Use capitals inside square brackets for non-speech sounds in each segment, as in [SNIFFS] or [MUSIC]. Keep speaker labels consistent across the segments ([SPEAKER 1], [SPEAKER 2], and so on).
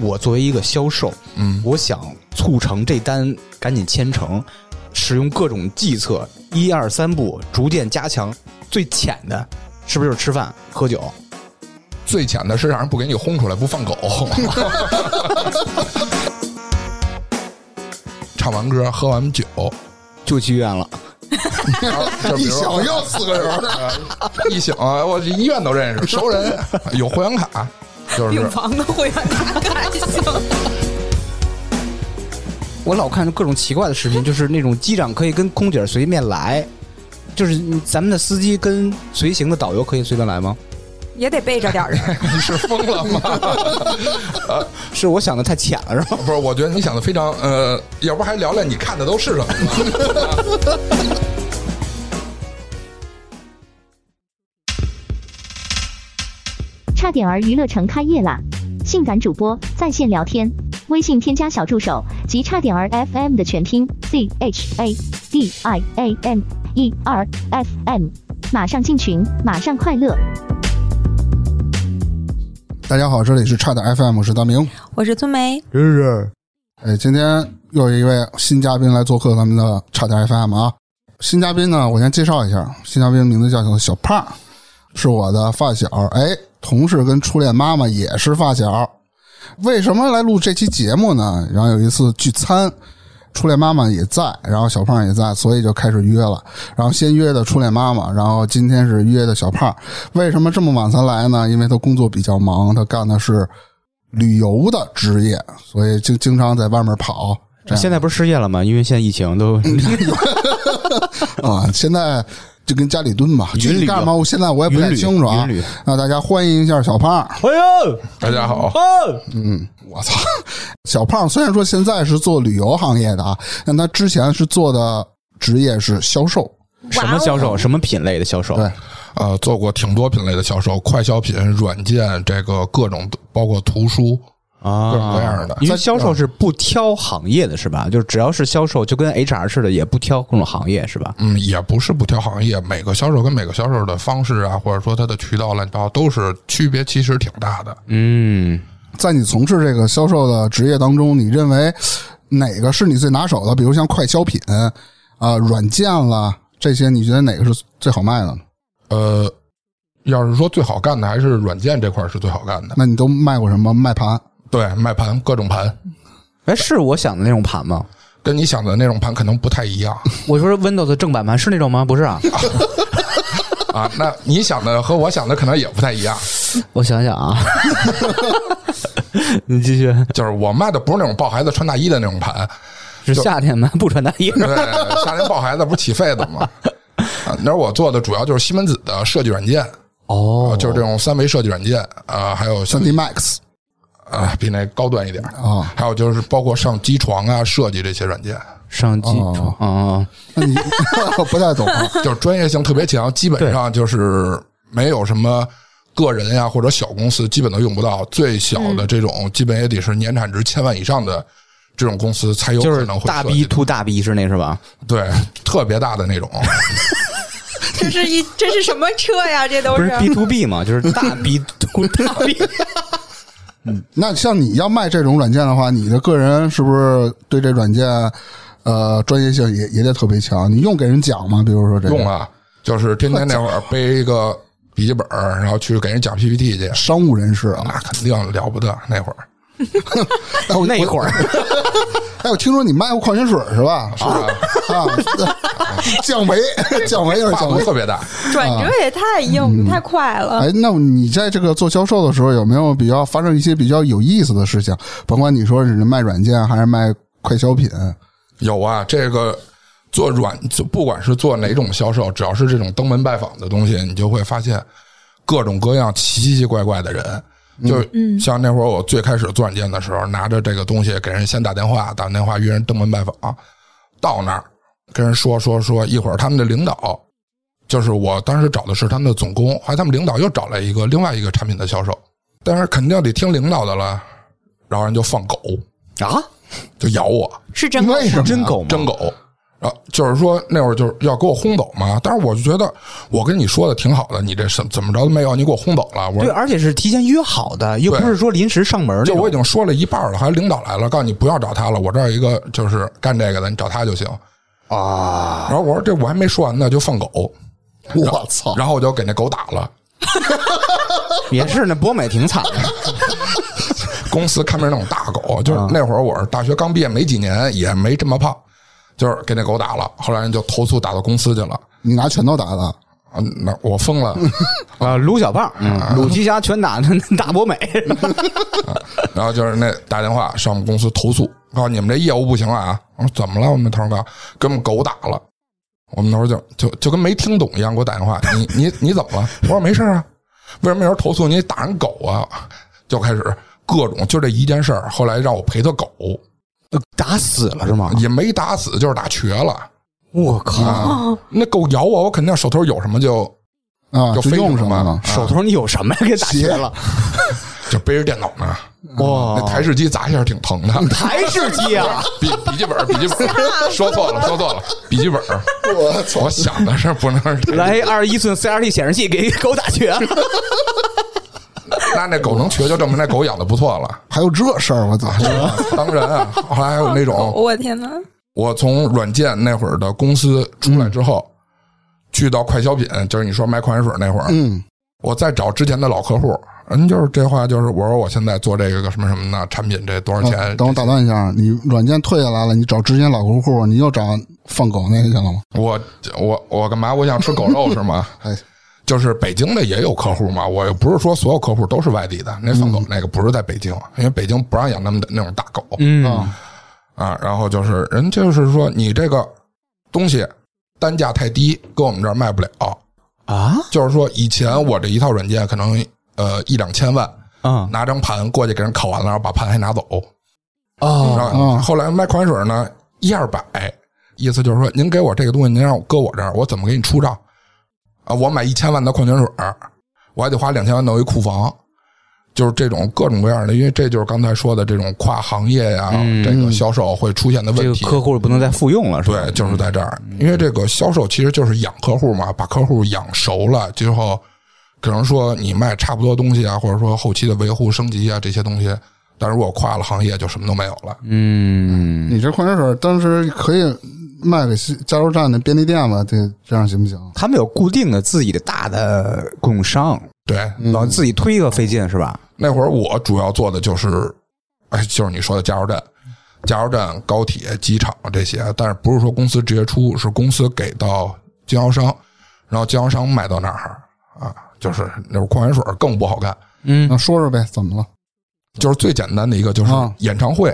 [SPEAKER 1] 我作为一个销售，
[SPEAKER 2] 嗯，
[SPEAKER 1] 我想促成这单赶紧签成，使用各种计策，一二三步逐渐加强。最浅的，是不是就是吃饭喝酒？
[SPEAKER 2] 最浅的是让人不给你轰出来，不放狗。 [LAUGHS] 唱完歌，喝完
[SPEAKER 3] [LAUGHS]
[SPEAKER 2] 酒，
[SPEAKER 1] 就去医院了。
[SPEAKER 2] 就比
[SPEAKER 3] 一
[SPEAKER 2] 如说啊
[SPEAKER 3] 想又四个人，
[SPEAKER 2] 一醒，我这医院都认识，熟人，有会员卡，就是
[SPEAKER 4] 病房的会员卡可还行。
[SPEAKER 1] 我老看各种奇怪的视频， [LAUGHS] 就是那种机长可以跟空姐随便来，就是你咱们的司机跟随行的导游可以随便来吗？
[SPEAKER 4] 也得备着点儿，
[SPEAKER 2] 你是疯了吗？
[SPEAKER 1] 是我想的太浅了是吧？
[SPEAKER 2] [LAUGHS] 不是，我觉得你想的非常呃，要不还聊聊你看的都是什么吧？
[SPEAKER 3] [LAUGHS]
[SPEAKER 5] 差点儿娱乐城开业啦！性感主播在线聊天，微信添加小助手及差点儿 FM 的全拼 C H A D I A M E R F M，马上进群，马上快乐。
[SPEAKER 3] 大家好，这里是差点 FM，我是大明。
[SPEAKER 4] 我是孙梅，
[SPEAKER 3] 日日，哎，今天又有一位新嘉宾来做客咱们的差点 FM 啊。新嘉宾呢，我先介绍一下，新嘉宾名字叫小胖，是我的发小，哎，同事跟初恋妈妈也是发小。为什么来录这期节目呢？然后有一次聚餐，初恋妈妈也在，然后小胖也在，所以就开始约了。然后先约的初恋妈妈，然后今天是约的小胖。为什么这么晚才来呢？因为他工作比较忙，他干的是旅游的职业，所以经经常在外面
[SPEAKER 1] [LAUGHS]
[SPEAKER 3] 跑。这
[SPEAKER 1] [LAUGHS]
[SPEAKER 3] 样
[SPEAKER 1] 现在不是失业了吗？因为现在疫情都
[SPEAKER 3] 啊，现在就跟家里蹲吧。
[SPEAKER 1] 云
[SPEAKER 3] 具体
[SPEAKER 1] 旅
[SPEAKER 3] 干
[SPEAKER 1] 游
[SPEAKER 3] 嘛？我现在我也不
[SPEAKER 1] 云
[SPEAKER 3] 太
[SPEAKER 1] 旅
[SPEAKER 3] 清楚啊
[SPEAKER 1] 云旅。
[SPEAKER 3] 那大家欢迎一下小胖。
[SPEAKER 1] 哎呦，
[SPEAKER 2] 大家好，
[SPEAKER 3] 我操，小胖虽然说现在是做旅游行业的啊，但他之前是做的职业是销售。
[SPEAKER 1] [LAUGHS] 什么销售？什么品类的销售？
[SPEAKER 3] 对，
[SPEAKER 2] 呃，做过挺多品类的销售，快消品、软件，这个各种，包括图书，
[SPEAKER 1] 啊，
[SPEAKER 2] 各种各样的嗯
[SPEAKER 1] 因为
[SPEAKER 2] 在
[SPEAKER 1] 销售是不挑行业的，是吧？就是只要是销售，就跟 HR 似的，也不挑各种行业，是吧？
[SPEAKER 2] 嗯，也不是不挑行业，每个销售跟每个销售的方式啊，或者说它的渠道乱七八糟都是区别，其实挺大的。
[SPEAKER 1] 嗯，
[SPEAKER 3] 在你从事这个销售的职业当中，你认为哪个是你最拿手的？比如像快消品啊、软件啦这些，你觉得哪个是最好卖的呢？
[SPEAKER 2] 呃，要是说最好干的，还是软件这块儿是最好干的。
[SPEAKER 3] 那你都卖过什么？卖盘？
[SPEAKER 2] 对，卖盘各种盘，
[SPEAKER 1] 哎，是我想的那种盘吗？
[SPEAKER 2] 跟你想的那种盘可能不太一样
[SPEAKER 1] 我说 Windows 的正版盘是那种吗？不是 [LAUGHS] 啊，
[SPEAKER 2] 啊。那你想的和我想的可能也不太一样。 [LAUGHS]
[SPEAKER 1] 我想想啊， [LAUGHS] 你继续，
[SPEAKER 2] 就是我卖的不是那种抱孩子穿大衣的那种盘，
[SPEAKER 1] 是夏天吗？不穿大衣
[SPEAKER 2] 对，夏天抱孩子不是起痱子吗？啊，那我做的主要就是西门子的设计软件，
[SPEAKER 1] 哦
[SPEAKER 2] 啊，就是这种三维设计软件啊，还有像
[SPEAKER 3] 三 D
[SPEAKER 1] [LAUGHS]
[SPEAKER 3] Max
[SPEAKER 2] 啊，比那高端一点儿
[SPEAKER 3] 啊
[SPEAKER 2] 还有就是包括上机床啊、设计这些软件，
[SPEAKER 1] 上机床哦，
[SPEAKER 3] 那你 [LAUGHS] 不太懂啊
[SPEAKER 2] 就是专业性特别强，基本上就是没有什么个人呀、或者小公司基本都用不到，最小的这种基本也得是年产值千万以上的这种公司才有
[SPEAKER 1] 就
[SPEAKER 2] 可
[SPEAKER 1] 是
[SPEAKER 2] 能会
[SPEAKER 1] 大
[SPEAKER 2] 涉及
[SPEAKER 1] B to 大 B 是那是吧？
[SPEAKER 2] 对特别大
[SPEAKER 1] [LAUGHS]
[SPEAKER 2] 的那种，
[SPEAKER 4] 这是一这是什么车呀？这都
[SPEAKER 1] 不是啊 B to B 嘛，就是大 B to
[SPEAKER 2] [LAUGHS]
[SPEAKER 1] 大 B。
[SPEAKER 3] 那像你要卖这种软件的话，你的个人是不是对这软件呃专业性也也得特别强？你用给人讲吗？比如说这个
[SPEAKER 2] 用啊，就是天天那会儿背一个笔记本儿，然后去给人讲 PPT 去，
[SPEAKER 3] 商务人士啊，
[SPEAKER 2] 那肯定了不得那会儿。哦
[SPEAKER 3] 哎我
[SPEAKER 1] 那一会
[SPEAKER 2] [LAUGHS]
[SPEAKER 1] 儿，
[SPEAKER 3] 哎，我听说你卖过矿泉水是吧？
[SPEAKER 2] 是吧？
[SPEAKER 3] 啊，降维， [LAUGHS] 降维又是
[SPEAKER 2] 跨
[SPEAKER 3] 降
[SPEAKER 2] 度
[SPEAKER 3] 维。
[SPEAKER 2] 啊特别大，
[SPEAKER 4] 转折也太硬、太快了。
[SPEAKER 3] 哎，那你在这个做销售的时候，有没有比较发生一些比较有意思的事情？甭管你说是卖软件还是卖快消品，
[SPEAKER 2] 有啊，这个做软，就不管是做哪种销售，只要是这种登门拜访的东西，你就会发现各种各样奇奇怪怪的人。就像那会儿我最开始做软件的时候，拿着这个东西给人先打电话，打完电话约人登门拜访，到那儿跟人说说说，一会儿他们的领导，就是我当时找的是他们的总工，后来他们领导又找来一个另外一个产品的销售，但是肯定得听领导的了，然后人就放狗，
[SPEAKER 1] 啊，
[SPEAKER 2] 就咬我，
[SPEAKER 4] 是真的
[SPEAKER 3] 为什么
[SPEAKER 1] 真狗吗？
[SPEAKER 2] 真狗。啊，就是说那会儿就是要给我轰走嘛，但是我就觉得我跟你说的挺好的，你这什怎么着都没有，你给我轰走了，我
[SPEAKER 1] 对，而且是提前约好的，又不是说临时上门那
[SPEAKER 2] 就
[SPEAKER 1] 种。
[SPEAKER 2] 我已经说了一半了，还有领导来了，告诉你不要找他了，我这儿有一个就是干这个的，你找他就行啊。然后我说这我还没说完呢，就放狗，
[SPEAKER 3] 我操！
[SPEAKER 2] 然后我就给那狗打了。
[SPEAKER 1] [LAUGHS] 也是那博美挺惨的，
[SPEAKER 2] 公司看病那种大狗，就是那会儿我是大学刚毕业没几年，也没这么胖，就是给那狗打了。后来人就投诉打到公司去了。
[SPEAKER 3] 你拿拳头打的，
[SPEAKER 2] 啊，那我疯了，
[SPEAKER 1] 啊，鲁小胖、鲁提辖拳打那那大博美，
[SPEAKER 2] 然后就是那打电话上我们公司投诉，告诉你们这业务不行了啊！我说怎么了？我们那头儿告诉给我们狗打了，我们那头儿就就就跟没听懂一样给我打电话， [LAUGHS] 你你你怎么了？我说没事儿啊，为什么有人投诉你打人狗啊？就开始各种就这一件事儿，后来让我赔他狗，
[SPEAKER 1] 呃打死了是吗？
[SPEAKER 2] 也没打死，就是打瘸了。
[SPEAKER 1] 我靠，
[SPEAKER 2] 啊，那狗咬我，我肯定手头有什么就
[SPEAKER 3] 啊，
[SPEAKER 2] 就
[SPEAKER 3] 就
[SPEAKER 2] 非
[SPEAKER 3] 用
[SPEAKER 2] 常
[SPEAKER 3] 什么啊
[SPEAKER 2] 慢
[SPEAKER 3] 了？
[SPEAKER 1] 手头你有什么呀？给打瘸了，
[SPEAKER 2] 就背着电脑呢。
[SPEAKER 1] 哇
[SPEAKER 2] 那台式机砸一下挺疼的，
[SPEAKER 1] 台式机 [LAUGHS] 啊！
[SPEAKER 2] 笔笔记本儿，笔记本儿，说错了，说错了，笔记本儿。
[SPEAKER 3] 我操！
[SPEAKER 2] 我想的是不能是这样
[SPEAKER 1] 来二十一寸 CRT 显示器给狗打瘸了，
[SPEAKER 2] 那那狗能瘸，就证明那狗养的不错了。
[SPEAKER 3] 还有这事儿，我操！
[SPEAKER 2] 当然啊，后来还有那种，
[SPEAKER 4] 我天哪！
[SPEAKER 2] 我从软件那会儿的公司出来之后，去到快消品，就是你说卖矿泉水那会儿，
[SPEAKER 3] 嗯，
[SPEAKER 2] 我再找之前的老客户，人就是这话就是我说我现在做这个什么什么的产品，这多少钱？
[SPEAKER 3] 啊等我打断一下，你软件退下来了，你找之前老客户，你又找放狗那个去了吗？
[SPEAKER 2] 我我我干嘛？我想吃狗肉是吗？
[SPEAKER 3] 哎，
[SPEAKER 2] 就是北京的也有客户嘛，我又不是说所有客户都是外地的，那放狗那个不是在北京，因为北京不让养那么的那种大狗，
[SPEAKER 1] 嗯
[SPEAKER 3] 啊，
[SPEAKER 2] 啊，然后就是人就是说你这个东西单价太低，跟我们这儿卖不了。
[SPEAKER 1] 啊
[SPEAKER 2] 就是说以前我这一套软件可能呃一两千万，
[SPEAKER 1] 啊
[SPEAKER 2] 拿张盘过去给人烤完了，然后把盘还拿走。
[SPEAKER 1] 啊！
[SPEAKER 2] 然后
[SPEAKER 3] 哦
[SPEAKER 2] 后来卖矿泉水呢一二百，意思就是说您给我这个东西，您让我搁我这儿，我怎么给你出账？啊，我买一千万的矿泉水，我还得花两千万弄一库房。就是这种各种各样的，因为这就是刚才说的这种跨行业呀、
[SPEAKER 1] 嗯
[SPEAKER 2] 这个销售会出现的
[SPEAKER 1] 这
[SPEAKER 2] 问
[SPEAKER 1] 个
[SPEAKER 2] 题。
[SPEAKER 1] 客户不能再复用了，是吧？
[SPEAKER 2] 对，就是在这儿，因为这个销售其实就是养客户嘛，把客户养熟了之后，可能说你卖差不多东西啊，或者说后期的维护升级啊这些东西，但如果跨了行业就什么都没有了。
[SPEAKER 1] 嗯，
[SPEAKER 3] 你这矿泉水当时可以卖给西加油站的便利店吧？这这样行不行？
[SPEAKER 1] 他们有固定的自己的大的供应商，
[SPEAKER 2] 对，
[SPEAKER 1] 老自己推个费劲是吧？
[SPEAKER 2] 那会儿我主要做的就是，哎，就是你说的加油站、加油站、高铁、机场啊这些，但是不是说公司直接出，是公司给到经销商，然后经销商卖到那儿啊，就是那会儿矿泉水更不好干。
[SPEAKER 1] 嗯
[SPEAKER 3] 那说说呗，怎么了？
[SPEAKER 2] 就是最简单的一个，就是
[SPEAKER 3] 啊
[SPEAKER 2] 演唱会，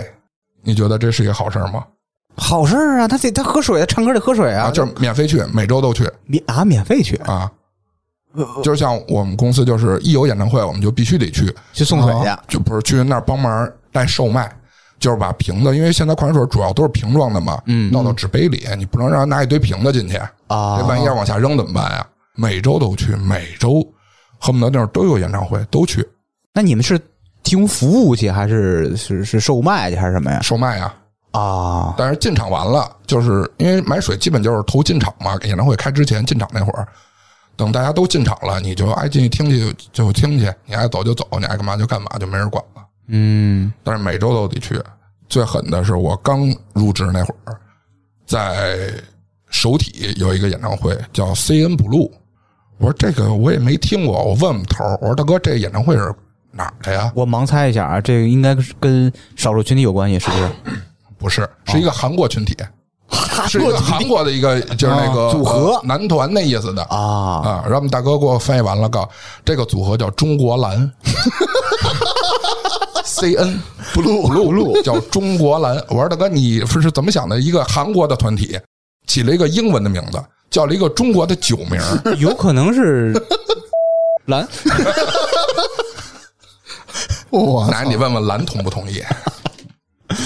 [SPEAKER 2] 你觉得这是一个好事儿吗？
[SPEAKER 1] 好事儿啊，他得他喝水，他唱歌得喝水
[SPEAKER 2] 啊，
[SPEAKER 1] 啊，
[SPEAKER 2] 就是免费去，每周都去
[SPEAKER 1] 免啊免费去，
[SPEAKER 2] 啊。
[SPEAKER 1] 呃
[SPEAKER 2] 就是像我们公司，就是一有演唱会，我们就必须得去，啊
[SPEAKER 1] 去送水去。
[SPEAKER 2] 就不是去那儿帮忙带售卖，就是把瓶子，因为现在矿泉水主要都是瓶装的嘛，
[SPEAKER 1] 嗯
[SPEAKER 2] 倒到纸杯里，你不能让人拿一堆瓶子进去，这
[SPEAKER 1] 啊
[SPEAKER 2] 万一要往下扔怎么办呀？每周都去，每周恨不得那儿都有演唱会，都去
[SPEAKER 1] 那你们是提供服务去，还是是是售卖去，还是什么呀？
[SPEAKER 2] 售卖啊。
[SPEAKER 1] 啊，
[SPEAKER 2] 但是进场完了，就是因为买水基本就是投进场嘛，演唱会开之前进场那会儿，等大家都进场了，你就爱进去听去就听去，你爱走就走，你爱干嘛就干嘛，就没人管了。
[SPEAKER 1] 嗯，
[SPEAKER 2] 但是每周都得去。最狠的是我刚入职那会儿，在首体有一个演唱会叫 CN Blue，我说这个我也没听过，我问问头儿，我说大哥，这演唱会是哪儿的呀？
[SPEAKER 1] 我盲猜一下啊，这个应该是跟少数群体有关系，是不是？
[SPEAKER 2] 不是，是一个韩国群体，是一个哦韩国的一个就是那个、
[SPEAKER 1] 啊组合
[SPEAKER 2] 呃男团那意思的
[SPEAKER 1] 啊，
[SPEAKER 2] 啊。然后我们大哥给我翻译完了，告这个组合叫中国蓝 [LAUGHS] ，CN blue blue 叫中国蓝。我说大哥，你是怎么想的？一个韩国的团体起了一个英文的名字，叫了一个中国的酒名儿。
[SPEAKER 1] 有可能是 [LAUGHS] 蓝
[SPEAKER 3] [LAUGHS] 我
[SPEAKER 2] 那你问问蓝同不同意？ [LAUGHS]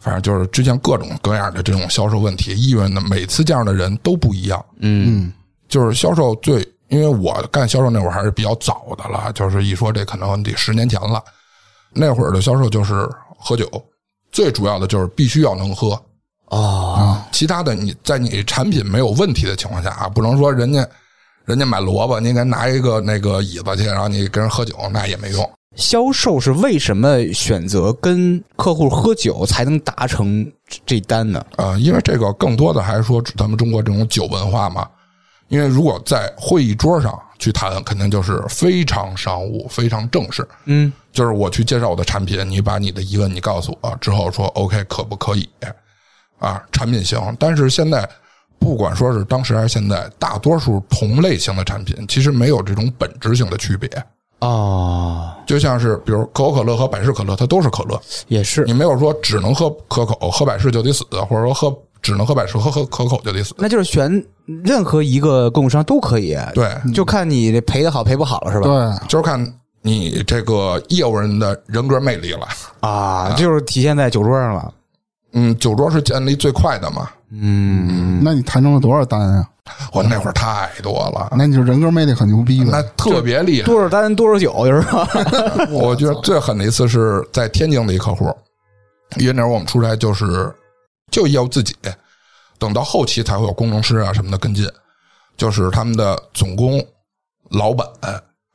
[SPEAKER 2] 反正就是之前各种各样的这种销售问题，意味呢每次这样的人都不一样。
[SPEAKER 1] 嗯，
[SPEAKER 2] 就是销售最，因为我干销售那会儿还是比较早的了，就是一说这可能得十年前了。那会儿的销售就是喝酒，最主要的就是必须要能喝，
[SPEAKER 1] 哦，
[SPEAKER 2] 啊，其他的你在你产品没有问题的情况下啊，不能说人家人家买萝卜，你给人拿一个那个椅子去，然后你跟人喝酒，那也没用。
[SPEAKER 1] 销售是为什么选择跟客户喝酒才能达成这这单呢？
[SPEAKER 2] 呃，因为这个更多的还是说咱们中国这种酒文化嘛。因为如果在会议桌上去谈，肯定就是非常商务、非常正式。
[SPEAKER 1] 嗯，
[SPEAKER 2] 就是我去介绍我的产品，你把你的疑问你告诉我之后说 OK 可不可以啊？产品行，但是现在不管说是当时还是现在，大多数同类型的产品其实没有这种本质性的区别。
[SPEAKER 1] 哦，
[SPEAKER 2] 就像是比如可口可乐和百事可乐，它都是可乐，
[SPEAKER 1] 也是
[SPEAKER 2] 你，没有说只能喝可口，喝百事就得死，或者说喝只能喝百事，喝喝可口就得死。
[SPEAKER 1] 那就是选任何一个供应商都可以，啊
[SPEAKER 2] 对，
[SPEAKER 1] 就看你这赔的好赔不好了，是吧？
[SPEAKER 3] 对，
[SPEAKER 2] 就是看你这个业务人的人格魅力了。
[SPEAKER 1] 啊，就是体现在酒桌上了。
[SPEAKER 2] 嗯，酒桌是建立最快的嘛，
[SPEAKER 1] 嗯，
[SPEAKER 3] 那你谈成了多少单啊？
[SPEAKER 2] 我那会儿太多了，
[SPEAKER 3] 那你就人格魅力很牛逼
[SPEAKER 2] 那
[SPEAKER 3] 了。
[SPEAKER 2] 特别厉害。
[SPEAKER 1] 多少单多少酒，就是吧？
[SPEAKER 2] 我觉得最狠的一次是在天津的一客户，因为那会儿我们出差就是就业务自己，等到后期才会有工程师啊什么的跟进，就是他们的总工、老板，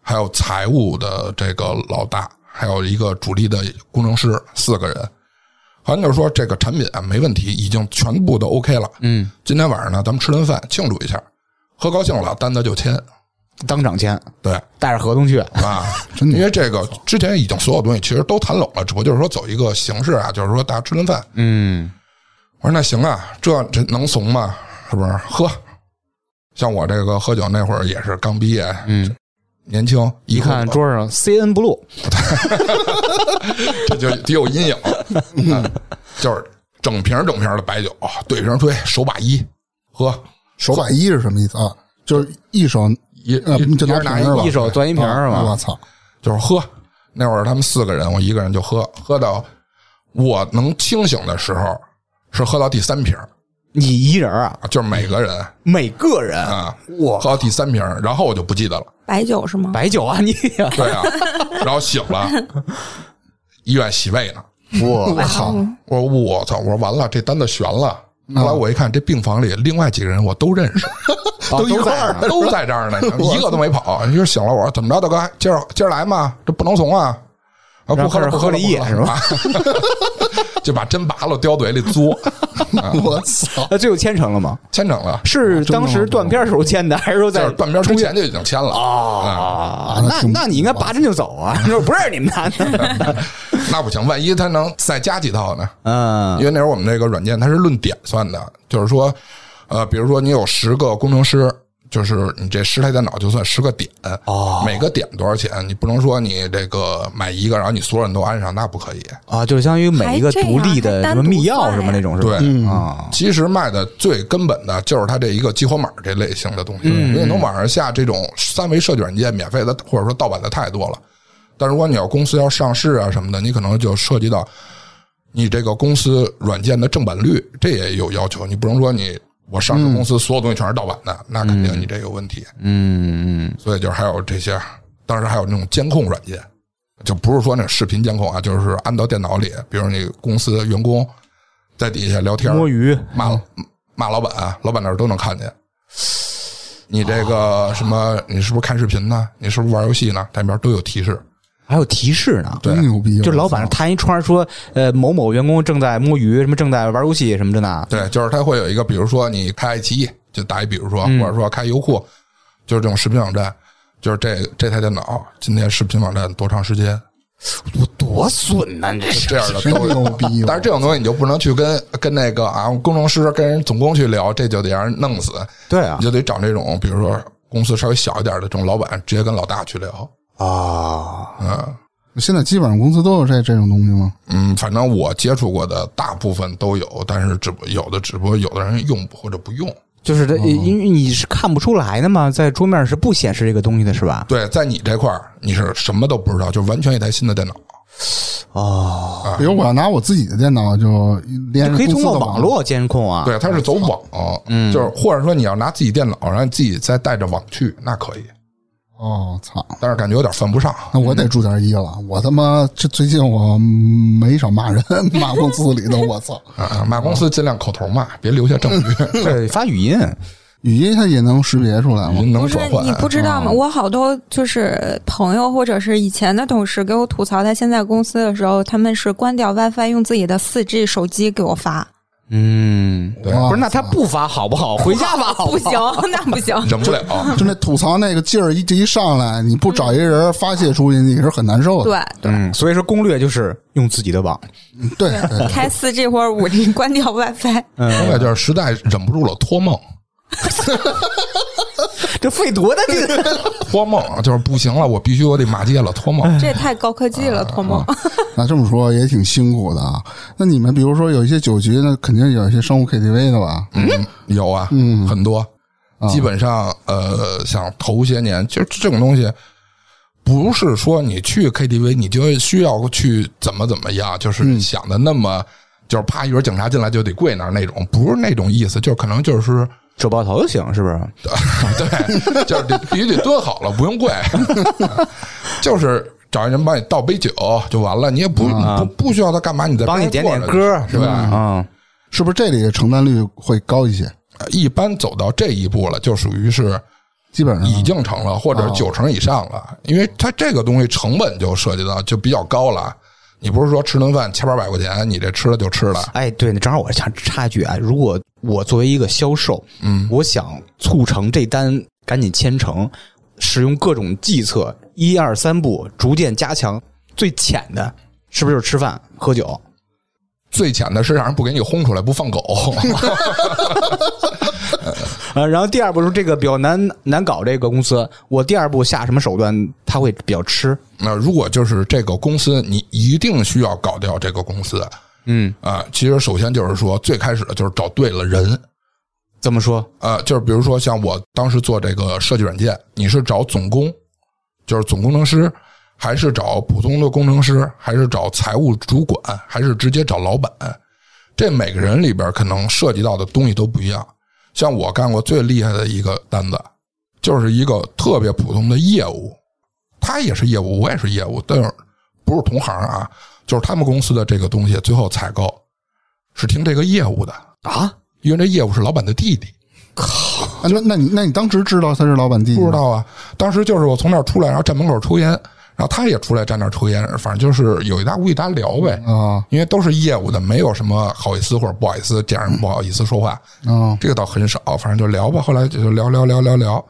[SPEAKER 2] 还有财务的这个老大，还有一个主力的工程师，四个人。好像就是说这个产品啊没问题，已经全部都 OK 了。
[SPEAKER 1] 嗯，
[SPEAKER 2] 今天晚上呢，咱们吃顿饭庆祝一下，喝高兴了，单子就签。
[SPEAKER 1] 当场签，
[SPEAKER 2] 对，
[SPEAKER 1] 带着合同去。 [LAUGHS]
[SPEAKER 2] 啊，因为这个之前已经所有东西其实都谈拢了，只不过就是说走一个形式啊，就是说大家吃顿饭。
[SPEAKER 1] 嗯，
[SPEAKER 2] 我说那行啊，这这能怂吗？是 [LAUGHS] 不是？喝，像我这个喝酒那会儿也是刚毕业，
[SPEAKER 1] 嗯，
[SPEAKER 2] 年轻，
[SPEAKER 1] 一看桌上 CN blue，
[SPEAKER 2] [LAUGHS] 这就得有
[SPEAKER 1] [LAUGHS]
[SPEAKER 2] 阴影，嗯就是整瓶整瓶的白酒，对瓶推，手把一喝，
[SPEAKER 3] 手把一是什么意思啊？就是一手，
[SPEAKER 2] 一
[SPEAKER 3] 呃
[SPEAKER 2] 一
[SPEAKER 3] 就拿
[SPEAKER 2] 人拿
[SPEAKER 3] 瓶儿吧
[SPEAKER 2] 个
[SPEAKER 1] 一手攥一瓶儿是
[SPEAKER 3] 啊我
[SPEAKER 1] 吧？
[SPEAKER 3] 操，
[SPEAKER 2] 就是喝。那会儿他们四个人，我一个人就喝，喝到我能清醒的时候是喝到第三瓶儿，
[SPEAKER 1] 你一人啊，
[SPEAKER 2] 啊就是每个人
[SPEAKER 1] 每个人
[SPEAKER 2] 啊，
[SPEAKER 1] 哇
[SPEAKER 2] 喝到第三瓶儿，然后我就不记得了。
[SPEAKER 4] 白酒是吗？
[SPEAKER 1] 白酒啊，你
[SPEAKER 2] 对啊，然后醒了，医院洗胃呢。
[SPEAKER 3] 我
[SPEAKER 4] 哦
[SPEAKER 3] 操，
[SPEAKER 2] 我说我操！我说完了，这单子悬
[SPEAKER 1] 啊
[SPEAKER 2] 了。后来我一看，这病房里另外几个人我都认识，
[SPEAKER 1] [LAUGHS] 都
[SPEAKER 2] 啊都在这儿呢都在这儿 [LAUGHS] 呢，一个都没跑。你说醒了，我说怎么着，大哥，今儿今儿来嘛，这不能怂啊！啊，
[SPEAKER 1] 然
[SPEAKER 2] 不
[SPEAKER 1] 后
[SPEAKER 2] 喝
[SPEAKER 1] 开始
[SPEAKER 2] 了，不
[SPEAKER 1] 喝
[SPEAKER 2] 了
[SPEAKER 1] 了一夜
[SPEAKER 2] 不喝了 [LAUGHS] 就把针拔了，叼嘴里嘬，
[SPEAKER 3] 我操，
[SPEAKER 1] 那这就啊签成了吗？
[SPEAKER 2] 签整了，
[SPEAKER 1] 是当时断片儿时候签的，还是说
[SPEAKER 2] 就
[SPEAKER 1] 在
[SPEAKER 2] [LAUGHS] 是断边出钱就已经签了啊。
[SPEAKER 1] 啊？那那你应该拔针就走啊！ [LAUGHS] 说不是你们谈的，
[SPEAKER 2] 那不行，万一他能再加几套呢？
[SPEAKER 1] [LAUGHS]
[SPEAKER 2] 因
[SPEAKER 1] 嗯
[SPEAKER 2] 为那时候我们那个软件它是论点算的，就是说，呃，比如说你有十个工程师，就是你这十台电脑就算十个点，
[SPEAKER 1] 哦
[SPEAKER 2] 每个点多少钱？你不能说你这个买一个，然后你所有人都安上，那不可以。
[SPEAKER 1] 啊，就是相当于每一个
[SPEAKER 4] 还这样
[SPEAKER 1] 独立的
[SPEAKER 4] 还
[SPEAKER 1] 什
[SPEAKER 4] 单
[SPEAKER 1] 么
[SPEAKER 4] 独
[SPEAKER 1] 密钥
[SPEAKER 4] 算
[SPEAKER 1] 什么
[SPEAKER 4] 呀
[SPEAKER 1] 那种是吧？
[SPEAKER 2] 对
[SPEAKER 1] 对啊，
[SPEAKER 2] 其实卖的最根本的就是它这一个激活码这类型的东西，因为从网上下这种三维设计软件免费的或者说盗版的太多了。但如果你要公司要上市啊什么的，你可能就涉及到你这个公司软件的正版率，这也有要求。你不能说你我上市公司所有东西全是盗版的，那肯定你这有问题。
[SPEAKER 1] 嗯嗯
[SPEAKER 2] 所以就是还有这些，当时还有那种监控软件，就不是说那视频监控啊，就是安到电脑里，比如你公司员工在底下聊天
[SPEAKER 1] 嗯，摸鱼
[SPEAKER 2] 骂骂老板，啊老板那儿都能看见。你这个什么，你是不是看视频呢？你是不是玩游戏呢？那边都有提示。
[SPEAKER 1] 还有提示呢，嗯
[SPEAKER 3] 真牛逼！
[SPEAKER 1] 就老
[SPEAKER 3] 我操
[SPEAKER 1] 板弹一窗说，呃，某某员工正在摸鱼，什么正在玩游戏什么的呢？
[SPEAKER 2] 对，就是它会有一个，比如说你开爱奇艺，就打一比如说，或者说开优酷，就是这种视频网站，就是这这台电脑今天视频网站多长时间，
[SPEAKER 1] 我多损呐、这
[SPEAKER 2] 就这样的
[SPEAKER 3] 真
[SPEAKER 2] 都有
[SPEAKER 3] 牛。逼！
[SPEAKER 2] 但是这种东西你就不能去跟跟那个啊工程师跟人总工去聊，这就得让人弄死。
[SPEAKER 1] 对啊
[SPEAKER 2] 你就得找那种，比如说公司稍微小一点的这种老板，直接跟老大去聊。
[SPEAKER 1] 啊，
[SPEAKER 2] 嗯
[SPEAKER 3] 现在基本上公司都有这这种东西吗？
[SPEAKER 2] 嗯，反正我接触过的大部分都有，但是只不有的只不过有的人用或者不用。
[SPEAKER 1] 就是
[SPEAKER 2] 哦
[SPEAKER 1] 这，因为你是看不出来的嘛，在桌面是不显示这个东西的，是吧？
[SPEAKER 2] 对，在你这块儿你是什么都不知道，就完全一台新的电脑。
[SPEAKER 1] 哦，
[SPEAKER 3] 比如我要拿我自己的电脑就连着
[SPEAKER 1] 可以
[SPEAKER 3] 公
[SPEAKER 1] 通
[SPEAKER 3] 司
[SPEAKER 1] 过
[SPEAKER 3] 的
[SPEAKER 1] 网
[SPEAKER 3] 网，
[SPEAKER 1] 络监控啊。
[SPEAKER 2] 对，它是走网，嗯，就是或者说你要拿自己电脑，然后你自己再带着网去，那可以。
[SPEAKER 3] 哦，操！
[SPEAKER 2] 但是感觉有点犯不上。啊
[SPEAKER 3] 那我得注点意了，我他妈这最近我没少骂人，骂公司里的，我操！
[SPEAKER 2] 啊，骂公司尽量口头骂，别留下证据，
[SPEAKER 1] 对，发语音，
[SPEAKER 3] [LAUGHS] 语音它也能识别出来吗？
[SPEAKER 2] 您能啊
[SPEAKER 4] 嗯不是
[SPEAKER 2] 转换
[SPEAKER 4] 你。不知道吗？我好多就是朋友或者是以前的同事给我吐槽，他现在公司的时候，他们是关掉 WiFi，用自己的四 G 手机给我发，
[SPEAKER 1] 嗯，
[SPEAKER 2] 对
[SPEAKER 3] 哇
[SPEAKER 1] 不是，那他不发好不好？回家吧，好
[SPEAKER 4] [LAUGHS] 不
[SPEAKER 1] 好
[SPEAKER 4] 行，那不行。
[SPEAKER 2] 啊忍不
[SPEAKER 4] 嗯
[SPEAKER 2] 了，
[SPEAKER 3] 就那吐槽那个劲儿一这一上来，你不找一个人发泄出去，你是很难受的。
[SPEAKER 4] [LAUGHS] 对对，
[SPEAKER 1] 嗯，所以说攻略就是用自己的网，
[SPEAKER 3] 对对，
[SPEAKER 4] 开四 G 或者五 G，关掉 WiFi。
[SPEAKER 2] 另外就是实在忍不住了，托梦，
[SPEAKER 1] 这费多大劲？
[SPEAKER 2] 托梦就是不行了，我必须我得骂街了，托梦。
[SPEAKER 4] 这也太高科技了，托梦。
[SPEAKER 3] 那这么说也挺辛苦的啊。那你们比如说有一些酒局，那肯定有一些商务 KTV 的吧？
[SPEAKER 2] 嗯，有啊，嗯，很多，
[SPEAKER 1] 啊
[SPEAKER 2] 基本上呃，像头些年，就是这种东西，不是说你去 KTV 你就需要去怎么怎么样，
[SPEAKER 1] 嗯
[SPEAKER 2] 就是想的那么。就是啪，一会儿警察进来就得跪那儿那种，不是那种意思，就是可能就是 [LAUGHS]
[SPEAKER 1] 肘抱头就行，是不
[SPEAKER 2] 呃
[SPEAKER 1] 是？
[SPEAKER 2] 对，就是得必须得蹲好了，不用跪， [LAUGHS] 就是找一人帮你倒杯酒就完了，你也不、不不需要他干嘛，你在
[SPEAKER 1] 啊帮你点
[SPEAKER 2] 边
[SPEAKER 1] 点
[SPEAKER 2] 上坐
[SPEAKER 1] 歌，
[SPEAKER 2] 着就是
[SPEAKER 1] 是
[SPEAKER 2] 吧？
[SPEAKER 1] 吧？嗯，
[SPEAKER 3] 是不是这里承担率会高一些？
[SPEAKER 2] 一般走到这一步了，就属于是
[SPEAKER 3] 基本上
[SPEAKER 2] 已经成了，或者九成以上了，因为它这个东西成本就涉及到就比较高了。你不是说吃顿饭千八百块钱，你这吃了就吃了，
[SPEAKER 1] 哎，对，那正好我想插一句啊，如果我作为一个销售，
[SPEAKER 2] 嗯，
[SPEAKER 1] 我想促成这单赶紧签成，使用各种计策，一二三步逐渐加强，最浅的是不是就是吃饭喝酒？
[SPEAKER 2] 最浅的是让人不给你轰出来，不放狗。
[SPEAKER 1] 呃，然后第二步是这个比较难难搞这个公司，我第二步下什么手段，他会比较吃。
[SPEAKER 2] 那如果就是这个公司，你一定需要搞掉这个公司
[SPEAKER 1] 嗯，
[SPEAKER 2] 啊。其实首先就是说，最开始的就是找对了人。
[SPEAKER 1] 怎么说？
[SPEAKER 2] 呃，就是比如说像我当时做这个设计软件，你是找总工，就是总工程师，还是找普通的工程师，还是找财务主管，还是直接找老板？这每个人里边可能涉及到的东西都不一样。像我干过最厉害的一个单子，就是一个特别普通的业务，他也是业务，我也是业务，但是不是同行啊？就是他们公司的这个东西，最后采购是听这个业务的啊，因为这业务是老板的弟弟。
[SPEAKER 3] 啊，那那你那你当时知道他是老板弟弟
[SPEAKER 2] 不
[SPEAKER 3] 吗
[SPEAKER 2] 知道啊，当时就是我从那儿出来，然后站门口抽烟，然后他也出来站那儿抽烟，反正就是有一搭无一搭聊呗，
[SPEAKER 3] 啊
[SPEAKER 2] 因为都是业务的，没有什么好意思或者不好意思，见人不好意思说话，
[SPEAKER 3] 啊
[SPEAKER 2] 这个倒很少，反正就聊吧。后来就聊聊聊聊聊，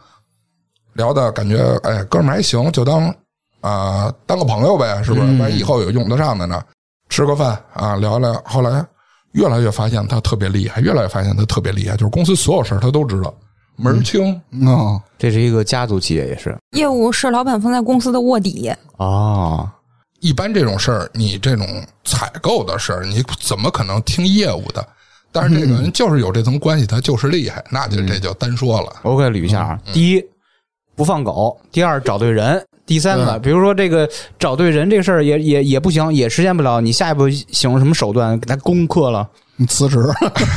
[SPEAKER 2] 聊的感觉，哎，哥们儿还行，就当啊、当个朋友呗，是不是？万一以后有用得上的呢，吃个饭啊，聊聊。后来越来越发现他特别厉害，越来越发现他特别厉害，就是公司所有事儿他都知道，门儿清。
[SPEAKER 3] 啊！
[SPEAKER 1] 这是一个家族企业，也是
[SPEAKER 4] 业务是老板放在公司的卧底，
[SPEAKER 1] 哦，
[SPEAKER 2] 一般这种事儿，你这种采购的事儿，你怎么可能听业务的？但是这个人就是有这层关系，他就是厉害，那就这就单说了。
[SPEAKER 1] 我给捋一下啊：第一，不放狗；第二，找对人； [LAUGHS] 第三个，比如说这个找对人这事儿也也也不行，也实现不了。你下一步使用什么手段给他攻克了？
[SPEAKER 3] 你辞职，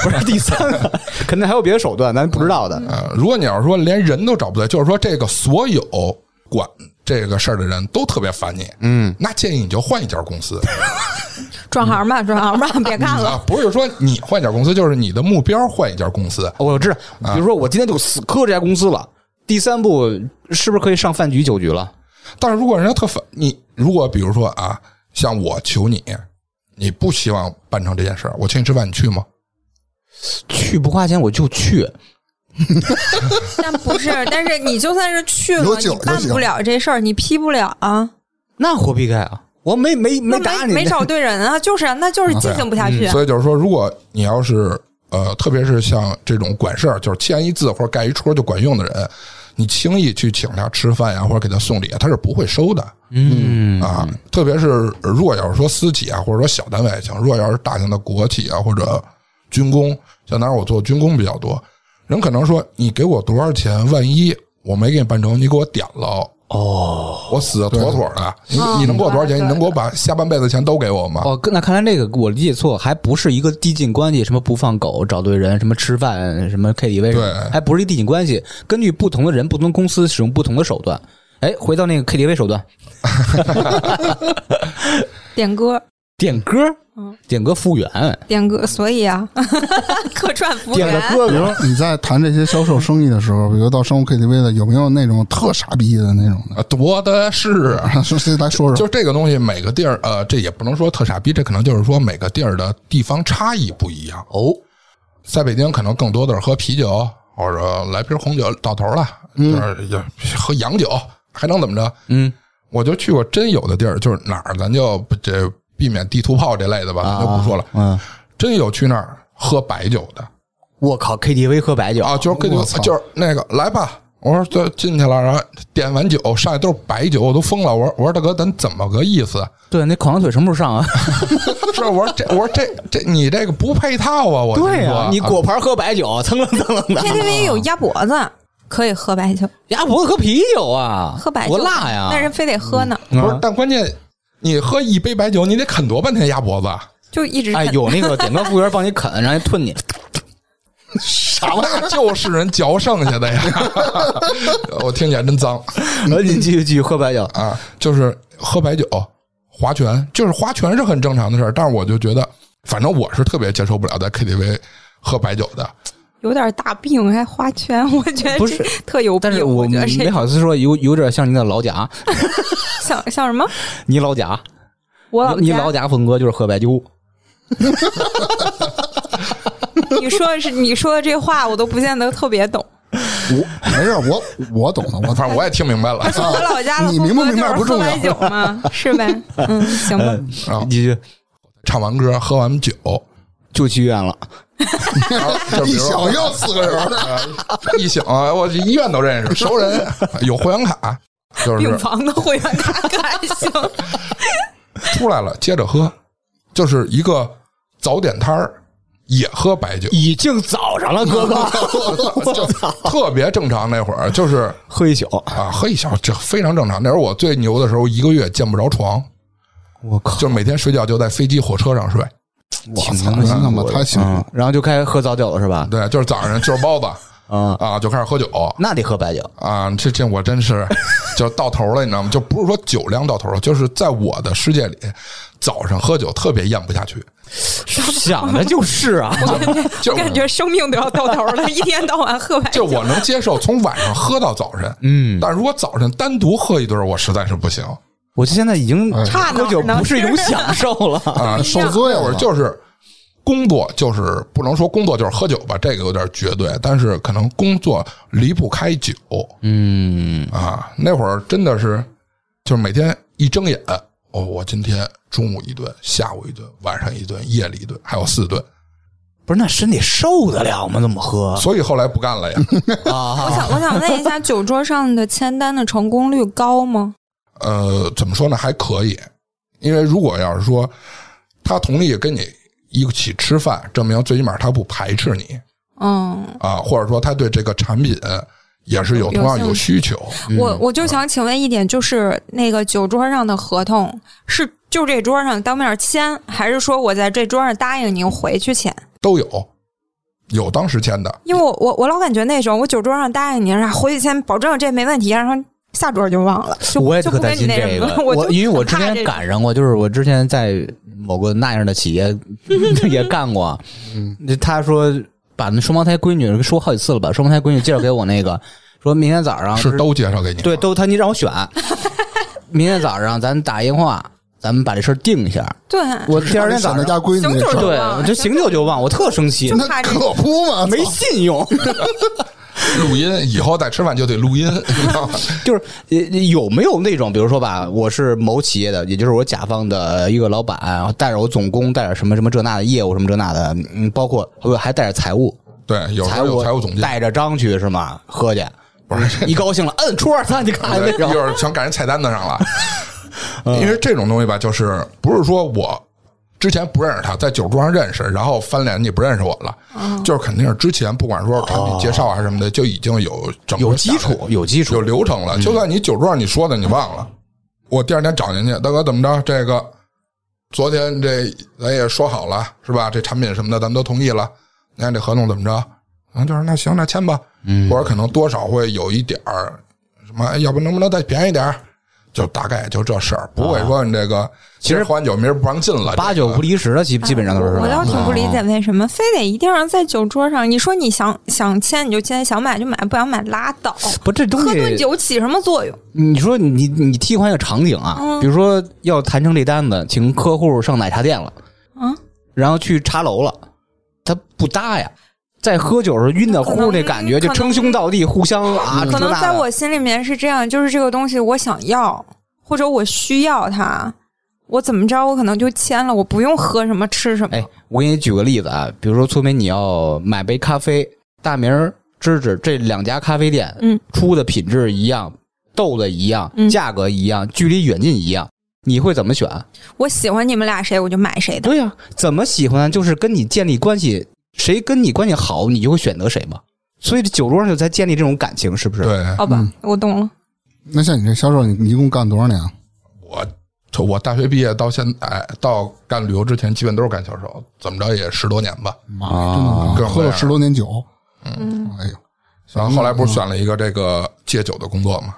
[SPEAKER 1] 不是 [LAUGHS] 第三 [LAUGHS] 嗯个，肯定还有别的手段，咱不知道的。
[SPEAKER 2] 呃，如果你要是说连人都找不对，就是说这个所有管这个事儿的人都特别烦你，嗯，那建议你就换一家公司
[SPEAKER 4] 转行吧，转行吧，别干了。
[SPEAKER 2] 啊，不是说你换一家公司，就是你的目标换一家公司。
[SPEAKER 1] 哦我知道，比如说我今天就死磕这家公司了，第三步是不是可以上饭局酒局了？
[SPEAKER 2] 但是如果人家特烦你，如果比如说啊，像我求你，你不希望办成这件事儿，我请你吃饭，你去吗？
[SPEAKER 1] 去不花钱我就去，
[SPEAKER 4] [LAUGHS] 但不是，但是你就算是去
[SPEAKER 3] 有
[SPEAKER 4] 了，
[SPEAKER 3] 酒
[SPEAKER 4] 你办
[SPEAKER 3] 有酒
[SPEAKER 4] 不了这事儿，你批不了啊。
[SPEAKER 1] 那活必该啊！我没没
[SPEAKER 4] 那
[SPEAKER 1] 没打你，
[SPEAKER 4] 没找对人啊，就是啊那就是进行不下去
[SPEAKER 1] 嗯
[SPEAKER 4] 啊。
[SPEAKER 2] 所以就是说，如果你要是呃，特别是像这种管事儿，就是签一字或者盖一戳就管用的人，你轻易去请他吃饭呀，或者给他送礼啊，他是不会收的
[SPEAKER 1] 嗯
[SPEAKER 2] 啊。特别是如果要是说私企啊，或者说小单位，像如果要是大型的国企啊，或者军工，像当时我做军工比较多，人可能说你给我多少钱，万一我没给你办成，你给我点了。哦，我死的妥妥的，你
[SPEAKER 4] 嗯
[SPEAKER 2] 你能给我多少钱？
[SPEAKER 4] 对
[SPEAKER 2] 你能给我把下半辈子钱都给我吗？
[SPEAKER 1] 哦，跟那看来这个我理解错，还不是一个递进关系，什么不放狗、找对人、什么吃饭、什么 KTV，
[SPEAKER 2] 对
[SPEAKER 1] 还不是一递进关系。根据不同的人、不同公司使用不同的手段，哎，回到那个 KTV 手段，
[SPEAKER 4] 点歌，
[SPEAKER 1] 点歌，
[SPEAKER 4] 嗯，
[SPEAKER 1] 点歌服务员，
[SPEAKER 4] 点歌，所以啊， [LAUGHS] 客串服务
[SPEAKER 1] 点
[SPEAKER 4] 员
[SPEAKER 1] 个，哥
[SPEAKER 3] 比如
[SPEAKER 1] 哥，
[SPEAKER 3] 说你在谈这些销售生意的时候，比如到商务 KTV 的，有没有那种特傻逼的那种
[SPEAKER 2] 啊，多的是。啊
[SPEAKER 3] 的？ [LAUGHS] 说谁来说
[SPEAKER 2] 就
[SPEAKER 3] 说？
[SPEAKER 2] 这个东西，每个地儿，呃，这也不能说特傻逼，这可能就是说每个地儿的地方差异不一样哦。在北京，可能更多的是喝啤酒，或者来瓶红酒到头了，就是也喝洋酒，还能怎么着？
[SPEAKER 1] 嗯，
[SPEAKER 2] 我就去过真有的地儿，就是哪儿，咱就不这避免地图炮这类的吧，咱就不说了。
[SPEAKER 1] 嗯，
[SPEAKER 2] 真有去那儿喝白酒的，
[SPEAKER 1] 我靠，KTV 喝白酒
[SPEAKER 2] 啊，就是跟你
[SPEAKER 3] 我操
[SPEAKER 2] 就是那个来吧。我说这进去了，然后点完酒，上来都是白酒，我都疯了。我说我说大哥，咱怎么个意思？
[SPEAKER 1] 对，那烤羊腿什么时候上啊？
[SPEAKER 2] [LAUGHS] 是我说这我说这这你这个不配套啊！我
[SPEAKER 1] 对
[SPEAKER 2] 呀、
[SPEAKER 1] 呀，你果盘喝白酒，蹭蹭蹭蹭的，
[SPEAKER 4] KTV 有鸭脖子，可以喝白酒，
[SPEAKER 1] 鸭脖子喝啤酒啊，
[SPEAKER 4] [LAUGHS] 喝白酒
[SPEAKER 1] 多辣呀！嗯
[SPEAKER 4] 但是非得喝呢，
[SPEAKER 2] 不是，但关键啊你喝一杯白酒，你得啃多半天鸭脖子，
[SPEAKER 4] 就一直
[SPEAKER 1] 哎，
[SPEAKER 4] 啃
[SPEAKER 1] 有那个点歌服务员帮你啃，然后吞你，
[SPEAKER 2] [LAUGHS]
[SPEAKER 1] [LAUGHS]
[SPEAKER 2] 啥那就是人嚼剩下的呀！ [LAUGHS] 我听起来真脏
[SPEAKER 1] 然后呃你继续继续喝白酒，
[SPEAKER 2] 啊！就是喝白酒、划拳，就是划拳是很正常的事儿，但是我就觉得，反正我是特别接受不了在 KTV 喝白酒的。
[SPEAKER 4] 有点大病还花圈，我觉得
[SPEAKER 1] 不
[SPEAKER 4] 这
[SPEAKER 1] 是
[SPEAKER 4] 特 [LAUGHS] 有病。
[SPEAKER 1] 但是
[SPEAKER 4] 我
[SPEAKER 1] 我
[SPEAKER 4] 觉得
[SPEAKER 1] 没
[SPEAKER 4] 这
[SPEAKER 1] 好意思说，有有点像你的老贾，
[SPEAKER 4] 像像什么？
[SPEAKER 1] 你老贾，
[SPEAKER 4] 我老
[SPEAKER 1] 你
[SPEAKER 4] 家
[SPEAKER 1] 老贾风格就是喝白酒，
[SPEAKER 4] 你说是你说这话，我都不见得特别懂。
[SPEAKER 3] 我没事，我我懂的，我
[SPEAKER 2] 反正我也听明白 [LAUGHS] 了。
[SPEAKER 4] [LAUGHS] 我老家的
[SPEAKER 3] 你明不明白
[SPEAKER 4] 风格
[SPEAKER 3] 不
[SPEAKER 4] 就是
[SPEAKER 3] 重
[SPEAKER 4] 喝
[SPEAKER 3] 要哎
[SPEAKER 4] 白酒
[SPEAKER 3] [LAUGHS]
[SPEAKER 4] 嘛，是呗？嗯，行吧。
[SPEAKER 2] 然后
[SPEAKER 1] 你就
[SPEAKER 2] 啊唱完歌，喝完 [LAUGHS] 酒，
[SPEAKER 1] 就去医院了。，
[SPEAKER 2] 然后就比
[SPEAKER 3] 一
[SPEAKER 2] 如
[SPEAKER 3] 想
[SPEAKER 2] [LAUGHS] 说
[SPEAKER 3] 要四个人，
[SPEAKER 2] 呃一醒，我这医院都认识，熟人有会员卡，就
[SPEAKER 4] 病
[SPEAKER 2] 是
[SPEAKER 4] 房的会员卡可还
[SPEAKER 3] [LAUGHS]
[SPEAKER 4] 行，
[SPEAKER 2] 出来了接着喝，就是一个早点摊儿也喝白酒
[SPEAKER 1] 已经早上了，哥哥， [LAUGHS]
[SPEAKER 2] 就特别正常。那会儿就是
[SPEAKER 1] 喝一宿，
[SPEAKER 2] 啊，喝一宿这非常正常。那会儿我最牛的时候，一个月见不着床，
[SPEAKER 1] 我靠，
[SPEAKER 2] 就是每天睡觉就在飞机、火车上睡。
[SPEAKER 3] 我操，您他妈太辛苦
[SPEAKER 1] 嗯
[SPEAKER 3] 了，，
[SPEAKER 1] 然后就开始喝早酒了是吧？
[SPEAKER 2] 对，就是早上就是包子
[SPEAKER 1] 啊，
[SPEAKER 2] 啊，就开始喝酒。
[SPEAKER 1] 那得喝白 [LAUGHS] 酒，
[SPEAKER 2] 啊，这这我真是就到头了，你知道吗？就不是说酒量到头了，就是在我的世界里，早上喝酒特别咽不下去，
[SPEAKER 1] 想的就是啊，
[SPEAKER 2] 就
[SPEAKER 4] 感觉生命都要到头了，一天到晚喝
[SPEAKER 2] [LAUGHS]
[SPEAKER 4] 白
[SPEAKER 2] 就
[SPEAKER 4] 酒。
[SPEAKER 2] 我能接受从晚上喝到早晨，
[SPEAKER 1] 嗯，
[SPEAKER 2] 但如果早晨单独喝一顿，我实在是不行
[SPEAKER 1] 我现在已经
[SPEAKER 4] 差哪
[SPEAKER 1] 喝
[SPEAKER 4] 儿
[SPEAKER 1] 酒
[SPEAKER 4] 呢
[SPEAKER 1] 不是一种享受了，
[SPEAKER 2] 啊，
[SPEAKER 3] 受罪
[SPEAKER 2] 那会儿
[SPEAKER 3] 了，
[SPEAKER 2] 就是工作，就是不能说工作就是喝酒吧，这个有点绝对，但是可能工作离不开酒
[SPEAKER 1] [LAUGHS] 嗯，
[SPEAKER 2] 啊。那会儿真的是，就是每天一睁眼，哦，我今天中午一顿，下午一顿，晚上一顿，夜里一顿，还有四顿，
[SPEAKER 1] 不是那身体受得了吗？这么喝
[SPEAKER 2] 所以后来不干了呀。
[SPEAKER 4] 我
[SPEAKER 1] 啊？
[SPEAKER 4] 想我想问一下，酒桌上的签单的成功率高吗？
[SPEAKER 2] 呃，怎么说呢，还可以，因为如果要是说他同意跟你一起吃饭，证明最起码他不排斥你
[SPEAKER 4] 嗯，
[SPEAKER 2] 啊，或者说他对这个产品也是有
[SPEAKER 4] 有
[SPEAKER 2] 同样有
[SPEAKER 4] 兴
[SPEAKER 2] 需求。
[SPEAKER 3] 嗯
[SPEAKER 4] 我我就想请问一点，就是那个酒桌上的合同是就这桌上当面签，还是说我在这桌上答应您回去签？
[SPEAKER 2] 都有，有当时签的，
[SPEAKER 4] 因为我我我老感觉那种，我酒桌上答应你，然后回去先保证这没问题，然后下桌就忘了，就
[SPEAKER 1] 我也
[SPEAKER 4] 就
[SPEAKER 1] 特
[SPEAKER 4] 不
[SPEAKER 1] 担
[SPEAKER 4] 跟你
[SPEAKER 1] 心
[SPEAKER 4] 那什
[SPEAKER 1] 这
[SPEAKER 4] 么
[SPEAKER 1] 个，，
[SPEAKER 4] 就
[SPEAKER 1] 因为我
[SPEAKER 4] 很
[SPEAKER 1] 之
[SPEAKER 4] 怕
[SPEAKER 1] 前
[SPEAKER 4] 这种
[SPEAKER 1] 赶上过，就是我之前在某个那样的企
[SPEAKER 4] [LAUGHS]
[SPEAKER 1] 业也干过，他说把那双胞胎闺女说好几次了吧，双胞胎闺女介绍给我那个，说明天早上
[SPEAKER 2] 是都介绍给你。
[SPEAKER 1] 啊对，都他你让我
[SPEAKER 4] [LAUGHS]
[SPEAKER 1] 选，明天早上咱打电话，咱们把这事儿定一下。
[SPEAKER 4] 对，
[SPEAKER 1] 我第二天早上
[SPEAKER 3] 想着家闺
[SPEAKER 4] 行
[SPEAKER 3] 女
[SPEAKER 4] 走
[SPEAKER 3] 这事儿
[SPEAKER 1] 对，
[SPEAKER 4] 忘
[SPEAKER 1] 我这醒酒就忘，我特生气
[SPEAKER 4] 就，
[SPEAKER 3] 那
[SPEAKER 4] 怕这
[SPEAKER 3] 可不嘛，
[SPEAKER 1] 没
[SPEAKER 3] 操
[SPEAKER 1] 信用。
[SPEAKER 2] 录音以后再吃饭就得录音， [LAUGHS] 你知道吗？
[SPEAKER 1] 就是呃有没有那种，比如说吧，我是某企业的，也就是我甲方的呃一个老板，啊带着我总工，带着什么什么这那的业务什么这那的，嗯，包括呃还带着财务，
[SPEAKER 2] 对，有时
[SPEAKER 1] 财
[SPEAKER 2] 候哦有财务总监，
[SPEAKER 1] 带着张去是吗？喝去，
[SPEAKER 2] 不是
[SPEAKER 1] 一高兴了，摁出二三，你
[SPEAKER 2] [LAUGHS]
[SPEAKER 1] 看
[SPEAKER 2] 对
[SPEAKER 1] 那
[SPEAKER 2] 一会
[SPEAKER 1] 种，
[SPEAKER 2] 儿想赶人菜单子上了。 [LAUGHS] 因为这种东西吧，就是不是说我之前不认识他，在酒桌上认识，然后翻脸你不认识我了，就是肯定是之前不管说是产品介绍啊什么的，就已经有整个
[SPEAKER 1] 有基
[SPEAKER 2] 下来
[SPEAKER 1] 础，有基础
[SPEAKER 2] 有，流程
[SPEAKER 1] 嗯
[SPEAKER 2] 了。就算你酒桌上你说的你忘了，我第二天找您去，大哥怎么着？这个昨天这咱也说好了是吧？这产品什么的咱们都同意了，你看这嗯
[SPEAKER 1] 嗯
[SPEAKER 2] 合同怎么着？然后就是那行那签吧，或者可能多少会有一点儿什妈，哎要不能不能再便宜点儿？就大概就这事儿，不会说你这个
[SPEAKER 1] 啊其实
[SPEAKER 2] 今儿还酒明儿不让进了，
[SPEAKER 1] 八
[SPEAKER 2] 这个
[SPEAKER 1] 九不离十的，基基本上都是。
[SPEAKER 4] 啊嗯
[SPEAKER 1] 嗯
[SPEAKER 4] 我倒
[SPEAKER 1] 是
[SPEAKER 4] 挺
[SPEAKER 1] 吧
[SPEAKER 4] 不理解为什么非得一定要在酒桌上。你说你想想签你就签，想买就买，不想买拉倒。
[SPEAKER 1] 不，这东
[SPEAKER 4] 喝顿
[SPEAKER 1] 西，
[SPEAKER 4] 酒起什么作用？
[SPEAKER 1] 你说你你你替换一个场景啊，
[SPEAKER 4] 嗯
[SPEAKER 1] 比如说要谈成这单子，请客户上奶茶店了，
[SPEAKER 4] 嗯，
[SPEAKER 1] 然后去茶楼了，它不搭呀。在喝酒时候晕的
[SPEAKER 4] 可
[SPEAKER 1] 乎
[SPEAKER 4] 能
[SPEAKER 1] 那感觉，
[SPEAKER 4] 可
[SPEAKER 1] 就
[SPEAKER 4] 能
[SPEAKER 1] 称兄道弟，互相啊，
[SPEAKER 4] 可能
[SPEAKER 1] 这那
[SPEAKER 4] 在
[SPEAKER 1] 的
[SPEAKER 4] 我心里面是这样，就是这个东西我想要，或者我需要它，我怎么着我可能就签了，我不用喝什么吃什么。
[SPEAKER 1] 哎，我给你举个例子啊，比如说村民你要买杯咖啡，大名儿、芝芝这两家咖啡店，
[SPEAKER 4] 嗯，
[SPEAKER 1] 出的品质一样，豆的一样，
[SPEAKER 4] 嗯
[SPEAKER 1] 价格一样，距离远近一样，你会怎么选？
[SPEAKER 4] 我喜欢你们俩谁，我就买谁的。
[SPEAKER 1] 对呀、怎么喜欢就是跟你建立关系，谁跟你关系好，你就会选择谁嘛。所以这酒桌上就在建立这种感情，是不是？，
[SPEAKER 2] 对，
[SPEAKER 4] 好吧，
[SPEAKER 1] 嗯
[SPEAKER 4] 我懂了。
[SPEAKER 3] 那像你这销售，你你一共干多少年？啊
[SPEAKER 2] 我就我大学毕业到现在到干旅游之前，基本都是干销售，怎么着也十多年吧。
[SPEAKER 1] 啊
[SPEAKER 3] 妈呀，真的
[SPEAKER 2] 啊各
[SPEAKER 3] 干
[SPEAKER 2] 种
[SPEAKER 3] 喝
[SPEAKER 2] 各
[SPEAKER 3] 了
[SPEAKER 2] 样
[SPEAKER 3] 十多年酒。
[SPEAKER 4] 嗯，
[SPEAKER 3] 哎呦，
[SPEAKER 2] 然后后来
[SPEAKER 3] 嗯
[SPEAKER 2] 不是选了一个这个戒酒的工作嘛？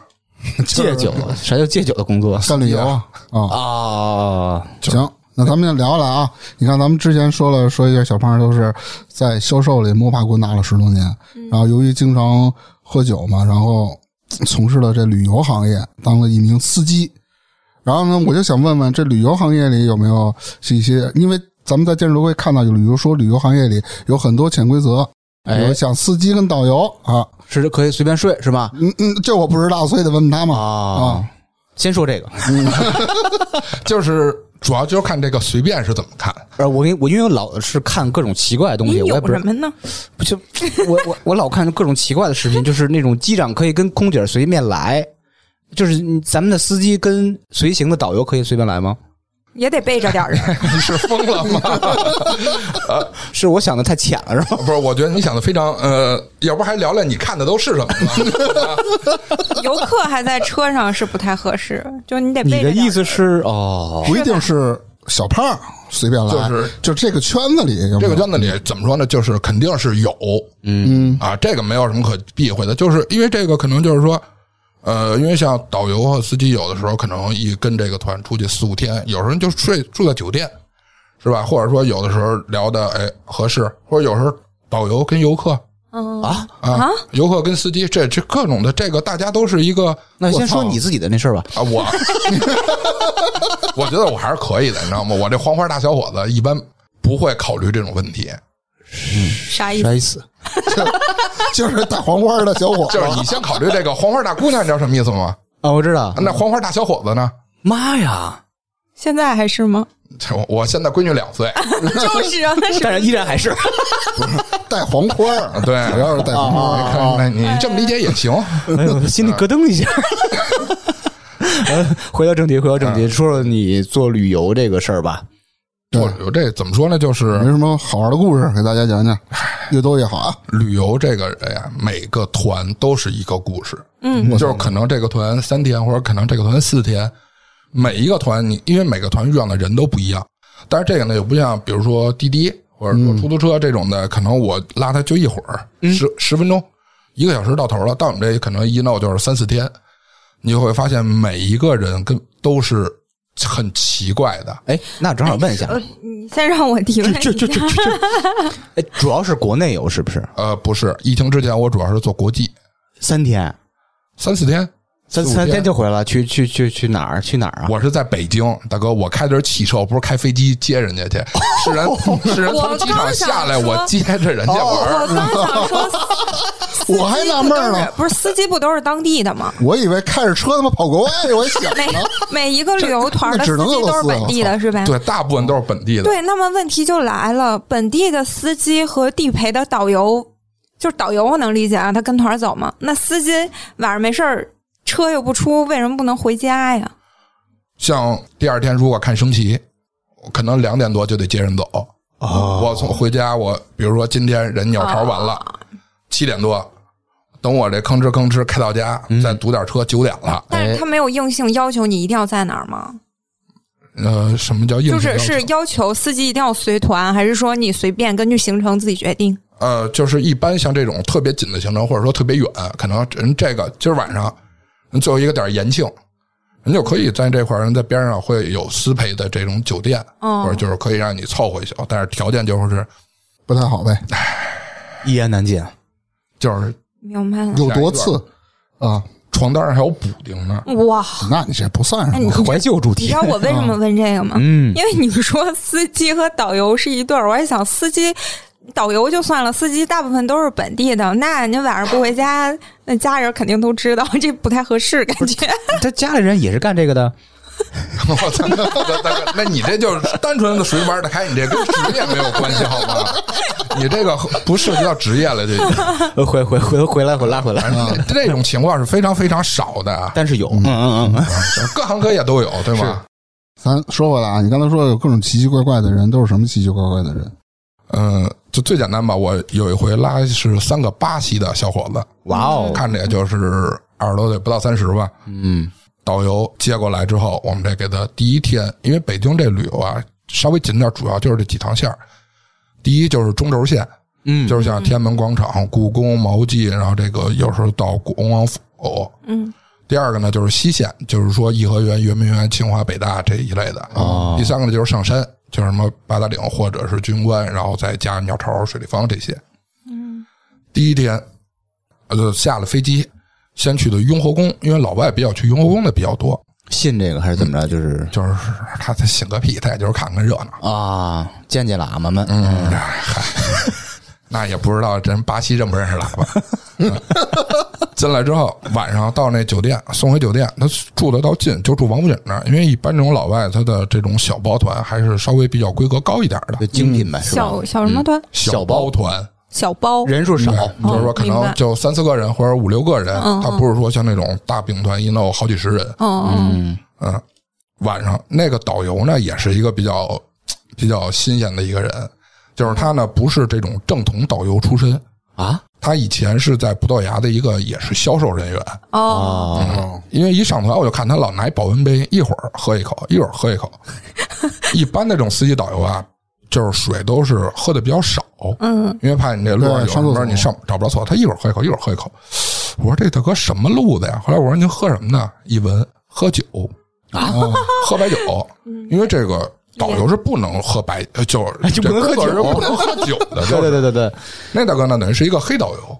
[SPEAKER 1] 戒 [LAUGHS] 酒，啥叫戒酒的工作
[SPEAKER 3] 干旅游啊啊！
[SPEAKER 1] 啊？
[SPEAKER 3] 行，那咱们就聊聊啊。你看，咱们之前说了，说一下小胖都是在销售里摸爬滚打了十多年，然后由于经常喝酒嘛，然后嘖从事了这旅游行业，当了一名司机。然后呢，我就想问问，这旅游行业里有没有是一些？因为咱们在电视都会看到，有旅游说旅游行业里有很多潜规则，比
[SPEAKER 1] 哎
[SPEAKER 3] 如，像司机跟导游啊，
[SPEAKER 1] 是可以随便睡是吧？
[SPEAKER 3] 嗯嗯，这我不知道，所以得问问他嘛。
[SPEAKER 1] 啊，先说这个，
[SPEAKER 2] 就是主要就是看这个随便是怎么看。
[SPEAKER 1] 呃，我因我因为我老是看各种奇怪的东
[SPEAKER 4] 你
[SPEAKER 1] 西，我也
[SPEAKER 4] 有
[SPEAKER 1] 不
[SPEAKER 4] 什
[SPEAKER 1] 是
[SPEAKER 4] 么呢？
[SPEAKER 1] 不就我我我老看各种奇怪的视频，就是那种机长可以跟空姐随便来，就是你咱们的司机跟随行的导游可以随便来吗？
[SPEAKER 4] 也得备着点儿人。 [LAUGHS]
[SPEAKER 2] 你是疯了吗？
[SPEAKER 1] 是我想的太浅了是吧？
[SPEAKER 2] 不是，我觉得你想的非常呃，要不还聊聊你看的都是什么吧？
[SPEAKER 4] 游客还在车上是不太合适，就你得
[SPEAKER 1] 你
[SPEAKER 4] 备着
[SPEAKER 1] 的
[SPEAKER 4] 点
[SPEAKER 1] 意
[SPEAKER 4] 儿。
[SPEAKER 1] 思是哦，
[SPEAKER 3] 不一定是小胖随便来，
[SPEAKER 2] 就是
[SPEAKER 3] 就这个圈子里有没有
[SPEAKER 2] 这个圈子里怎么说呢？就是肯定是有，嗯啊，这个没有什么可避讳的，就是因为这个可能就是说，呃，因为像导游和司机有的时候可能一跟这个团出去四五天，有时候就睡住在酒店，是吧？或者说有的时候聊的哎合适，或者有时候导游跟游客
[SPEAKER 4] 嗯
[SPEAKER 1] 啊，
[SPEAKER 2] 啊，游客跟司机，这这各种的这个大家都是一个
[SPEAKER 1] 那先
[SPEAKER 3] 我
[SPEAKER 1] 说
[SPEAKER 3] 操
[SPEAKER 1] 你自己的那事儿吧。
[SPEAKER 2] 啊，我我觉得我还是可以的，你知道吗？我这黄花大小伙子一般不会考虑这种问题。
[SPEAKER 4] 啥意思
[SPEAKER 1] 啥？意思？
[SPEAKER 3] [LAUGHS] 就是带黄花的小伙子，
[SPEAKER 2] 就是你先考虑这个黄花大姑娘，你知道什么意思吗？
[SPEAKER 1] 啊，我知道。
[SPEAKER 2] 那黄花大小伙子呢？
[SPEAKER 1] 妈呀！
[SPEAKER 4] 现在还是吗？
[SPEAKER 2] 这我我现在闺女两岁，
[SPEAKER 4] 就是啊，那
[SPEAKER 1] 但
[SPEAKER 4] 是
[SPEAKER 1] 是依然还是
[SPEAKER 3] 带黄花儿， [LAUGHS]
[SPEAKER 2] 对
[SPEAKER 3] 主要是带黄花
[SPEAKER 2] 你
[SPEAKER 3] 儿。
[SPEAKER 2] 看，那你这么理解也行。
[SPEAKER 1] [LAUGHS] 哎呦，心里咯噔一下。 [LAUGHS] 呃回到正题，回到正题，说说你做旅游这个事儿吧。
[SPEAKER 2] 我有这怎么说呢？就
[SPEAKER 3] 没
[SPEAKER 2] 是
[SPEAKER 3] 什么好玩的故事，给大家讲讲，越多越好啊！
[SPEAKER 2] 旅游这个人呀，每个团都是一个故事，
[SPEAKER 4] 嗯，
[SPEAKER 2] 就是可能这个团三天，或者可能这个团四天，每一个团你因为每个团遇上的人都不一样，但是这个呢也不像，比如说滴滴或者说出租车这种的，可能我拉他就一会儿，十十分钟，一个小时到头了。到我们这可能一闹就是三四天，你就会发现每一个人跟都是很奇怪的。
[SPEAKER 1] 哎，那正好问一下，
[SPEAKER 4] [LAUGHS] 呃，你先让我提问一下
[SPEAKER 1] 这这这这这，哎，主要是国内游是不是？
[SPEAKER 2] 呃，不是，疫情之前我主要是做国际，
[SPEAKER 1] 三天，
[SPEAKER 2] 三四天，
[SPEAKER 1] 三
[SPEAKER 2] 四五
[SPEAKER 1] 三天就回来，去去去去哪儿？去哪儿啊？
[SPEAKER 2] 我是在北京，大哥，我开的是汽车，我不是开飞机接人家
[SPEAKER 4] [LAUGHS]
[SPEAKER 2] 去，是人是人从机场下来，
[SPEAKER 4] 我
[SPEAKER 2] 我
[SPEAKER 4] 刚想说哦
[SPEAKER 2] 接着人家玩儿。
[SPEAKER 4] 我刚想说，
[SPEAKER 3] 我还纳闷儿
[SPEAKER 4] 司机不都
[SPEAKER 3] 呢
[SPEAKER 4] 是，不是司机不都是当地的吗？
[SPEAKER 3] 我以为开着车他妈跑国外，我也想
[SPEAKER 4] 每每一个旅游团
[SPEAKER 3] 那
[SPEAKER 4] 的
[SPEAKER 3] 只
[SPEAKER 4] 司
[SPEAKER 3] 能
[SPEAKER 4] 机都是本地
[SPEAKER 3] 俄
[SPEAKER 4] 的，是呗？
[SPEAKER 2] 对，大部分都是本地的。
[SPEAKER 4] 对，那么问题就来了，本地的司机和地陪的导游，就是导游我能理解啊，他跟团儿走嘛。那司机晚上没事儿，车又不出，为什么不能回家呀？
[SPEAKER 2] 像第二天如果看升旗，我可能两点多就得接人走。我从回家，我比如说今天人鸟巢完了，
[SPEAKER 4] 哦
[SPEAKER 2] 七点多，等我这吭哧吭哧开到家，再堵点车，九点了。
[SPEAKER 4] 但是他没有硬性要求你一定要在哪儿吗？
[SPEAKER 2] 呃，什么叫硬
[SPEAKER 4] 就
[SPEAKER 2] 性
[SPEAKER 4] 是
[SPEAKER 2] 要求
[SPEAKER 4] 是要求司机一定要随团，还是说你随便根据行程自己决定？
[SPEAKER 2] 呃，就是一般像这种特别紧的行程，或者说特别远，可能人这个今儿晚上最后一个点儿延庆，人就可以在这块儿，人在边上会有私配的这种酒店，
[SPEAKER 4] 哦
[SPEAKER 2] 或者就是可以让你凑合一宿，哦但是条件就是
[SPEAKER 3] 不太好呗，
[SPEAKER 1] 一言难尽。
[SPEAKER 2] 就是
[SPEAKER 4] 明白了。
[SPEAKER 3] 有多次啊？
[SPEAKER 2] 床单上还有补丁呢， [LAUGHS]
[SPEAKER 4] 哇，
[SPEAKER 3] 那你这不算
[SPEAKER 4] 那
[SPEAKER 3] 什
[SPEAKER 4] 你
[SPEAKER 3] 么
[SPEAKER 1] 怀旧主
[SPEAKER 4] 你
[SPEAKER 1] 题
[SPEAKER 4] 知道，我为什么问这个吗？
[SPEAKER 1] 嗯，
[SPEAKER 4] 因为你说司机和导游是一对儿，我还想司机。导游就算了，司机大部分都是本地的，那您晚上不回家，那家人肯定都知道，这不太合适，感觉。
[SPEAKER 1] 他家里人也是干这个 [LAUGHS] 的，
[SPEAKER 2] 我操，大哥，那你这就是单纯的谁玩得开，你这跟职业没有关系，好吗？你这个不涉及到职业了，这
[SPEAKER 1] 呃回回回回来回来回来，
[SPEAKER 2] 这种情况是非常非常少的
[SPEAKER 1] [LAUGHS]
[SPEAKER 2] 啊，
[SPEAKER 1] 但是有，嗯嗯嗯，
[SPEAKER 2] 各行各业都有，对吗？
[SPEAKER 3] 咱说回来啊，你刚才说有各种奇奇怪怪的人，都是什么奇奇怪怪的人？
[SPEAKER 2] 嗯，就最简单吧，我有一回拉是三个巴西的小伙子，
[SPEAKER 1] 哇哦，
[SPEAKER 2] 看着也就是二十多岁，不到三十吧。
[SPEAKER 1] 嗯
[SPEAKER 2] 导游接过来之后，我们这给他第一天，因为北京这旅游啊稍微紧点，主要就是这几趟线儿。第一就是中轴线，
[SPEAKER 1] 嗯，
[SPEAKER 2] 就是像天安门广场、故宫、毛记，然后这个有时候到恭王府。
[SPEAKER 4] 嗯，
[SPEAKER 2] 第二个呢就是西线，就是说颐和园、圆明园、清华、北大这一类的。
[SPEAKER 1] 哦
[SPEAKER 2] 第三个呢就是上山，就是什么八达岭或者是军官，然后再加鸟巢、水立方这些。
[SPEAKER 4] 嗯，
[SPEAKER 2] 第一天，呃，下了飞机，先去的雍和宫，因为老外比较去雍和宫的比较多，
[SPEAKER 1] 信这个还是怎么着？就是
[SPEAKER 2] 就是他他信个屁，他也就是看看热闹。
[SPEAKER 1] 啊，见见喇嘛们，
[SPEAKER 2] 嗯，嗨， [LAUGHS] 那也不知道人巴西认不认识喇叭。嗯 [LAUGHS] 进来之后，晚上到那酒店送回酒店，他住的倒近，就住王府井那儿。因为一般这种老外，他的这种小包团还是稍微比较规格高一点的
[SPEAKER 1] 就精品呗，是吧
[SPEAKER 2] 嗯
[SPEAKER 4] 小小什么团？
[SPEAKER 1] 小
[SPEAKER 2] 包
[SPEAKER 1] 包
[SPEAKER 2] 团，
[SPEAKER 4] 小包。
[SPEAKER 2] 嗯
[SPEAKER 1] 人数少，
[SPEAKER 2] 对就是说可
[SPEAKER 4] 嗯哦明
[SPEAKER 2] 能
[SPEAKER 4] 白
[SPEAKER 2] 就三四个人或者五六个人，
[SPEAKER 4] 嗯
[SPEAKER 2] 他不是说像那种大兵团一弄好几十人。
[SPEAKER 4] 嗯嗯，
[SPEAKER 1] 嗯，
[SPEAKER 2] 嗯，晚上那个导游呢，也是一个比较比较新鲜的一个人，就是他呢不是这种正统导游出身，
[SPEAKER 1] 啊
[SPEAKER 2] 他以前是在葡萄牙的一个也是销售人员，
[SPEAKER 4] 哦，
[SPEAKER 1] 哦，
[SPEAKER 3] 哦，
[SPEAKER 2] 因为一上团我就看他老拿一保温杯，一会儿喝一口，一会儿喝一口。一般那种司机导游啊，就是水都是喝的比较少，
[SPEAKER 4] 嗯，
[SPEAKER 2] 因为怕你这路上有
[SPEAKER 3] 对上厕所
[SPEAKER 2] 什么你上找不着厕所，他一会儿喝一口，一会儿喝一口。我说这大哥什么路子呀？后来我说您喝什么呢？一闻喝酒啊，喝白酒，因为这个导游是不能喝白，呃就是
[SPEAKER 1] 就不能喝酒
[SPEAKER 2] 这工作人员不能喝酒 [LAUGHS]
[SPEAKER 1] [LAUGHS] 对
[SPEAKER 2] 的，就
[SPEAKER 1] 对
[SPEAKER 2] 是
[SPEAKER 1] 对对对，
[SPEAKER 2] 那大哥呢，等于是一个黑导
[SPEAKER 1] [LAUGHS]
[SPEAKER 2] 游，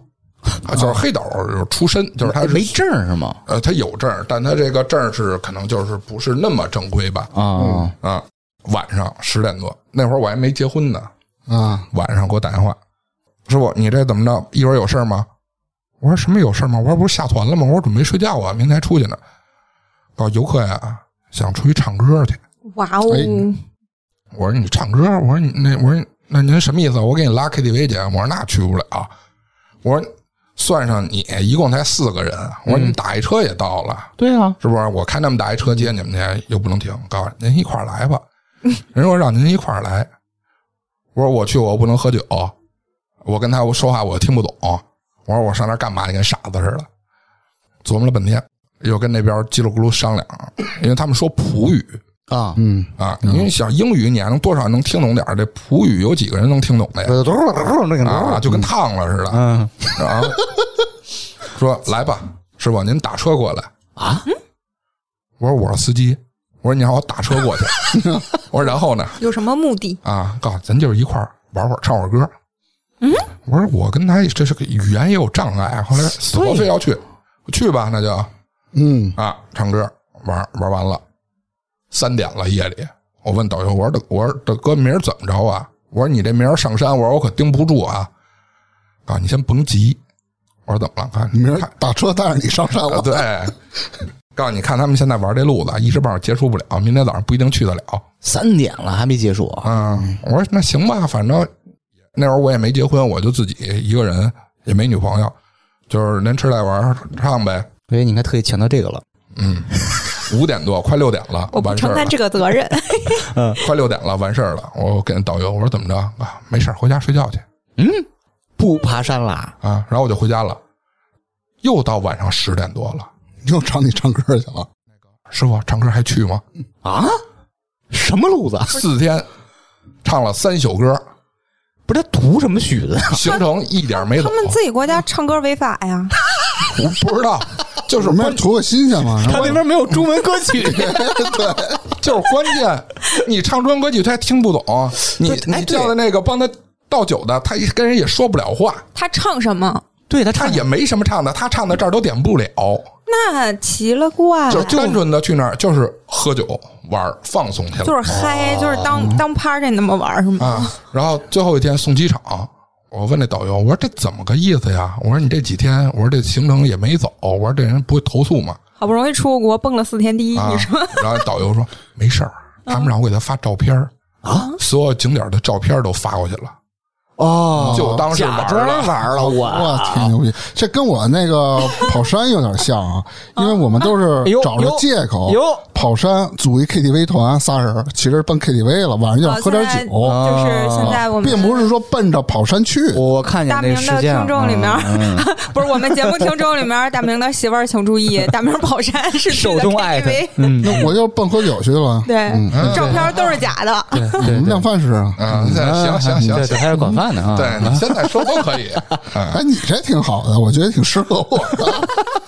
[SPEAKER 2] 啊，就是黑导游出身，就是他
[SPEAKER 1] 哎
[SPEAKER 2] 是
[SPEAKER 1] 没证儿是吗？
[SPEAKER 2] 呃，他有证儿，但他这个证儿是可能就是不是那么正规吧？
[SPEAKER 1] 啊，
[SPEAKER 2] 啊，晚上十点多那会儿我还没结婚呢，
[SPEAKER 3] 啊，
[SPEAKER 2] 晚上给我打电话，师傅你这怎么着？一会儿有事儿吗？我说什么有事儿吗？我说不是下团了吗？我说准备睡觉啊，明天还出去呢。告游客呀，想出去唱歌去。
[SPEAKER 4] 哇哦，
[SPEAKER 3] 哎
[SPEAKER 2] 我说你唱歌，我说你那我说那您什么意思？我给你拉 KTV 去。啊我说那去不了。我说算上你一共才四个人，啊我说你们打一车也到了。
[SPEAKER 1] 对啊，
[SPEAKER 2] 是不是？我开那么大一车接你们去，又不能停。告诉您一块儿来吧，人说让您一块儿来。我说我去，我不能喝酒，我跟他我说话我听不懂。我说我上那儿干嘛？你跟傻子似的。琢磨了半天，又跟那边叽里咕噜商量，因为他们说葡语
[SPEAKER 1] 啊，
[SPEAKER 3] 嗯，
[SPEAKER 2] 啊，因为想英语你还能多少能听懂点儿这葡语有几个人能听懂的呀？
[SPEAKER 1] 那个
[SPEAKER 2] 啊，就跟烫了似的。
[SPEAKER 1] 呃嗯
[SPEAKER 2] 然后说来吧，师傅，您打车过来
[SPEAKER 1] 啊？
[SPEAKER 2] 我说我是司机，我说你让我打车过去， [LAUGHS] 我说然后呢？
[SPEAKER 4] 有什么目的？
[SPEAKER 2] 啊，告诉咱就是一块儿玩会儿，唱会儿歌。嗯，我说我跟他这是个语言也有障碍，后来死活非要去，去吧，那就
[SPEAKER 3] 嗯，
[SPEAKER 2] 啊，唱歌玩儿玩完了，三点了夜里，我问导游，我说大我说大哥明儿怎么着啊？我说你这明儿上山，我说我可盯不住啊。啊，你先甭急，我说怎么了？看
[SPEAKER 3] 你明儿
[SPEAKER 2] 看
[SPEAKER 3] 打车带着你上山
[SPEAKER 2] 啊，
[SPEAKER 3] 了，
[SPEAKER 2] 对， [LAUGHS] 告诉你看他们现在玩这路子，一时半会儿结束不了，明天早上不一定去得了。
[SPEAKER 1] 三点了还没结束啊？
[SPEAKER 2] 嗯，我说那行吧，反正那会儿我也没结婚，我就自己一个人，也没女朋友，就是连吃带玩儿唱呗。
[SPEAKER 1] 所哎以你应该特意强调这个了。
[SPEAKER 2] 嗯，五点多，快六点了，
[SPEAKER 4] 我不
[SPEAKER 2] 完事
[SPEAKER 4] 承
[SPEAKER 2] 儿
[SPEAKER 4] 担
[SPEAKER 2] 了，
[SPEAKER 4] 这个责
[SPEAKER 2] [LAUGHS]
[SPEAKER 4] 任。
[SPEAKER 2] 快六点了，完事儿了。我给导游我说怎么着啊？没事儿，回家睡觉去
[SPEAKER 1] 不爬山啦？
[SPEAKER 2] 啊。然后我就回家了，又到晚上十点多了。
[SPEAKER 3] 又找你唱歌去了。
[SPEAKER 2] 师傅，唱歌还去吗？
[SPEAKER 1] 啊？什么路子？
[SPEAKER 2] 四天，唱了三宿歌，
[SPEAKER 1] 不是他图什么曲子？
[SPEAKER 2] 行程一点没走
[SPEAKER 4] 他。们自己国家唱歌违法呀？ [LAUGHS]
[SPEAKER 2] 我不知道，就是
[SPEAKER 3] 我们要图个新鲜嘛。
[SPEAKER 1] [LAUGHS] 他那边没有中文歌
[SPEAKER 2] [LAUGHS]
[SPEAKER 1] 曲，
[SPEAKER 2] 就是关键，你唱中文歌曲他也听不懂，你
[SPEAKER 1] 对哎
[SPEAKER 2] 你叫的那个帮他倒酒的，他跟人也说不了话，
[SPEAKER 4] 他唱什么？
[SPEAKER 1] [LAUGHS] 对他
[SPEAKER 2] 他
[SPEAKER 1] 唱
[SPEAKER 2] 也没什么唱的，他唱的这儿都点不了，
[SPEAKER 4] 那奇了怪
[SPEAKER 2] 就
[SPEAKER 4] 了，
[SPEAKER 2] 是单纯的去那儿就是喝酒玩儿放松去了，
[SPEAKER 4] 就是嗨，就是当当 party 那么玩儿是吗？
[SPEAKER 2] 哦啊，然后最后一天送机场，我问那导游，我说这怎么个意思呀？我说你这几天，我说这行程也没走，我说这人不会投诉吗？
[SPEAKER 4] 好不容易出国蹦了四天第一，
[SPEAKER 2] 啊
[SPEAKER 4] 你说，
[SPEAKER 2] 然后导游说没事儿，他们让我给他发照片儿
[SPEAKER 1] 啊，
[SPEAKER 2] 所有景点的照片都发过去了，
[SPEAKER 3] 啊
[SPEAKER 1] 哦，
[SPEAKER 2] 就当是玩
[SPEAKER 1] 假
[SPEAKER 2] 儿
[SPEAKER 1] 装
[SPEAKER 2] 了。
[SPEAKER 1] 玩了，
[SPEAKER 3] 我
[SPEAKER 1] 我
[SPEAKER 3] 挺牛逼，这跟我
[SPEAKER 4] [LAUGHS]
[SPEAKER 3] 那个跑山有点像啊，因为我们都
[SPEAKER 4] 啊
[SPEAKER 3] 是
[SPEAKER 1] 哎呦
[SPEAKER 3] 找着借口
[SPEAKER 1] 哟，
[SPEAKER 3] 跑山组一 KTV 团，仨人其实奔 KTV 了，晚上就想喝点
[SPEAKER 4] 现在
[SPEAKER 3] 酒，
[SPEAKER 4] 就是哦现在我们嗯
[SPEAKER 3] 啊并不是说奔着跑山去。
[SPEAKER 1] 我看见
[SPEAKER 4] 大
[SPEAKER 1] 那
[SPEAKER 4] 明
[SPEAKER 1] 事
[SPEAKER 4] 的
[SPEAKER 1] 件了
[SPEAKER 4] 听众里面，
[SPEAKER 1] 嗯
[SPEAKER 3] 啊
[SPEAKER 1] 嗯
[SPEAKER 4] [LAUGHS] 不是我们节目听众里面，大明的媳妇儿 [LAUGHS] 请注
[SPEAKER 3] [LAUGHS]
[SPEAKER 4] 意，大明跑山是去
[SPEAKER 1] 手
[SPEAKER 4] 的
[SPEAKER 1] 动艾特
[SPEAKER 4] KTV，，
[SPEAKER 1] 嗯，
[SPEAKER 3] 那我就奔喝酒去了。
[SPEAKER 4] 对，照片都是假的。
[SPEAKER 1] 对对
[SPEAKER 3] 我们
[SPEAKER 1] 对
[SPEAKER 3] 量贩式啊。
[SPEAKER 2] 啊，
[SPEAKER 1] 嗯
[SPEAKER 2] 行行行
[SPEAKER 1] 对对，
[SPEAKER 2] 行，
[SPEAKER 1] 还有管饭呢啊，
[SPEAKER 2] 对你现在说都可以。
[SPEAKER 4] 啊
[SPEAKER 2] 嗯
[SPEAKER 3] 哎，你这挺好的，我觉得挺适合我的。
[SPEAKER 2] [LAUGHS]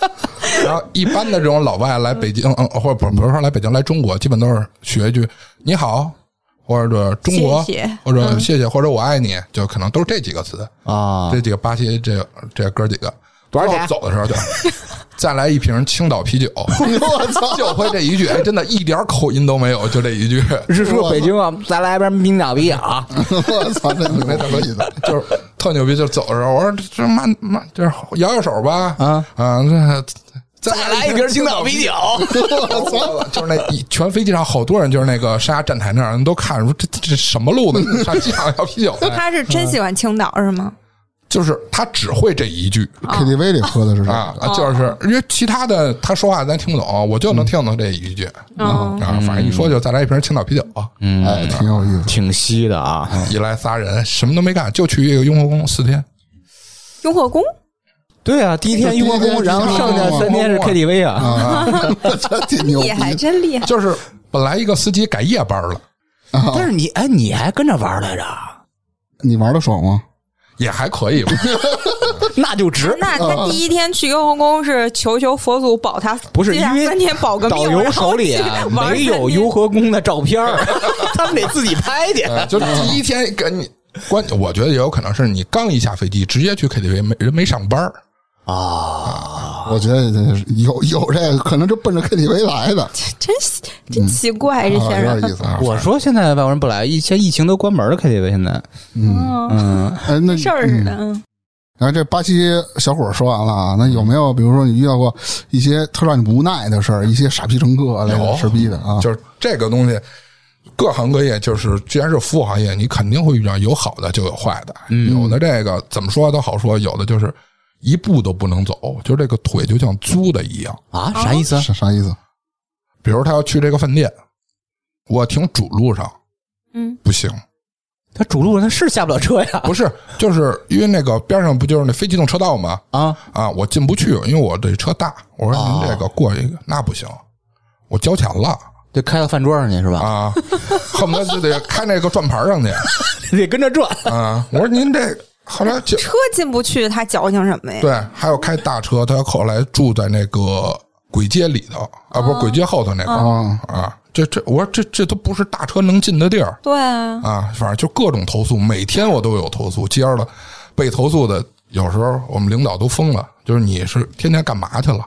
[SPEAKER 2] 然后一般的这种老外来北京，嗯，或者不不是说来北京来中国，基本都是学一句“你好”或者“中国”
[SPEAKER 4] 谢嗯谢
[SPEAKER 2] 或者“谢谢”或者“我爱你”，就可能都是这几个词，
[SPEAKER 1] 啊
[SPEAKER 2] 这，几个巴西这这哥几个。
[SPEAKER 1] 多少钱
[SPEAKER 2] 最后走的时
[SPEAKER 1] [LAUGHS]
[SPEAKER 2] 候就再来一瓶青岛啤酒，
[SPEAKER 3] 我操！
[SPEAKER 2] 就会这一句，哎，真的一点口音都没有，就这一句。
[SPEAKER 1] 日出北京啊，咱来一边冰岛啤啊，
[SPEAKER 3] 我操， [LAUGHS] 这没
[SPEAKER 2] [LAUGHS]
[SPEAKER 3] 得意的。
[SPEAKER 2] 就是特牛逼，就走的时候，我说这这慢慢，就是摇摇手吧，
[SPEAKER 1] 啊
[SPEAKER 2] 啊，
[SPEAKER 1] [LAUGHS]
[SPEAKER 2] 这
[SPEAKER 1] 再来一瓶青岛啤酒，
[SPEAKER 2] [LAUGHS] 我操！就是那一全飞机上好多人，就是那个沙站台那儿，人都看说这这这什么路子，上机场要啤酒
[SPEAKER 4] [LAUGHS]
[SPEAKER 2] 呢？
[SPEAKER 4] 他是真喜欢青岛是吗？
[SPEAKER 2] 就是他只会这一句
[SPEAKER 3] 啊
[SPEAKER 4] 啊
[SPEAKER 3] KTV 里喝的是这
[SPEAKER 2] 啊
[SPEAKER 3] 个，，
[SPEAKER 1] 哦
[SPEAKER 2] 就是因为其他的他说话咱听不懂，我就能听懂这一句
[SPEAKER 1] 哦
[SPEAKER 4] 嗯，
[SPEAKER 2] 啊。反正一说就再来一瓶青岛啤酒，
[SPEAKER 1] 嗯
[SPEAKER 3] 哎，挺有意
[SPEAKER 1] [LAUGHS]
[SPEAKER 3] 思。
[SPEAKER 1] 挺稀的啊，
[SPEAKER 2] 一来仨人什么都没干，就去一个雍和宫四天，
[SPEAKER 4] 雍和宫
[SPEAKER 1] 对啊，第一天
[SPEAKER 3] 就
[SPEAKER 1] 雍和
[SPEAKER 3] 第一天
[SPEAKER 1] 宫，然后
[SPEAKER 3] 是
[SPEAKER 1] 剩下
[SPEAKER 2] 雍和
[SPEAKER 1] 三
[SPEAKER 2] 宫
[SPEAKER 1] 天是
[SPEAKER 2] 啊
[SPEAKER 1] KTV 啊，
[SPEAKER 3] 这挺牛逼
[SPEAKER 4] 也还真厉害。
[SPEAKER 2] 就是本来一个司机改夜班了，
[SPEAKER 3] 啊！
[SPEAKER 1] 但是你哎，你还跟着玩来着，
[SPEAKER 3] 你玩的爽吗？
[SPEAKER 2] 也还可
[SPEAKER 3] [LAUGHS]
[SPEAKER 2] 以吧。
[SPEAKER 1] [LAUGHS]
[SPEAKER 2] [LAUGHS]
[SPEAKER 1] 那就值。
[SPEAKER 4] 那
[SPEAKER 3] 嗯
[SPEAKER 4] 他第一天去雍和宫是求求佛祖保他，
[SPEAKER 1] 不是
[SPEAKER 4] 接
[SPEAKER 1] 因
[SPEAKER 4] 下来
[SPEAKER 1] 为
[SPEAKER 4] 三天保个命，
[SPEAKER 1] 导游手里啊
[SPEAKER 4] 然后去玩
[SPEAKER 1] 没有
[SPEAKER 4] 三天
[SPEAKER 1] 雍和宫的照片 [LAUGHS] 儿，他们得自己拍去。
[SPEAKER 2] 就
[SPEAKER 4] 啊
[SPEAKER 2] 第一天跟你关，我觉得也有可能是你刚一下飞机直接去 KTV，没人没上班儿
[SPEAKER 3] 我觉得这是有有这个，可能就奔着 KTV 来的，
[SPEAKER 4] 真奇真奇怪，这
[SPEAKER 3] 啊，
[SPEAKER 4] 些
[SPEAKER 3] 有
[SPEAKER 4] 人
[SPEAKER 3] 点意思啊。
[SPEAKER 1] 我说现在外国人不来，疫现在疫情都关门了，KTV 现在，
[SPEAKER 4] 嗯，
[SPEAKER 1] 嗯，
[SPEAKER 3] 哎，那
[SPEAKER 4] 事儿似的。
[SPEAKER 3] 嗯
[SPEAKER 4] 嗯
[SPEAKER 3] 然后这巴西小伙说完了啊，那有没有比如说你遇到过一些特让你无奈的事儿，一些傻逼乘客类
[SPEAKER 2] 有
[SPEAKER 3] 哎的、吃逼的啊？
[SPEAKER 2] 就是这个东西，各行各业就是，既然是服务行业，你肯定会遇到有好的就有坏的，
[SPEAKER 3] 嗯
[SPEAKER 2] 有的这个怎么说都好说，有的就是一步都不能走，就是这个腿就像租的一样。
[SPEAKER 1] 啊，啥意思啊？
[SPEAKER 3] 啥啥意思？
[SPEAKER 2] 比如他要去这个饭店，我停主路上
[SPEAKER 4] 嗯，
[SPEAKER 2] 不行，
[SPEAKER 1] 他主路他是下不了车呀，
[SPEAKER 2] 不是，就是因为那个边上不就是那非机动车道吗？
[SPEAKER 1] 啊，
[SPEAKER 2] 啊，我进不去，因为我这车大。我说您这个过一个、那不行，我交钱了
[SPEAKER 1] 就开到饭桌上去是吧？
[SPEAKER 2] 啊， [LAUGHS] 恨不得就得开那个转盘上去
[SPEAKER 1] [LAUGHS] 得跟着转，
[SPEAKER 2] 啊。我说您这后来就
[SPEAKER 4] 车进不去，他矫情什么呀？
[SPEAKER 2] 对，还有开大车，他后来住在那个鬼街里头啊，不是鬼街后头那块、
[SPEAKER 3] 啊，
[SPEAKER 2] 啊。这这，我说这这都不是大车能进的地儿
[SPEAKER 4] 对啊，
[SPEAKER 2] 啊，反正就各种投诉，每天我都有投诉，接着了被投诉的，有时候我们领导都疯了，就是你是天天干嘛去了？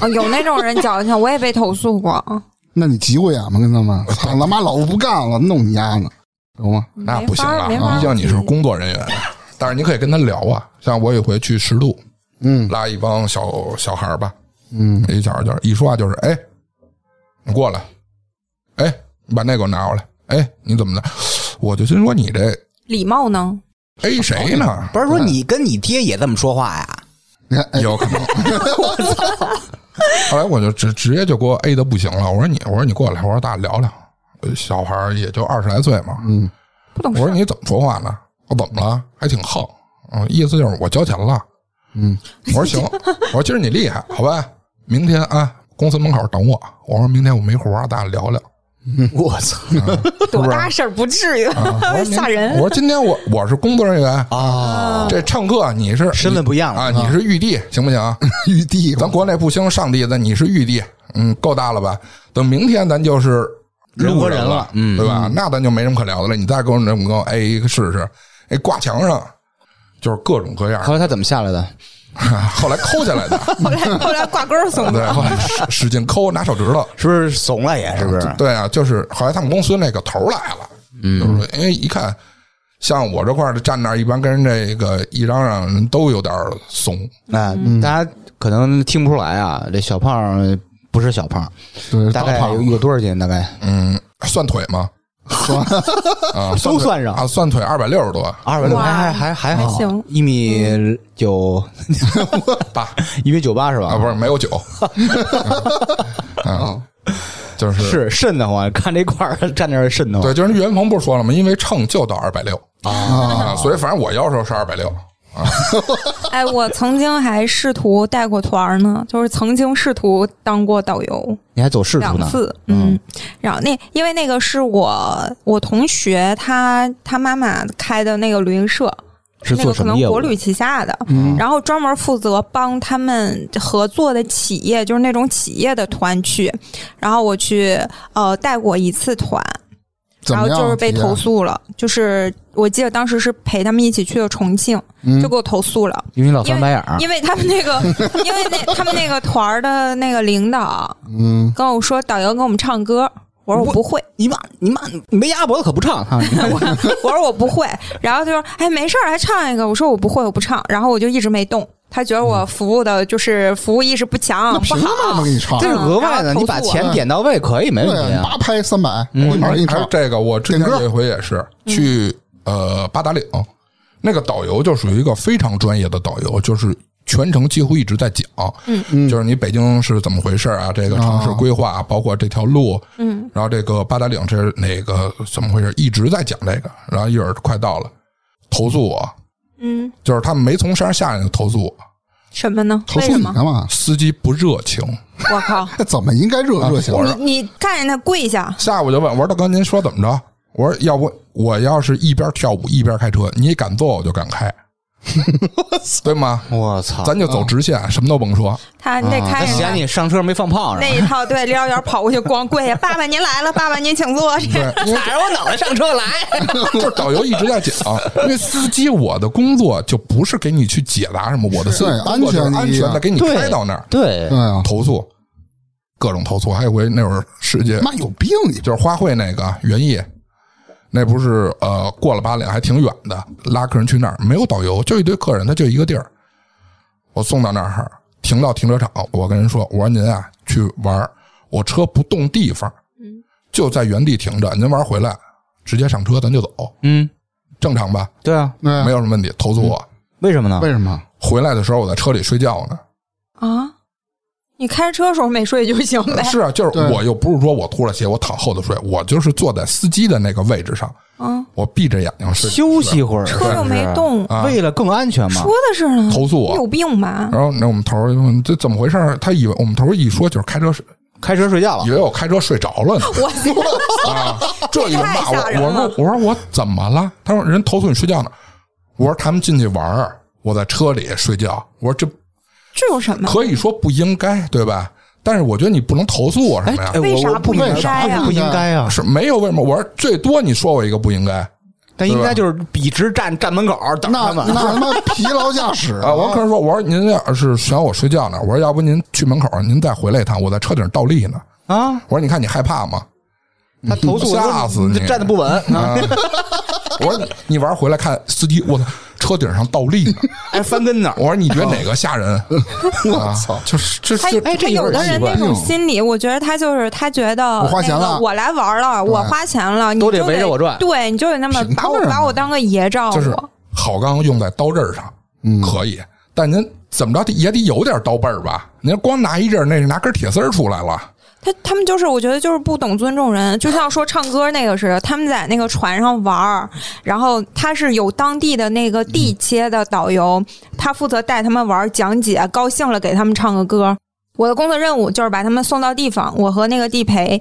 [SPEAKER 4] 哦有那种人矫情，我也被投诉过，
[SPEAKER 3] 那你急过眼吗？跟他们，操他妈，老子不干了，弄你丫呢，懂吗？
[SPEAKER 2] 那不行了
[SPEAKER 4] 嗯没法没，嗯法
[SPEAKER 2] 毕竟你是工作人员。但是你可以跟他聊啊，像我有回去十渡，
[SPEAKER 3] 嗯
[SPEAKER 2] 拉一帮小小孩儿吧，
[SPEAKER 3] 嗯，
[SPEAKER 2] 一小孩儿就是一说话就是，哎，你过来，哎，你把那给我拿过来，哎，你怎么的？ [SNIFFS] 我就心说你这
[SPEAKER 4] 礼貌呢？
[SPEAKER 2] A 谁呢？
[SPEAKER 1] [LAUGHS] 不是说你跟你爹也这么说话呀？
[SPEAKER 3] 你看，
[SPEAKER 1] [LAUGHS]
[SPEAKER 3] 哎，
[SPEAKER 2] 有可能，后来我就直直接就给我 A 的不行了，我说你，我说你过来，我说咱俩聊聊。呃小孩儿也就二十来岁嘛，
[SPEAKER 3] 嗯，
[SPEAKER 4] 不懂
[SPEAKER 2] 我
[SPEAKER 4] 事
[SPEAKER 2] 说
[SPEAKER 4] 儿，
[SPEAKER 2] 你怎么说话呢？我怎么了？还挺横，嗯，意思就是我交钱了，
[SPEAKER 3] 嗯，
[SPEAKER 2] 我说
[SPEAKER 4] [LAUGHS]
[SPEAKER 2] 行，我说今儿你厉害，好吧？明天啊，公司门口等我，我说明天我没活儿，咱俩聊聊。
[SPEAKER 1] 我操
[SPEAKER 4] 多大事儿不至于，
[SPEAKER 2] 我说
[SPEAKER 4] [LAUGHS] 吓
[SPEAKER 2] 您
[SPEAKER 4] 人
[SPEAKER 2] 我说今天我我是工作人员，
[SPEAKER 1] 啊！
[SPEAKER 2] 这乘客你是
[SPEAKER 1] 身份不一样了
[SPEAKER 2] 啊，你是玉帝行
[SPEAKER 1] [LAUGHS]
[SPEAKER 2] 不行？
[SPEAKER 3] 玉帝，
[SPEAKER 2] 咱国内不兴上帝的，你是玉帝，嗯，够大了吧？等明天咱就是
[SPEAKER 1] 人
[SPEAKER 2] 路
[SPEAKER 1] 和人
[SPEAKER 2] 了
[SPEAKER 1] 了，嗯
[SPEAKER 2] 对吧？那咱就没什么可聊的了。你再跟我这么跟我哎一个试试，哎，挂墙上就是各种各样
[SPEAKER 1] [LAUGHS] 后来他怎么下来的？
[SPEAKER 2] 的，后来抠下
[SPEAKER 1] [LAUGHS]
[SPEAKER 2] 来的，
[SPEAKER 4] 后来后来挂钩儿送
[SPEAKER 2] 对，
[SPEAKER 4] 的，
[SPEAKER 2] 后来使使劲抠，拿手指头，
[SPEAKER 1] 是不是怂了也？是不是？
[SPEAKER 2] 对啊，就是后来他们公司那个头儿来了，
[SPEAKER 1] 嗯
[SPEAKER 2] 就是说因为一看像我这块儿的站那儿，一般跟人这个一嚷嚷人都有点儿怂，
[SPEAKER 1] 那哎大家可能听不出来啊，这小胖不是小胖，
[SPEAKER 3] [LAUGHS] 对，
[SPEAKER 1] 大
[SPEAKER 3] 大
[SPEAKER 1] 概有
[SPEAKER 3] 胖
[SPEAKER 1] 有多少斤？大概
[SPEAKER 2] 嗯，算腿吗？ [LAUGHS] 啊，
[SPEAKER 1] [LAUGHS] 都算上
[SPEAKER 2] 啊，算腿二百六十多，
[SPEAKER 1] 二百多，
[SPEAKER 4] 哇
[SPEAKER 1] 还还还还好
[SPEAKER 4] 还行
[SPEAKER 1] 一米九，
[SPEAKER 2] 八
[SPEAKER 1] 一米九八是
[SPEAKER 2] 啊，
[SPEAKER 1] 吧？
[SPEAKER 2] 不是
[SPEAKER 1] [LAUGHS]
[SPEAKER 2] 没有九，啊，就
[SPEAKER 1] 是
[SPEAKER 2] 是
[SPEAKER 1] 瘆得慌，看这块儿站那儿瘆得慌
[SPEAKER 3] 啊
[SPEAKER 2] 对，就是岳云鹏不是说了吗？因为秤就到二百六啊，所以反正我要求是二百六，
[SPEAKER 4] [LAUGHS] 哎，我曾经还试图带过团儿呢，就是曾经试图当过导游
[SPEAKER 1] 你还走仕途
[SPEAKER 4] 两
[SPEAKER 1] 呢？
[SPEAKER 4] 次，
[SPEAKER 1] 嗯
[SPEAKER 4] 嗯，然后那因为那个是我我同学他他妈妈开的那个旅行社，
[SPEAKER 1] 是
[SPEAKER 4] 那
[SPEAKER 1] 做
[SPEAKER 4] 个可
[SPEAKER 1] 什么
[SPEAKER 4] 能
[SPEAKER 1] 业务
[SPEAKER 4] 国？旅旗下的，
[SPEAKER 3] 嗯
[SPEAKER 4] 然后专门负责帮他们合作的企业，就是那种企业的团去，然后我去呃带过一次团，
[SPEAKER 3] 怎
[SPEAKER 4] 然后
[SPEAKER 3] 么样？啊
[SPEAKER 4] 就是被投诉了，就是我记得当时是陪他们一起去的重庆，
[SPEAKER 3] 嗯
[SPEAKER 4] 就给我投诉了。
[SPEAKER 1] 因为老哦翻白眼儿
[SPEAKER 4] 因为他们那个，因为那他们那个团儿的那个领导
[SPEAKER 3] 嗯，
[SPEAKER 4] 跟我说，导游给我们唱歌，我说我不会，
[SPEAKER 1] 你妈你妈没鸭脖子可不唱哈！你看我
[SPEAKER 4] 我说我不会， [LAUGHS] 然后他说哎没事儿，还唱一个，我说我不会，我不唱，然后我就一直没动，他觉得我服务的就是服务意识不强，不
[SPEAKER 3] 凭什么
[SPEAKER 4] 好嗯
[SPEAKER 3] 不，给你唱？
[SPEAKER 1] 这是额外的，
[SPEAKER 4] 然后投诉
[SPEAKER 1] 你把钱
[SPEAKER 3] 我
[SPEAKER 1] 点到位可以没问题
[SPEAKER 3] 对，
[SPEAKER 1] 啊。
[SPEAKER 3] 八拍三百，
[SPEAKER 1] 嗯
[SPEAKER 3] 我一会儿给你
[SPEAKER 2] 还有
[SPEAKER 3] 唱。
[SPEAKER 2] 这个，我之前
[SPEAKER 3] 点歌
[SPEAKER 2] 有一回也是
[SPEAKER 4] 嗯
[SPEAKER 2] 去呃八达岭，那个导游就属于一个非常专业的导游，就是全程几乎一直在讲，
[SPEAKER 4] 嗯
[SPEAKER 3] 嗯
[SPEAKER 2] 就是你北京是怎么回事啊，这个城市规划，包括这条路，
[SPEAKER 4] 嗯，
[SPEAKER 2] 然后这个八达岭这是哪个怎么回事，一直在讲这个，然后一会儿快到了，投诉我，
[SPEAKER 4] 嗯，
[SPEAKER 2] 就是他们没从山上下来就投诉我，
[SPEAKER 4] 什么呢？
[SPEAKER 3] 投
[SPEAKER 4] 为
[SPEAKER 3] 诉
[SPEAKER 4] 什
[SPEAKER 3] 你 [LAUGHS]
[SPEAKER 4] 么？
[SPEAKER 3] 干嘛？
[SPEAKER 2] 司机不热情。
[SPEAKER 4] 我靠！
[SPEAKER 3] 那怎么应该
[SPEAKER 1] 啊
[SPEAKER 3] 热热情？
[SPEAKER 2] 我
[SPEAKER 4] 你你看见他跪下，
[SPEAKER 2] 下午就问我说：“大哥，您说怎么着？”我说：“要不我要是一边跳舞一边开车，你敢坐我就敢
[SPEAKER 3] [LAUGHS]
[SPEAKER 2] 开，对吗？
[SPEAKER 1] 我操！
[SPEAKER 2] 咱就走直线，什么都甭
[SPEAKER 3] [LAUGHS]
[SPEAKER 2] 说。
[SPEAKER 4] 他你得
[SPEAKER 1] 他
[SPEAKER 4] 看见
[SPEAKER 1] 嫌
[SPEAKER 4] 他
[SPEAKER 1] 你上车没放炮是
[SPEAKER 4] 那
[SPEAKER 1] 吧？
[SPEAKER 4] 一套，对，离老远跑过去光跪下，爸爸您来了，爸爸您请坐，这
[SPEAKER 2] 对，
[SPEAKER 4] [LAUGHS]
[SPEAKER 2] 因为
[SPEAKER 1] 着我脑袋上车来！
[SPEAKER 2] 就是导游一直在讲，因为司机我的工作就不是给你去解答什么，我的司机
[SPEAKER 3] 对
[SPEAKER 2] 工作就是
[SPEAKER 3] 安全
[SPEAKER 2] 安
[SPEAKER 3] 第一啊
[SPEAKER 2] 全的给你
[SPEAKER 1] 对
[SPEAKER 2] 开到那儿，
[SPEAKER 1] 对
[SPEAKER 3] 对，啊，
[SPEAKER 2] 投诉各种投诉。还有回那会儿世界
[SPEAKER 3] 妈有病你！
[SPEAKER 2] 就是花卉那个园艺，那不是呃过了八岭还挺远的，拉客人去那儿没有导游，就一堆客人，他就一个地儿。我送到那儿，停到停车场，我跟人说，我说您啊去玩儿，我车不动地方，就在原地停着，您玩儿回来直接上车咱就走，
[SPEAKER 1] 嗯，
[SPEAKER 2] 正常吧？
[SPEAKER 1] 对啊，
[SPEAKER 3] 对
[SPEAKER 2] 没有什么问题，投诉
[SPEAKER 3] 嗯
[SPEAKER 2] 我。
[SPEAKER 1] 为什么呢？
[SPEAKER 3] 为什么？
[SPEAKER 2] 回来的时候我在车里睡觉呢，
[SPEAKER 4] 啊，你开车时候没睡就行呗。
[SPEAKER 2] [LAUGHS] 是啊，就是
[SPEAKER 3] 对
[SPEAKER 2] 我又不是说我脱了鞋我躺后头睡，我就是坐在司机的那个位置上，
[SPEAKER 4] 嗯，
[SPEAKER 2] 我闭着眼睛睡，
[SPEAKER 1] 休息会儿，
[SPEAKER 4] 车又没动，
[SPEAKER 2] 啊
[SPEAKER 1] 为了更安全嘛
[SPEAKER 4] 说。的是呢，
[SPEAKER 2] 投诉
[SPEAKER 4] 你
[SPEAKER 2] 我
[SPEAKER 4] 有病吧？
[SPEAKER 2] 然后那我们头儿就问这怎么回事儿？他以为我们头儿一说就是开车睡，
[SPEAKER 1] 开车睡觉了
[SPEAKER 2] 以，为我开车睡着了呢。
[SPEAKER 4] [LAUGHS] 我
[SPEAKER 2] 啊，这一骂
[SPEAKER 4] 太吓人
[SPEAKER 2] 我，我
[SPEAKER 4] 了
[SPEAKER 2] 说我说我怎么了？他说人投诉你睡觉呢。我说他们进去玩儿，我在车里睡觉。我说这
[SPEAKER 4] 这有什么？
[SPEAKER 2] 可以说不应该，对吧？但是我觉得你不能投诉我什
[SPEAKER 1] 哎
[SPEAKER 2] 么呀
[SPEAKER 1] 哎，？
[SPEAKER 4] 为
[SPEAKER 1] 我
[SPEAKER 4] 啥
[SPEAKER 1] 我不
[SPEAKER 4] 不
[SPEAKER 1] 明
[SPEAKER 4] 应
[SPEAKER 1] 白
[SPEAKER 4] 该呀
[SPEAKER 1] 不应该
[SPEAKER 4] 哎
[SPEAKER 1] 啊，
[SPEAKER 2] 是没有为什么？我说最多你说我一个不应该
[SPEAKER 1] 但应该就是笔直站站门口等他
[SPEAKER 3] 那那
[SPEAKER 1] 们。
[SPEAKER 3] 他妈疲劳驾驶
[SPEAKER 2] [LAUGHS] 啊！我跟人说，我说您要是想我睡觉呢，我说要不您去门口，您再回来一趟，我在车顶上倒立呢。
[SPEAKER 1] 啊，
[SPEAKER 2] 我说你看你害怕吗？
[SPEAKER 1] 他投诉我说
[SPEAKER 2] 吓死你
[SPEAKER 1] 站的不稳。啊
[SPEAKER 2] 我说你你玩回来看司机，我操，车顶上倒立呢。
[SPEAKER 1] 还哎翻跟头
[SPEAKER 2] [LAUGHS] 我。说你觉得哪个吓人？ [LAUGHS] 我操，就是这
[SPEAKER 4] 他
[SPEAKER 2] 这
[SPEAKER 1] 哎这
[SPEAKER 4] 他
[SPEAKER 1] 有
[SPEAKER 4] 有
[SPEAKER 1] 点
[SPEAKER 4] 的
[SPEAKER 1] 奇
[SPEAKER 4] 人
[SPEAKER 1] 怪
[SPEAKER 4] 那种心理，我觉得他就是他觉得
[SPEAKER 3] 我花钱
[SPEAKER 4] 那个
[SPEAKER 3] 了
[SPEAKER 4] 我来玩了，我花钱了，你
[SPEAKER 1] 都得
[SPEAKER 4] 就
[SPEAKER 1] 围着我转
[SPEAKER 4] 对，你就得那么
[SPEAKER 3] 凭他
[SPEAKER 4] 把我
[SPEAKER 3] 们
[SPEAKER 4] 把我当个爷照
[SPEAKER 2] 就是
[SPEAKER 4] 顾。
[SPEAKER 2] 好钢用在刀刃上
[SPEAKER 3] 嗯
[SPEAKER 2] 可以，但您怎么着也得有点刀背儿吧？您光拿一阵，那是拿根铁丝儿出来了。
[SPEAKER 4] 他他们就是，我觉得就是不懂尊重人，就像说唱歌那个似的，他们在那个船上玩儿，然后他是有当地的那个地切的导游，他负责带他们玩儿、讲解，高兴了给他们唱个歌。我的工作任务就是把他们送到地方，我和那个地陪。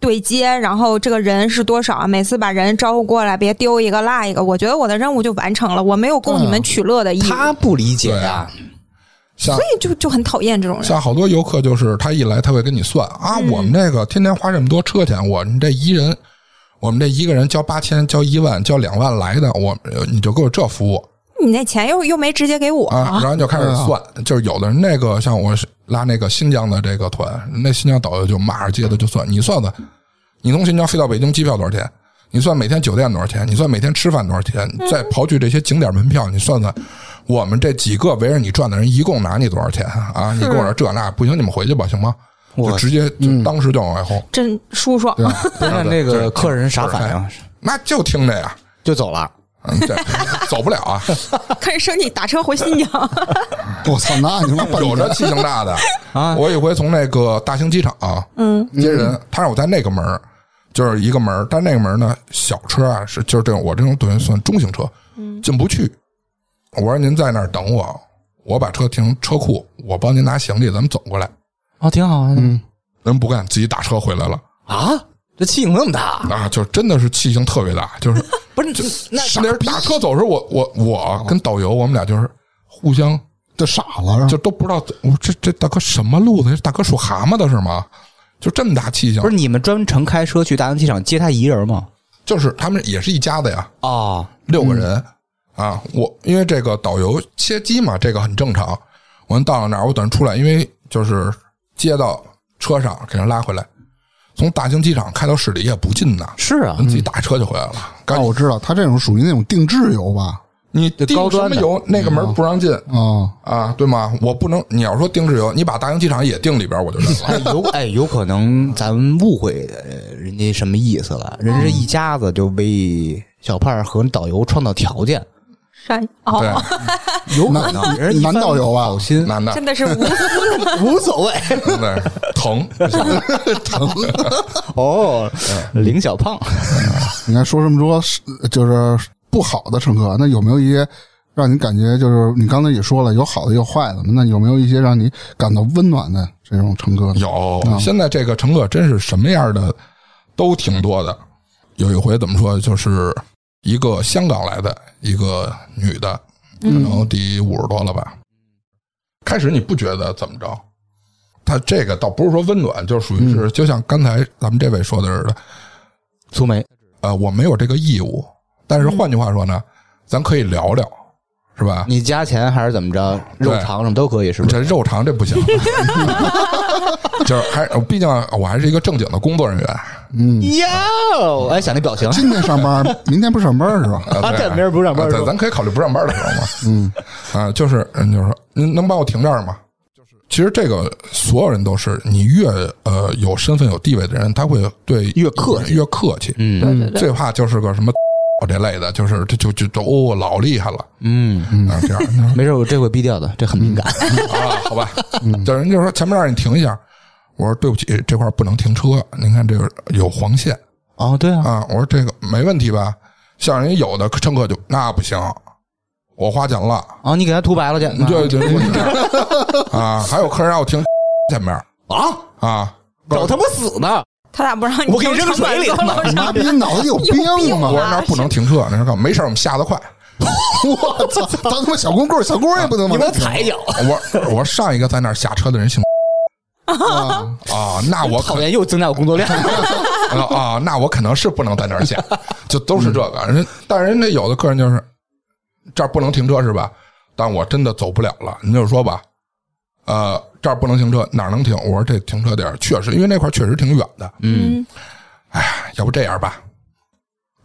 [SPEAKER 4] 对接，然后这个人是多少，啊每次把人招呼过来，别丢一个落一个。我觉得我的任务就完成了，我没有供你们取乐的义务，
[SPEAKER 1] 他不理解呀、
[SPEAKER 2] 像
[SPEAKER 4] 所以就就很讨厌这种人。嗯
[SPEAKER 2] 像好多游客就是他一来他会跟你算啊，我们这个天天花这么多车钱，我们这一人，我们这一个人交八千、交一万、交两万来的，我你就给我这服务
[SPEAKER 4] 你那钱又又没直接给我，
[SPEAKER 2] 啊，然后就开始算，就是有的人那个像我是拉那个新疆的这个团，那新疆导游就马上接着就算，你算算，你从新疆飞到北京机票多少钱？你算每天酒店多少钱？你算每天吃饭多少钱？再刨去这些景点门票，你算算，我们这几个围着你转的人一共拿你多少钱啊？你跟我这这那不行，你们回去吧，行吗？
[SPEAKER 1] 我
[SPEAKER 2] 就直接就当时就往外轰，
[SPEAKER 4] 真舒爽。
[SPEAKER 1] 不看这啊个客人啥反应，啊
[SPEAKER 2] 那就听着呀，
[SPEAKER 1] 就走了。
[SPEAKER 2] 嗯，对，走不了啊，
[SPEAKER 4] 开始生你打车回 [LAUGHS] 新疆，
[SPEAKER 3] 我操，那你妈半
[SPEAKER 2] [LAUGHS] 有这气性大的
[SPEAKER 1] 啊
[SPEAKER 2] 我有一回从那个大兴机场、嗯接人，他让我在那个门儿，就是一个门儿，但那个门儿呢，小车啊是就是这种我这种等于算中型车，进不去。我说您在那儿等我，我把车停车库，我帮您拿行李，咱们走过来。
[SPEAKER 1] 哦，挺好啊。嗯
[SPEAKER 2] 人不干，自己打车回来了
[SPEAKER 1] 啊，这气性那么大，
[SPEAKER 2] 啊！就真的是气性特别大，就是
[SPEAKER 1] 不是 [LAUGHS] 那
[SPEAKER 2] 那人打车走的时候，我我我跟导游我们俩就是互相
[SPEAKER 3] 就傻了，
[SPEAKER 2] [LAUGHS]
[SPEAKER 3] 是
[SPEAKER 1] 嗯
[SPEAKER 2] 就
[SPEAKER 3] 吧？
[SPEAKER 2] 都不知道，我说这这大哥什么路子？这大哥属蛤蟆的是吗？就这么大气性，
[SPEAKER 1] 不是你们专程开车去大兴机场接他一人吗？
[SPEAKER 2] 就是他们也是一家子呀，
[SPEAKER 1] 哦，
[SPEAKER 2] 六个人、啊。我因为这个导游切机嘛，这个很正常。我们到了那儿，我等人出来，因为就是接到车上给人拉回来，从大兴机场开到市里也不近呐，
[SPEAKER 1] 是啊
[SPEAKER 2] 自，己打车就回来了。赶
[SPEAKER 3] 啊，
[SPEAKER 2] 紧
[SPEAKER 3] 我知道，他这种属于那种定制游吧？
[SPEAKER 2] 你
[SPEAKER 1] 这
[SPEAKER 2] 盯
[SPEAKER 1] 嗯高端
[SPEAKER 2] 什
[SPEAKER 1] 的嗯
[SPEAKER 2] 么油，那个门不让进。
[SPEAKER 3] 啊，
[SPEAKER 2] 啊，对吗？我不能，你要说盯制油，你把大兴机场也定里边，我就认了。
[SPEAKER 1] 哎有 [LAUGHS] 哎有可能咱们误会呃人家什么意思了，人家一家子就为小胖和导游创造条件，
[SPEAKER 4] 山哦，
[SPEAKER 2] 对，啊
[SPEAKER 1] 有可
[SPEAKER 3] 男
[SPEAKER 1] 能人家一
[SPEAKER 3] 男
[SPEAKER 1] 番
[SPEAKER 3] 导游啊
[SPEAKER 1] 好心 [LAUGHS]
[SPEAKER 2] 男的，
[SPEAKER 4] 真的是无私。
[SPEAKER 1] 无所谓
[SPEAKER 2] 对，
[SPEAKER 1] [LAUGHS]
[SPEAKER 2] 疼。
[SPEAKER 1] 哦，林小胖
[SPEAKER 3] 你看说这么多是就是不好的乘客，那有没有一些让你感觉就是你刚才也说了，有好的有坏的，那有没有一些让你感到温暖的这种乘客呢？
[SPEAKER 2] 有，现在这个乘客真是什么样的都挺多的。有一回怎么说，就是一个香港来的一个女的，然后第五十多了吧。开始你不觉得怎么着，她这个倒不是说温暖，就属于是、就像刚才咱们这位说的似的，
[SPEAKER 1] 苏梅
[SPEAKER 2] 呃，我没有这个义务，但是换句话说呢，咱可以聊聊，是吧？
[SPEAKER 1] 你加钱还是怎么着？
[SPEAKER 2] 对
[SPEAKER 1] 肉肠什么都可以，是不
[SPEAKER 2] 这
[SPEAKER 1] 是？
[SPEAKER 2] 肉肠这不行，就是还毕竟我还是一个正经的工作人员，啊
[SPEAKER 1] 哟，哎，想那表情，
[SPEAKER 3] 今天上班，明天不上班是吧？
[SPEAKER 2] [LAUGHS]
[SPEAKER 1] 啊
[SPEAKER 2] 对
[SPEAKER 1] 对明儿不上班
[SPEAKER 2] 啊
[SPEAKER 1] 是
[SPEAKER 2] 对，
[SPEAKER 1] 吧
[SPEAKER 2] 咱可以考虑不上班的时候嘛。嗯，啊，就是，嗯，就是说，您能把我停这儿吗？就是，其实这个所有人都是，你越呃有身份有地位的人，他会对
[SPEAKER 1] 越客气
[SPEAKER 2] 越客气。
[SPEAKER 1] 嗯
[SPEAKER 2] 最怕就是个什么 [LAUGHS] 这类的，就是这就就就哦，老厉害了
[SPEAKER 1] 嗯，
[SPEAKER 2] 啊，这样。 [LAUGHS] 那
[SPEAKER 1] 没事，我这会逼掉的，这很敏感。
[SPEAKER 2] 啊，好吧，
[SPEAKER 1] 嗯
[SPEAKER 2] 就人就说前面让你停一下，我说对不起，这块儿不能停车，您看这个有黄线
[SPEAKER 1] 哦，对啊，
[SPEAKER 2] 啊，我说这个没问题吧？像人有的乘客就那不行，我花钱了，
[SPEAKER 1] 哦，你给他涂白了去，
[SPEAKER 2] 对对对， [LAUGHS] 啊，还有客人让我停 [LAUGHS] 前面
[SPEAKER 1] 啊，
[SPEAKER 2] 啊，
[SPEAKER 1] 找他妈死呢！
[SPEAKER 4] 他咋不让你
[SPEAKER 1] 我给你
[SPEAKER 4] 成
[SPEAKER 1] 扔水里
[SPEAKER 4] 成本高
[SPEAKER 3] 你
[SPEAKER 4] 了
[SPEAKER 3] [LAUGHS] 妈逼脑子有病啊
[SPEAKER 2] 我
[SPEAKER 3] 吗？
[SPEAKER 2] 说那儿不能停车，那人告诉我没事儿，我们下得快。
[SPEAKER 3] 我操！咱他妈小公棍儿，小公棍儿也不能
[SPEAKER 1] 你
[SPEAKER 3] 往
[SPEAKER 1] 给
[SPEAKER 3] 那
[SPEAKER 1] 他踩一脚，
[SPEAKER 2] 我说我说上一个在那儿下车的 [LAUGHS] 人姓啊，那我
[SPEAKER 1] 讨
[SPEAKER 2] 肯
[SPEAKER 1] 厌又增加我工作量。
[SPEAKER 2] 啊啊，那我可能是不能在那儿下，就都是这个人。但人家有的客人就是这儿不能停车是吧？但我真的走不了了，您就说吧，呃，这儿不能停车，哪儿能停？我说这停车点儿确实，因为那块儿确实挺远的，哎
[SPEAKER 1] 嗯，
[SPEAKER 2] 要不这样吧，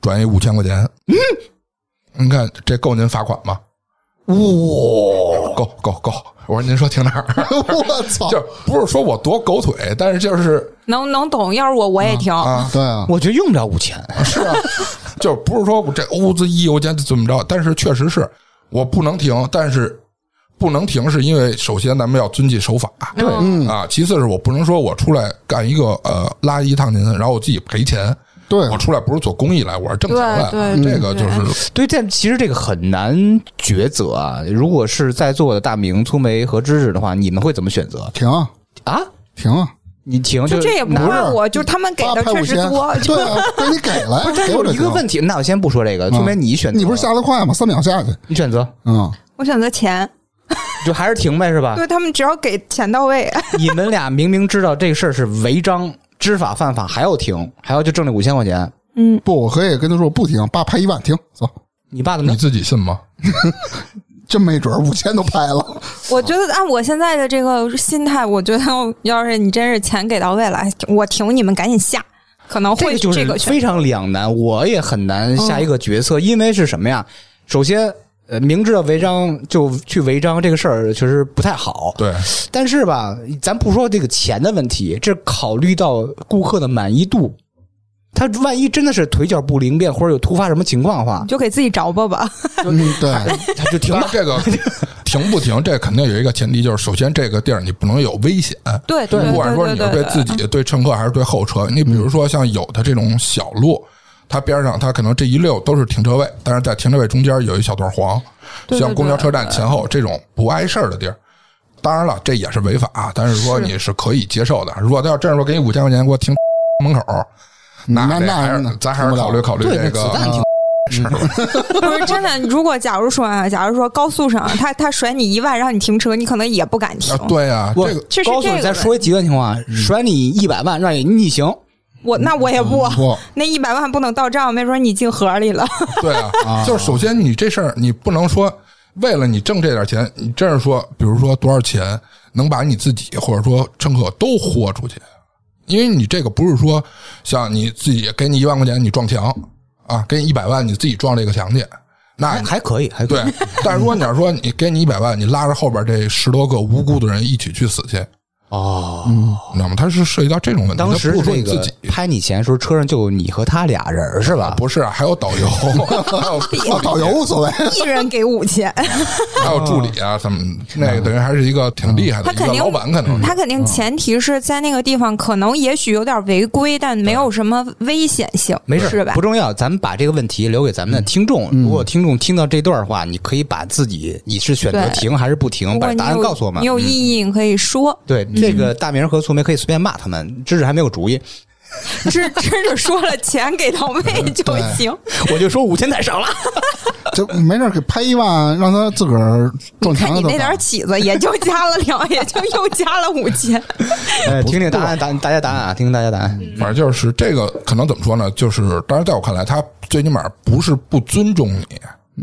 [SPEAKER 2] 转一五千块钱。嗯，您看这够您罚款吗？
[SPEAKER 1] 哇，
[SPEAKER 2] 够够够！我说您说停哪儿？ [LAUGHS]
[SPEAKER 3] 我操！
[SPEAKER 2] 就不是说我多狗腿，但是就是
[SPEAKER 4] 能能懂，要是我我也停。
[SPEAKER 2] 啊，
[SPEAKER 3] 对啊，
[SPEAKER 1] 我觉得用不了五千，
[SPEAKER 2] 是啊，就不是说我这屋子一油钱怎么着，但是确实是我不能停，但是不能停是因为首先咱们要遵纪守法，对，啊，其次是我不能说我出来干一个呃拉一趟您，然后我自己赔钱，
[SPEAKER 3] 对啊
[SPEAKER 2] 我出来不是做公益来，我是挣钱来的，
[SPEAKER 4] 对对
[SPEAKER 2] 这个
[SPEAKER 4] 对
[SPEAKER 2] 就是
[SPEAKER 1] 对，但其实这个很难抉择啊。如果是在座的大明、粗梅和芝芝的话，你们会怎么选择
[SPEAKER 3] 停啊
[SPEAKER 1] 啊？
[SPEAKER 3] 停啊！
[SPEAKER 1] 你停
[SPEAKER 4] 就
[SPEAKER 1] 就
[SPEAKER 4] 这也不
[SPEAKER 1] 拿
[SPEAKER 4] 怪
[SPEAKER 3] 不是
[SPEAKER 4] 我，就是他们给
[SPEAKER 3] 爸
[SPEAKER 4] 的
[SPEAKER 3] 拍
[SPEAKER 4] 确
[SPEAKER 3] 五
[SPEAKER 4] 实
[SPEAKER 3] 千，
[SPEAKER 4] 多，就
[SPEAKER 3] 对啊，给你给了
[SPEAKER 1] 不是，但
[SPEAKER 3] 呀，给我
[SPEAKER 1] 有
[SPEAKER 3] 就
[SPEAKER 1] 一个
[SPEAKER 3] 行
[SPEAKER 1] 问题，那我先不说这个，
[SPEAKER 3] 嗯
[SPEAKER 1] 聪明你选择，
[SPEAKER 3] 你不是下得快吗？三秒下去，
[SPEAKER 1] 你选择，
[SPEAKER 3] 嗯，
[SPEAKER 4] 我选择钱，
[SPEAKER 1] 就还是停呗，是吧？
[SPEAKER 4] 对他们只要给钱到位，
[SPEAKER 1] 你们俩明明知道这事儿是违章、知法犯法，还要停，还要就挣这五千块钱，
[SPEAKER 4] 嗯，
[SPEAKER 3] 不，我可以跟他说不停，爸拍一万，停，走，
[SPEAKER 1] 你爸怎么
[SPEAKER 3] 嗯
[SPEAKER 2] 你
[SPEAKER 1] 着？
[SPEAKER 2] 自己信吗？
[SPEAKER 3] 真没准儿五千都拍了，
[SPEAKER 4] [LAUGHS] 我觉得按我现在的这个心态，我觉得要是你真是钱给到位了，我停你们赶紧下，可能
[SPEAKER 1] 这
[SPEAKER 4] 会
[SPEAKER 1] 个就是
[SPEAKER 4] 选嗯
[SPEAKER 1] 非常两难，我也很难下一个决策，因为是什么呀？首先，呃，明知道违章就去违章这个事儿确实不太好，
[SPEAKER 2] 对，
[SPEAKER 1] 但是吧，咱不说这个钱的问题，这考虑到顾客的满意度。他万一真的是腿脚不灵便，或者有突发什么情况的话
[SPEAKER 4] 你，就给自己找吧吧，
[SPEAKER 3] 嗯，对，
[SPEAKER 1] 他就停
[SPEAKER 2] 当
[SPEAKER 1] 吧
[SPEAKER 2] 然。这个停不停，这肯定有一个前提，就是首先这个地儿你不能有危险。
[SPEAKER 4] 对对
[SPEAKER 2] 不管说
[SPEAKER 4] 对
[SPEAKER 2] 你
[SPEAKER 4] 对
[SPEAKER 2] 是
[SPEAKER 4] 对嗯
[SPEAKER 2] 对自己、对乘客还是对后车，你比如说像有的这种小路，它边上它可能这一溜都是停车位，但是在停车位中间有一小段黄，
[SPEAKER 4] 对对
[SPEAKER 2] 像公交车站前后这种不碍事儿的地儿。当然了，这也是违法，啊但是说你是可以接受的。如果他要真是说给你五千块钱给我停门口，这
[SPEAKER 3] 那那
[SPEAKER 2] 还是咱还是
[SPEAKER 3] 停不了
[SPEAKER 2] 考虑考虑
[SPEAKER 1] 对，
[SPEAKER 2] 这
[SPEAKER 1] 那子弹
[SPEAKER 2] 个。啊
[SPEAKER 1] 挺
[SPEAKER 4] 不是真的。如果假如说啊，假如说高速上他他甩你一万让你停车，你可能也不敢停
[SPEAKER 2] 啊。对呀、
[SPEAKER 1] 我
[SPEAKER 2] 这个
[SPEAKER 4] 这是
[SPEAKER 1] 告诉
[SPEAKER 4] 这
[SPEAKER 1] 你，
[SPEAKER 4] 个
[SPEAKER 1] 再说一极端情况啊，甩你一百万让你逆行，
[SPEAKER 4] 我那我也不，
[SPEAKER 3] 不，
[SPEAKER 4] 那一百万不能到账，没准你进盒里了。
[SPEAKER 2] [LAUGHS] 对啊，就是首先你这事儿你不能说为了你挣这点钱，你真是说，比如说多少钱能把你自己或者说乘客都豁出去，因为你这个不是说像你自己给你一万块钱你撞墙啊，给你一百万你自己撞这个墙去，啊那
[SPEAKER 1] 还还可以，还可
[SPEAKER 2] 对
[SPEAKER 1] 以。。
[SPEAKER 2] 但是说你要说你给你一百万，你拉着后边这十多个无辜的人一起去死去，
[SPEAKER 1] 哦，
[SPEAKER 2] 你知道吗？它是涉及到这种问题，
[SPEAKER 1] 当时
[SPEAKER 2] 它不是说
[SPEAKER 1] 这
[SPEAKER 2] 你自
[SPEAKER 1] 个
[SPEAKER 2] 己。
[SPEAKER 1] 拍你钱的时候，车上就有你和他俩人儿是吧？
[SPEAKER 2] 不是啊，还有导游， [LAUGHS] 还有
[SPEAKER 3] 哦导游无所谓，
[SPEAKER 4] 一人给五千，
[SPEAKER 2] 还有助理啊，什么那个等于还是一个挺厉害的
[SPEAKER 4] 他
[SPEAKER 2] 一
[SPEAKER 4] 肯
[SPEAKER 2] 个
[SPEAKER 4] 定嗯
[SPEAKER 2] 老板，可能
[SPEAKER 4] 他肯定前提是在那个地方，可能也许有点违规，但没有什么危险性，
[SPEAKER 1] 没事，
[SPEAKER 4] 是吧
[SPEAKER 1] 不？重要。咱们把这个问题留给咱们的听众。
[SPEAKER 2] 嗯
[SPEAKER 1] 如果听众听到这段的话，你可以把自己你是选择
[SPEAKER 4] 对
[SPEAKER 1] 停还是不停，
[SPEAKER 4] 如
[SPEAKER 1] 把
[SPEAKER 4] 果你
[SPEAKER 1] 答案
[SPEAKER 4] 有
[SPEAKER 1] 告诉我们
[SPEAKER 4] 你。有异议，你可以 [LAUGHS] 说，
[SPEAKER 1] 对，这个大明和粗梅可以随便骂他们，知识还没有主 [LAUGHS] 意。
[SPEAKER 4] 只只是说了钱给到位就行。
[SPEAKER 1] 我就说五千太少了，
[SPEAKER 3] 就没事儿给拍一万，让他自个儿撞
[SPEAKER 4] 看
[SPEAKER 3] 墙
[SPEAKER 4] 你
[SPEAKER 3] 了都
[SPEAKER 4] 那点起子，也就加了两，也就又加了五千。
[SPEAKER 1] 哎听听答案，答大家答案啊，听听大家答案。
[SPEAKER 2] 反正就是这个，可能怎么说呢？就是当然，在我看来，他最起码不是不尊重你，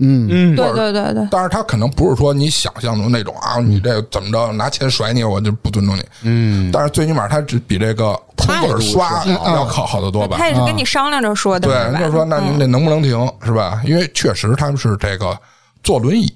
[SPEAKER 1] 嗯，
[SPEAKER 4] 对对对对，
[SPEAKER 2] 当然他可能不是说你想象中那种啊，你这怎么着拿钱甩你，我就不尊重你。嗯，但是最起码他只比这个空
[SPEAKER 1] 态度
[SPEAKER 2] 棍
[SPEAKER 1] 是
[SPEAKER 2] 刷
[SPEAKER 1] 好
[SPEAKER 2] 要好好得多吧？
[SPEAKER 4] 他也是跟你商量着说的，
[SPEAKER 2] 对
[SPEAKER 4] 是，吧嗯
[SPEAKER 2] 就是说，那您这能不能停是吧？因为确实他们是这个坐轮椅，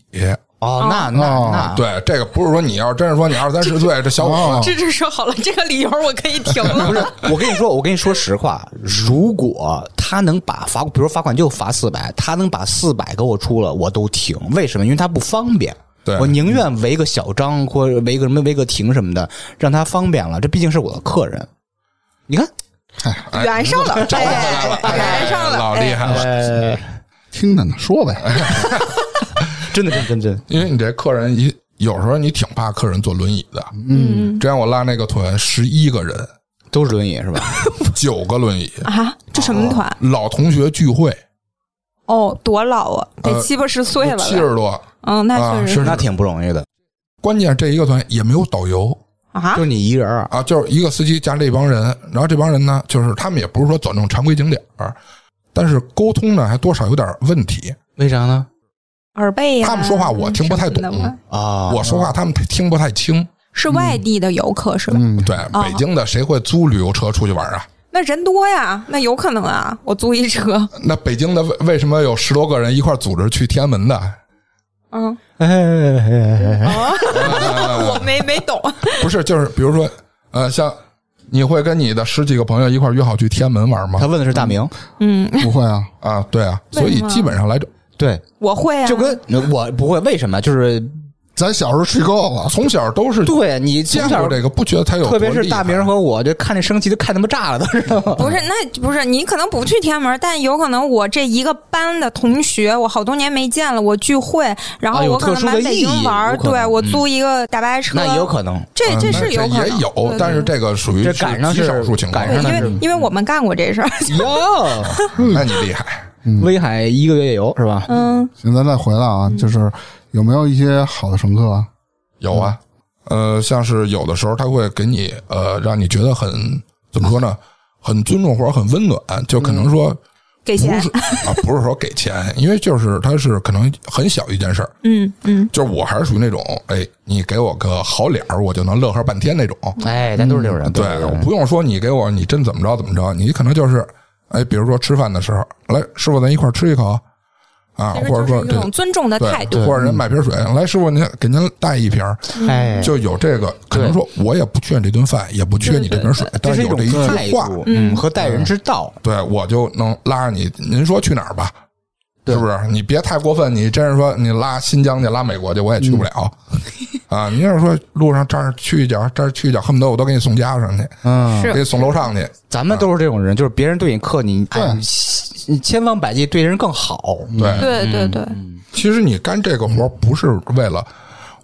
[SPEAKER 1] 哦，那那
[SPEAKER 3] 哦
[SPEAKER 4] 啊
[SPEAKER 1] 那，
[SPEAKER 2] 对这个不是说你要真是说你二三十岁这小伙
[SPEAKER 3] 哦
[SPEAKER 2] 子，
[SPEAKER 4] 这这说好了，这个理由我可以停了
[SPEAKER 1] 不。是，我跟你说，我跟你说实话，如果他能把罚，比如罚款就罚四百，他能把四百给我出了，我都停。为什么？因为他不方便。
[SPEAKER 2] 对
[SPEAKER 1] 我宁愿围个小章或者围个什么围个停什么的，让他方便了。这毕竟是我的客人。你看，
[SPEAKER 4] 圆上了，
[SPEAKER 2] 找回来了，
[SPEAKER 4] 哎
[SPEAKER 2] 哎
[SPEAKER 4] 圆上了，
[SPEAKER 2] 老厉害了。
[SPEAKER 1] 呃，
[SPEAKER 3] 听着呢，说呗，
[SPEAKER 1] [LAUGHS] 真的真真真，
[SPEAKER 2] 因为你这客人一有时候你挺怕客人坐轮椅的，
[SPEAKER 4] 嗯
[SPEAKER 2] 之前我拉那个团十一个人，
[SPEAKER 1] 都是轮椅是吧？ [LAUGHS]
[SPEAKER 2] 九个轮椅，
[SPEAKER 4] 啊，这什么团？
[SPEAKER 2] 老同学聚会，
[SPEAKER 4] 哦，多老啊，得
[SPEAKER 2] 呃
[SPEAKER 4] 七八十岁了吧，
[SPEAKER 2] 七十多，
[SPEAKER 4] 嗯，那确
[SPEAKER 2] 啊
[SPEAKER 4] 实
[SPEAKER 2] 是
[SPEAKER 1] 那挺不容易的，
[SPEAKER 2] 关键这一个团也没有导游
[SPEAKER 4] 啊
[SPEAKER 1] 就，你一人儿啊，
[SPEAKER 2] 啊，就是一个司机加这帮人，然后这帮人呢，就是他们也不是说走那种常规景点儿，但是沟通呢还多少有点问题，
[SPEAKER 1] 为啥呢？
[SPEAKER 4] 耳背呀，嗯
[SPEAKER 2] 他们说话我听不太懂嗯
[SPEAKER 4] 什么的吧
[SPEAKER 1] 啊，
[SPEAKER 2] 我说话他们听不太清。
[SPEAKER 4] 是外地的游客是吧？
[SPEAKER 3] 嗯，
[SPEAKER 2] 对，
[SPEAKER 4] 啊
[SPEAKER 2] 北京的谁会租旅游车出去玩啊？
[SPEAKER 4] 那人多呀，那有可能啊，我租一车，
[SPEAKER 2] 那北京的为为什么有十多个人一块儿组织去天安门的？
[SPEAKER 4] 嗯，
[SPEAKER 1] 哎哎哎哎
[SPEAKER 4] 啊，
[SPEAKER 2] 呃
[SPEAKER 4] 我没没
[SPEAKER 2] [LAUGHS]
[SPEAKER 4] 懂，
[SPEAKER 2] 不是，就是比如说，呃，像你会跟你的十几个朋友一块儿约好去天安门玩吗
[SPEAKER 1] 他？问的是大明，
[SPEAKER 4] 嗯，
[SPEAKER 3] 不会啊，
[SPEAKER 2] 啊，对啊，
[SPEAKER 4] 为什
[SPEAKER 2] 所
[SPEAKER 4] 么
[SPEAKER 2] 以基本上来这
[SPEAKER 1] 对，
[SPEAKER 4] 我会啊，
[SPEAKER 1] 就跟我不会为什么就是
[SPEAKER 3] 咱小时候睡够了，
[SPEAKER 2] 从小都是
[SPEAKER 1] 对你从
[SPEAKER 2] 见
[SPEAKER 1] 小
[SPEAKER 2] 过这个，不觉得他有多
[SPEAKER 1] 特
[SPEAKER 2] 厉害，
[SPEAKER 1] 别是大明和我，就看那升旗都看他妈炸了，都知道吗？
[SPEAKER 4] 不是，那不是你可能不去天安门，但有可能我这一个班的同学，我好多年没见了，我聚会，然后
[SPEAKER 1] 啊有
[SPEAKER 4] 我可
[SPEAKER 1] 特
[SPEAKER 4] 能
[SPEAKER 1] 殊的
[SPEAKER 4] 来北
[SPEAKER 1] 意义
[SPEAKER 4] 京玩儿，
[SPEAKER 1] 有可能
[SPEAKER 4] 对我
[SPEAKER 1] 嗯
[SPEAKER 4] 租一个大巴车，
[SPEAKER 1] [LAUGHS] 那也有可能，
[SPEAKER 4] 这这是有可能
[SPEAKER 2] 嗯也有，但是这个属于
[SPEAKER 1] 这赶上
[SPEAKER 2] 极
[SPEAKER 1] 是
[SPEAKER 2] 少数情况
[SPEAKER 1] 赶，上
[SPEAKER 4] 因
[SPEAKER 1] 那
[SPEAKER 4] 为
[SPEAKER 1] 是
[SPEAKER 4] 因为我们干过这事儿， [LAUGHS]
[SPEAKER 1] 哟，
[SPEAKER 2] 那你厉害。
[SPEAKER 1] 威海一个月夜游是吧？
[SPEAKER 4] 嗯，
[SPEAKER 3] 行，咱再回来啊，就是有没有一些好的乘客啊？
[SPEAKER 2] 有啊，呃，像是有的时候他会给你呃，让你觉得很怎么说呢，很尊重或者很温暖，就可能
[SPEAKER 3] 嗯
[SPEAKER 2] 说
[SPEAKER 4] 给
[SPEAKER 2] 不
[SPEAKER 4] 钱
[SPEAKER 2] 是、，啊，不是说给钱，因为就是他是可能很小一件事儿，
[SPEAKER 4] 嗯嗯，
[SPEAKER 2] 就是我还是属于那种，哎，你给我个好脸儿，我就能乐呵半天那种。
[SPEAKER 1] 哎，咱都是这种人，
[SPEAKER 2] 对，我不用说你给我你真怎么着怎么着，你可能就是，哎，比如说吃饭的时候，来师傅咱一块儿吃一口啊，
[SPEAKER 4] 其实
[SPEAKER 2] 或者说
[SPEAKER 4] 就是一种
[SPEAKER 2] 对
[SPEAKER 4] 尊重的态度，
[SPEAKER 2] 对，或者人买瓶水，来师傅您给您带一瓶儿，
[SPEAKER 1] 哎，
[SPEAKER 2] 就有这个，可能说我也不缺你这顿饭，也不缺你这瓶水，但
[SPEAKER 1] 这是
[SPEAKER 2] 是
[SPEAKER 1] 一
[SPEAKER 2] 有
[SPEAKER 1] 种
[SPEAKER 2] 这一
[SPEAKER 1] 态
[SPEAKER 2] 句话，
[SPEAKER 1] 度，嗯，和待人之道，
[SPEAKER 2] 对我就能拉着你。您说去哪儿吧？
[SPEAKER 1] 对
[SPEAKER 2] 是不是？你别太过分，你真是说你拉新疆去，拉美国去，我也去不了、啊！你要是说路上这儿去一脚，这儿去一脚，恨不得我都给你送家上去，
[SPEAKER 3] 嗯，
[SPEAKER 4] 是
[SPEAKER 2] 给你送楼上去。
[SPEAKER 1] 咱们都是这种人，就是别人对你客你，哎
[SPEAKER 3] 对
[SPEAKER 1] 你你千方百计嗯对嗯人更好，嗯
[SPEAKER 2] 对，
[SPEAKER 4] 对对对，
[SPEAKER 2] 其实你干这个活儿不是为了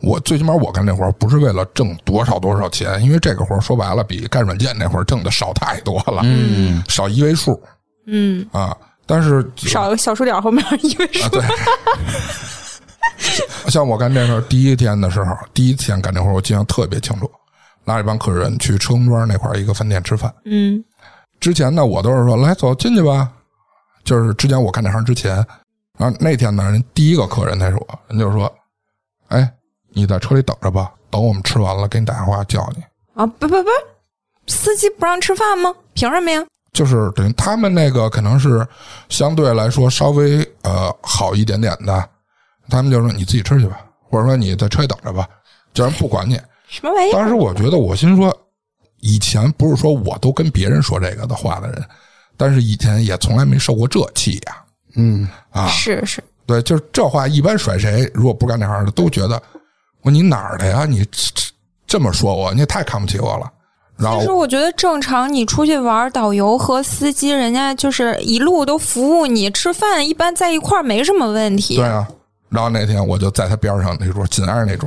[SPEAKER 2] 我，最起码我干这活儿不是为了挣多少多少钱，因为这个活儿说白了比干软件那会儿挣的少太多了，
[SPEAKER 1] 嗯，
[SPEAKER 2] 少一位数
[SPEAKER 4] 嗯，
[SPEAKER 2] 啊。但是
[SPEAKER 4] 少个小数点后面一位数
[SPEAKER 2] 啊，，对。像我干这个第一天的时候，第一天干这活儿，我记得特别清楚，拉着一帮客人去车公庄那块儿一个饭店吃饭。
[SPEAKER 4] 嗯
[SPEAKER 2] 之前呢，我都是说来走进去吧，就是之前我干这行之前，然后那天呢，人第一个客人他说，人就说，哎，你在车里等着吧，等我们吃完了给你打电话叫你。
[SPEAKER 4] 啊，不不不，司机不让吃饭吗？凭什么呀？
[SPEAKER 2] 就是等于他们那个可能是相对来说稍微呃好一点点的，他们就说你自己吃去吧，或者说你在车里等着吧，叫人不管你。
[SPEAKER 4] 什么玩意儿？
[SPEAKER 2] 当时我觉得我心说，以前不是说我都跟别人说这个的话的人，但是以前也从来没受过这气呀、
[SPEAKER 3] 嗯，
[SPEAKER 2] 啊
[SPEAKER 4] 是是，
[SPEAKER 2] 对，就是这话一般甩谁，如果不干这行的都觉得我你哪儿的呀？你这这这么说我，你也太看不起啊我了。然后
[SPEAKER 4] 其实我觉得正常，你出去玩儿，导游和司机人家就是一路都服务你，吃饭一般在一块儿没什么问题
[SPEAKER 2] 对。啊，然后那天我就在他边上那桌，紧挨着那桌，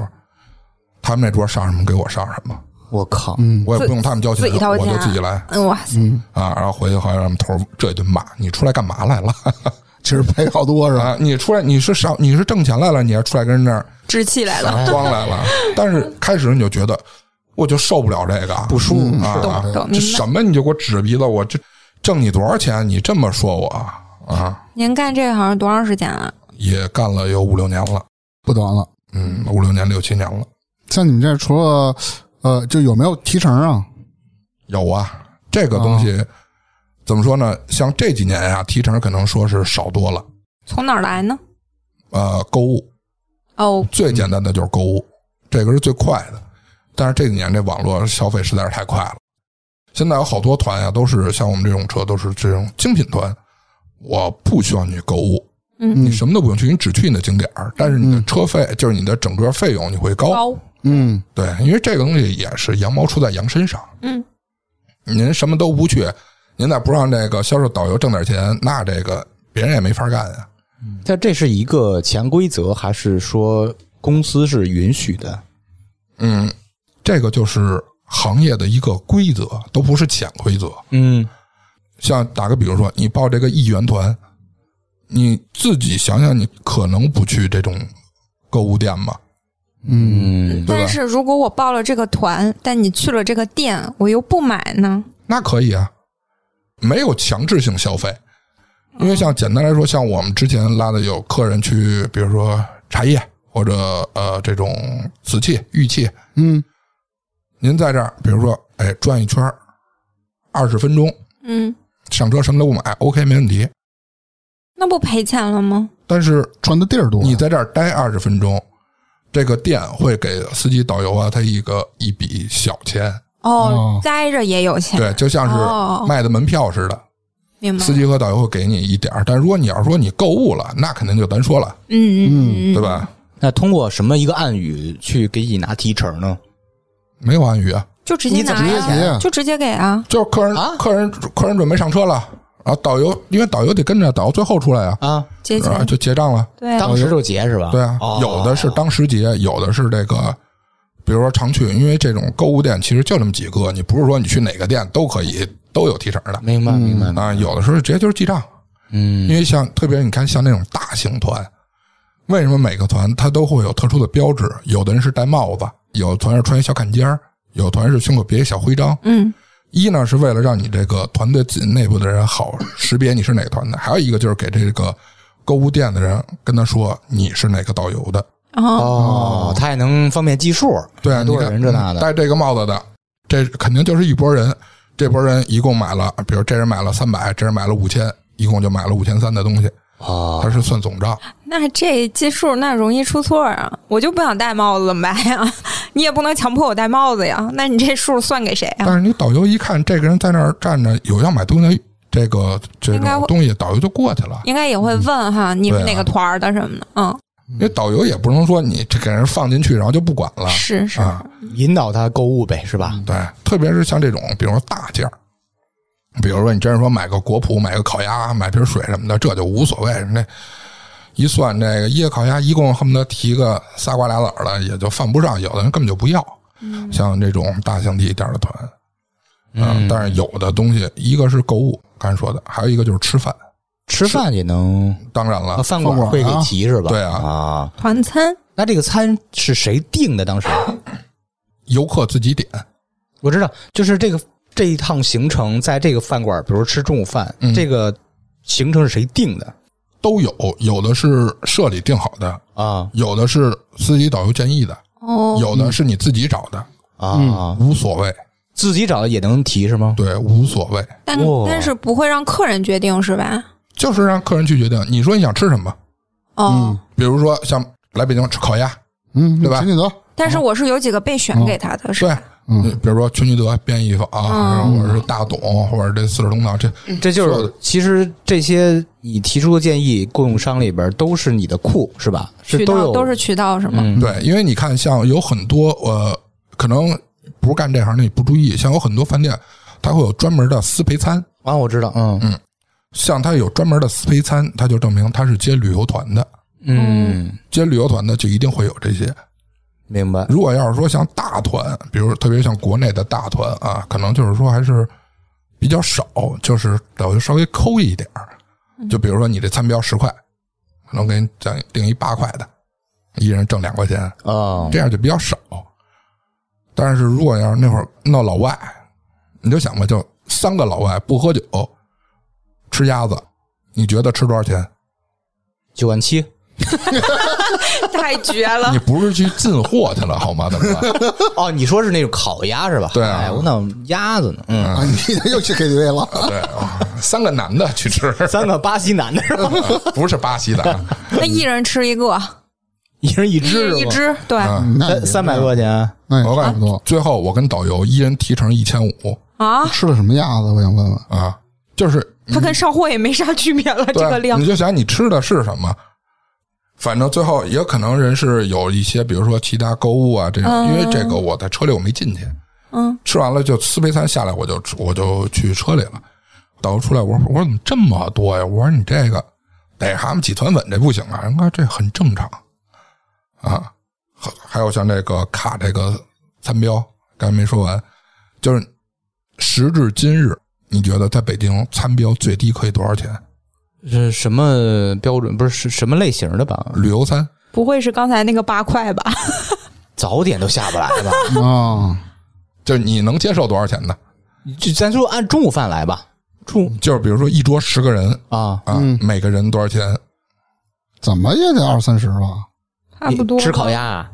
[SPEAKER 2] 他们那桌上什么给我上什么，
[SPEAKER 1] 我靠，
[SPEAKER 2] 我也不用他们交钱
[SPEAKER 4] 嗯自，己掏
[SPEAKER 2] 我
[SPEAKER 4] 钱
[SPEAKER 2] 就
[SPEAKER 4] 啊
[SPEAKER 2] 自己来
[SPEAKER 4] 嗯，哇塞，
[SPEAKER 2] 啊。然后回去好像让他们头儿这一顿骂，你出来干嘛来了？ [LAUGHS]
[SPEAKER 3] 其实赔好多是吧？
[SPEAKER 2] 啊，你出来你是上你是挣钱来了，你还出来跟人那儿
[SPEAKER 4] 置气来了，
[SPEAKER 2] 装来 [LAUGHS] 了？但是开始你就觉得我就受不了这个，
[SPEAKER 1] 不舒服，
[SPEAKER 2] 啊
[SPEAKER 4] 懂懂
[SPEAKER 2] 这
[SPEAKER 4] 明白
[SPEAKER 2] 什么你就给我指着鼻子，我这挣你多少钱？你这么说我啊，
[SPEAKER 4] 您干这行多长时间啊了？
[SPEAKER 2] 也干了有五六年了，
[SPEAKER 3] 不短了。
[SPEAKER 2] 嗯，五六年六七年了，
[SPEAKER 3] 像你们这除了呃，就有没有提成啊？
[SPEAKER 2] 有啊。这个东西、怎么说呢？像这几年呀、提成可能说是少多了。
[SPEAKER 4] 从哪儿来呢？
[SPEAKER 2] 呃，购物
[SPEAKER 4] 哦，
[SPEAKER 2] 最简单的就是购物，这个是最快的。但是这几年这网络消费实在是太快了，现在有好多团呀、啊都是像我们这种车都是这种精品团，我不需要你购物，
[SPEAKER 4] 嗯
[SPEAKER 2] 你什么都不用去，你只去你的景点儿，但是你的车费、就是你的整个费用你会高，
[SPEAKER 4] 高，
[SPEAKER 3] 嗯，
[SPEAKER 2] 对，因为这个东西也是羊毛出在羊身上，
[SPEAKER 4] 嗯，
[SPEAKER 2] 您什么都不去，您再不让这个销售导游挣点钱，那这个别人也没法干啊呀、
[SPEAKER 1] 但这是一个潜规则，还是说公司是允许的？
[SPEAKER 2] 嗯，这个就是行业的一个规则，都不是潜规则。
[SPEAKER 1] 嗯，
[SPEAKER 2] 像打个比如说，你报这个一元团，你自己想想，你可能不去这种购物店吗？
[SPEAKER 1] 嗯，
[SPEAKER 4] 但是如果我报了这个团，但你去了这个店，我又不买呢？
[SPEAKER 2] 那可以啊，没有强制性消费，因为像简单来说，像我们之前拉的有客人去，比如说茶叶或者呃这种瓷器、玉器，
[SPEAKER 3] 嗯，
[SPEAKER 2] 您在这儿，比如说哎转一圈二十分钟，
[SPEAKER 4] 嗯，
[SPEAKER 2] 上车什么都不买，OK 没问题。
[SPEAKER 4] 那不赔钱了吗？
[SPEAKER 2] 但是
[SPEAKER 3] 穿的地儿多。
[SPEAKER 2] 你在这儿待二十分钟，这个店会给司机导游啊，他一个一笔小钱，
[SPEAKER 4] 哦
[SPEAKER 3] 哦，
[SPEAKER 4] 待着也有钱，
[SPEAKER 2] 对，就像
[SPEAKER 4] 哦
[SPEAKER 2] 是
[SPEAKER 4] 嗯
[SPEAKER 2] 卖的门票似的，
[SPEAKER 4] 明白
[SPEAKER 2] 司？机和导游会给你一点儿。但如果你要是说你购物了，那肯定就咱说了，
[SPEAKER 4] 嗯嗯嗯，
[SPEAKER 2] 对吧？
[SPEAKER 6] 那通过什么一个暗语去给你拿提成呢？
[SPEAKER 2] 没有暗语啊，
[SPEAKER 4] 就直接
[SPEAKER 6] 你怎么
[SPEAKER 4] 拿
[SPEAKER 6] 直接
[SPEAKER 3] 钱
[SPEAKER 4] 呀、
[SPEAKER 3] 啊
[SPEAKER 4] 就直接给啊。
[SPEAKER 2] 就是客人、
[SPEAKER 6] 啊
[SPEAKER 2] 客人客人准备上车了，然后导游因为导游得跟着，导游最后出来啊，
[SPEAKER 6] 啊，
[SPEAKER 4] 结钱
[SPEAKER 2] 然后就结账了。
[SPEAKER 4] 对啊，
[SPEAKER 6] 当时就结是吧？
[SPEAKER 2] 对啊，
[SPEAKER 6] 哦
[SPEAKER 2] 有的是当时结，有的是这个，比如说常去，因为这种购物店其实就那么几个，你不是说你去哪个店都可以都有提成的
[SPEAKER 6] 明白明白，
[SPEAKER 2] 啊。有的时候直接就是记账，
[SPEAKER 6] 嗯
[SPEAKER 2] 因为像特别你看像那种大型团，为什么每个团它都会有特殊的标志？有的人是戴帽子，有团是穿一小坎肩儿，有团是胸口别一小徽章。
[SPEAKER 4] 嗯，
[SPEAKER 2] 一呢是为了让你这个团队自己内部的人好识别你是哪个团的，还有一个就是给这个购物店的人跟他说你是哪个导游的。
[SPEAKER 4] 然后
[SPEAKER 2] 嗯
[SPEAKER 6] 哦，他也能方便计数，
[SPEAKER 2] 对啊，你
[SPEAKER 6] 多少
[SPEAKER 2] 看
[SPEAKER 6] 人这那的
[SPEAKER 2] 戴这个帽子的，这肯定就是一拨人。这拨人一共买了，比如这人买了三百，这人买了五千，一共就买了五千三的东西，
[SPEAKER 6] 哦
[SPEAKER 2] 他是算总账。
[SPEAKER 4] 那这计数那容易出错啊！我就不想戴帽子，怎么办呀？ [LAUGHS] 你也不能强迫我戴帽子呀。那你这数算给谁啊呀？
[SPEAKER 2] 但是你导游一看这个人在那儿站着，有要买东西，这个这
[SPEAKER 4] 应该
[SPEAKER 2] 种
[SPEAKER 4] 会
[SPEAKER 2] 东西，导游就过去了。
[SPEAKER 4] 应该也会问哈，你们
[SPEAKER 2] 对啊
[SPEAKER 4] 哪个团儿的什么的？嗯，
[SPEAKER 2] 因为导游也不能说你这给人放进去，然后就不管了
[SPEAKER 4] 是是，
[SPEAKER 2] 啊。
[SPEAKER 6] 引导他购物呗，是吧？
[SPEAKER 2] 对，特别是像这种，比如说大件儿，比如说你真是说买个果脯、买个烤鸭、买瓶水什么的，这就无所谓。那一算，这个一个烤鸭一共恨不得提个仨瓜俩枣儿的，也就犯不上。有的人根本就不要，像这种大型地一点的团，嗯，但是有的东西，一个是购物，刚才说的，还有一个就是吃饭。
[SPEAKER 6] 吃饭也能，
[SPEAKER 2] 当然了，
[SPEAKER 6] 啊饭
[SPEAKER 3] 馆
[SPEAKER 6] 馆会给
[SPEAKER 3] 啊
[SPEAKER 6] 提是吧？
[SPEAKER 2] 对啊
[SPEAKER 6] 啊，
[SPEAKER 4] 团餐
[SPEAKER 6] 那这个餐是谁定的？
[SPEAKER 2] [LAUGHS]
[SPEAKER 6] 当时
[SPEAKER 2] 游客自己点，
[SPEAKER 6] 我知道，就是这个这一趟行程，在这个饭馆，比如吃中午饭，
[SPEAKER 2] 嗯
[SPEAKER 6] 这个行程是谁定的
[SPEAKER 2] 都有，有的是社里定好的，
[SPEAKER 6] 啊
[SPEAKER 2] 有的是司机导游建议的，
[SPEAKER 4] 哦，
[SPEAKER 2] 有的是你自己找的，
[SPEAKER 6] 啊？
[SPEAKER 2] 无所谓。
[SPEAKER 6] 自己找的也能提是吗？
[SPEAKER 2] 对，无所谓，
[SPEAKER 4] 但
[SPEAKER 6] 哇
[SPEAKER 4] 但是不会让客人决定是吧？
[SPEAKER 2] 就是让客人去决定。你说你想吃什么？
[SPEAKER 4] 哦，
[SPEAKER 2] 比如说像来北京吃烤鸭，
[SPEAKER 3] 嗯，
[SPEAKER 2] 对吧
[SPEAKER 3] 请你走，
[SPEAKER 4] 但是我是有几个备选给他的，是
[SPEAKER 2] 对
[SPEAKER 4] 吧？，
[SPEAKER 3] 嗯
[SPEAKER 2] 比如说全聚德、便宜坊，
[SPEAKER 4] 嗯
[SPEAKER 2] 啊或者是大董，或者这四世同堂，这
[SPEAKER 1] 这就
[SPEAKER 2] 说
[SPEAKER 1] 是
[SPEAKER 2] 的
[SPEAKER 1] 其实这些你提出的建议，供应商里边都是你的库是吧？
[SPEAKER 4] 渠
[SPEAKER 1] 是都
[SPEAKER 4] 道
[SPEAKER 1] 有
[SPEAKER 4] 都是渠道是吗？
[SPEAKER 1] 嗯
[SPEAKER 2] 对，因为你看，像有很多呃，可能不是干这行的你不注意，像有很多饭店，它会有专门的私陪餐，
[SPEAKER 6] 啊，我知道，嗯
[SPEAKER 2] 像它有专门的私陪餐，它就证明它是接旅游团的，
[SPEAKER 4] 哦
[SPEAKER 6] 嗯，
[SPEAKER 2] 接旅游团的就一定会有这些。
[SPEAKER 6] 明白。
[SPEAKER 2] 如果要是说像大团，比如特别像国内的大团啊，可能就是说还是比较少，就是导游稍微抠一点儿。就比如说你这餐标十块，可能给你讲定一八块的，一人挣两块钱，
[SPEAKER 6] 啊，
[SPEAKER 2] 这样就比较少。但是如果要是那会儿闹老外，你就想吧，就三个老外不喝酒，吃鸭子，你觉得吃多少钱？
[SPEAKER 6] 九万七，
[SPEAKER 4] [LAUGHS] 太绝了
[SPEAKER 2] 你！不是去进货去了好吗？怎么办？
[SPEAKER 6] [LAUGHS] 哦，你说是那种烤鸭是吧？
[SPEAKER 2] 对啊
[SPEAKER 6] 哎，我那鸭子呢？嗯，
[SPEAKER 3] 啊，你这又去 KTV [LAUGHS] 了，
[SPEAKER 2] 对，三个男的去吃，
[SPEAKER 6] 三个巴西男的是吧？
[SPEAKER 2] 不是巴西的啊，
[SPEAKER 4] 那一人吃一个，
[SPEAKER 6] [LAUGHS] 一人一
[SPEAKER 4] 一
[SPEAKER 6] 只
[SPEAKER 4] 人
[SPEAKER 6] 是
[SPEAKER 4] 一
[SPEAKER 6] 吧，
[SPEAKER 4] 只，对，
[SPEAKER 2] 嗯
[SPEAKER 1] 呃
[SPEAKER 3] 那
[SPEAKER 6] 三
[SPEAKER 3] 你
[SPEAKER 6] 三百多块钱。啊
[SPEAKER 3] 那
[SPEAKER 2] 我
[SPEAKER 3] 也差
[SPEAKER 2] 感
[SPEAKER 3] 不多
[SPEAKER 2] 觉。最后我跟导游一人提成一千五
[SPEAKER 4] 啊，
[SPEAKER 3] 吃了什么鸭子？我想问问。 [LAUGHS]
[SPEAKER 2] 啊，就是
[SPEAKER 4] 它跟上货也没啥区别了， [LAUGHS] 这
[SPEAKER 2] 对，啊
[SPEAKER 4] 个量
[SPEAKER 2] 你就想你吃的是什么。反正最后也可能人是有一些，比如说其他购物啊这种，
[SPEAKER 4] 嗯
[SPEAKER 2] 因为这个我在车里我没进去，
[SPEAKER 4] 嗯，
[SPEAKER 2] 吃完了就四杯餐下来，我就吃我就去车里了。导游出来，我说我说怎么这么多呀？我说你这个逮蛤蟆起团粉这不行啊，人家这很正常啊。还还有像这个卡这个餐标，刚才没说完，就是时至今日，你觉得在北京餐标最低可以多少钱？
[SPEAKER 1] 是什么标准？不是是什么类型的吧？
[SPEAKER 2] 旅游餐
[SPEAKER 4] 不会是刚才那个八块吧？
[SPEAKER 6] 早点都下不来吧？
[SPEAKER 3] 啊，
[SPEAKER 2] 就是你能接受多少钱的？
[SPEAKER 6] [LAUGHS] 就咱就按中午饭来吧。中
[SPEAKER 2] 就是比如说一桌十个人
[SPEAKER 6] 啊，
[SPEAKER 2] 啊，
[SPEAKER 3] 嗯
[SPEAKER 2] 每个人多少钱？
[SPEAKER 3] 怎么也得二三十吧？
[SPEAKER 4] 差不多，
[SPEAKER 6] 吃烤鸭啊，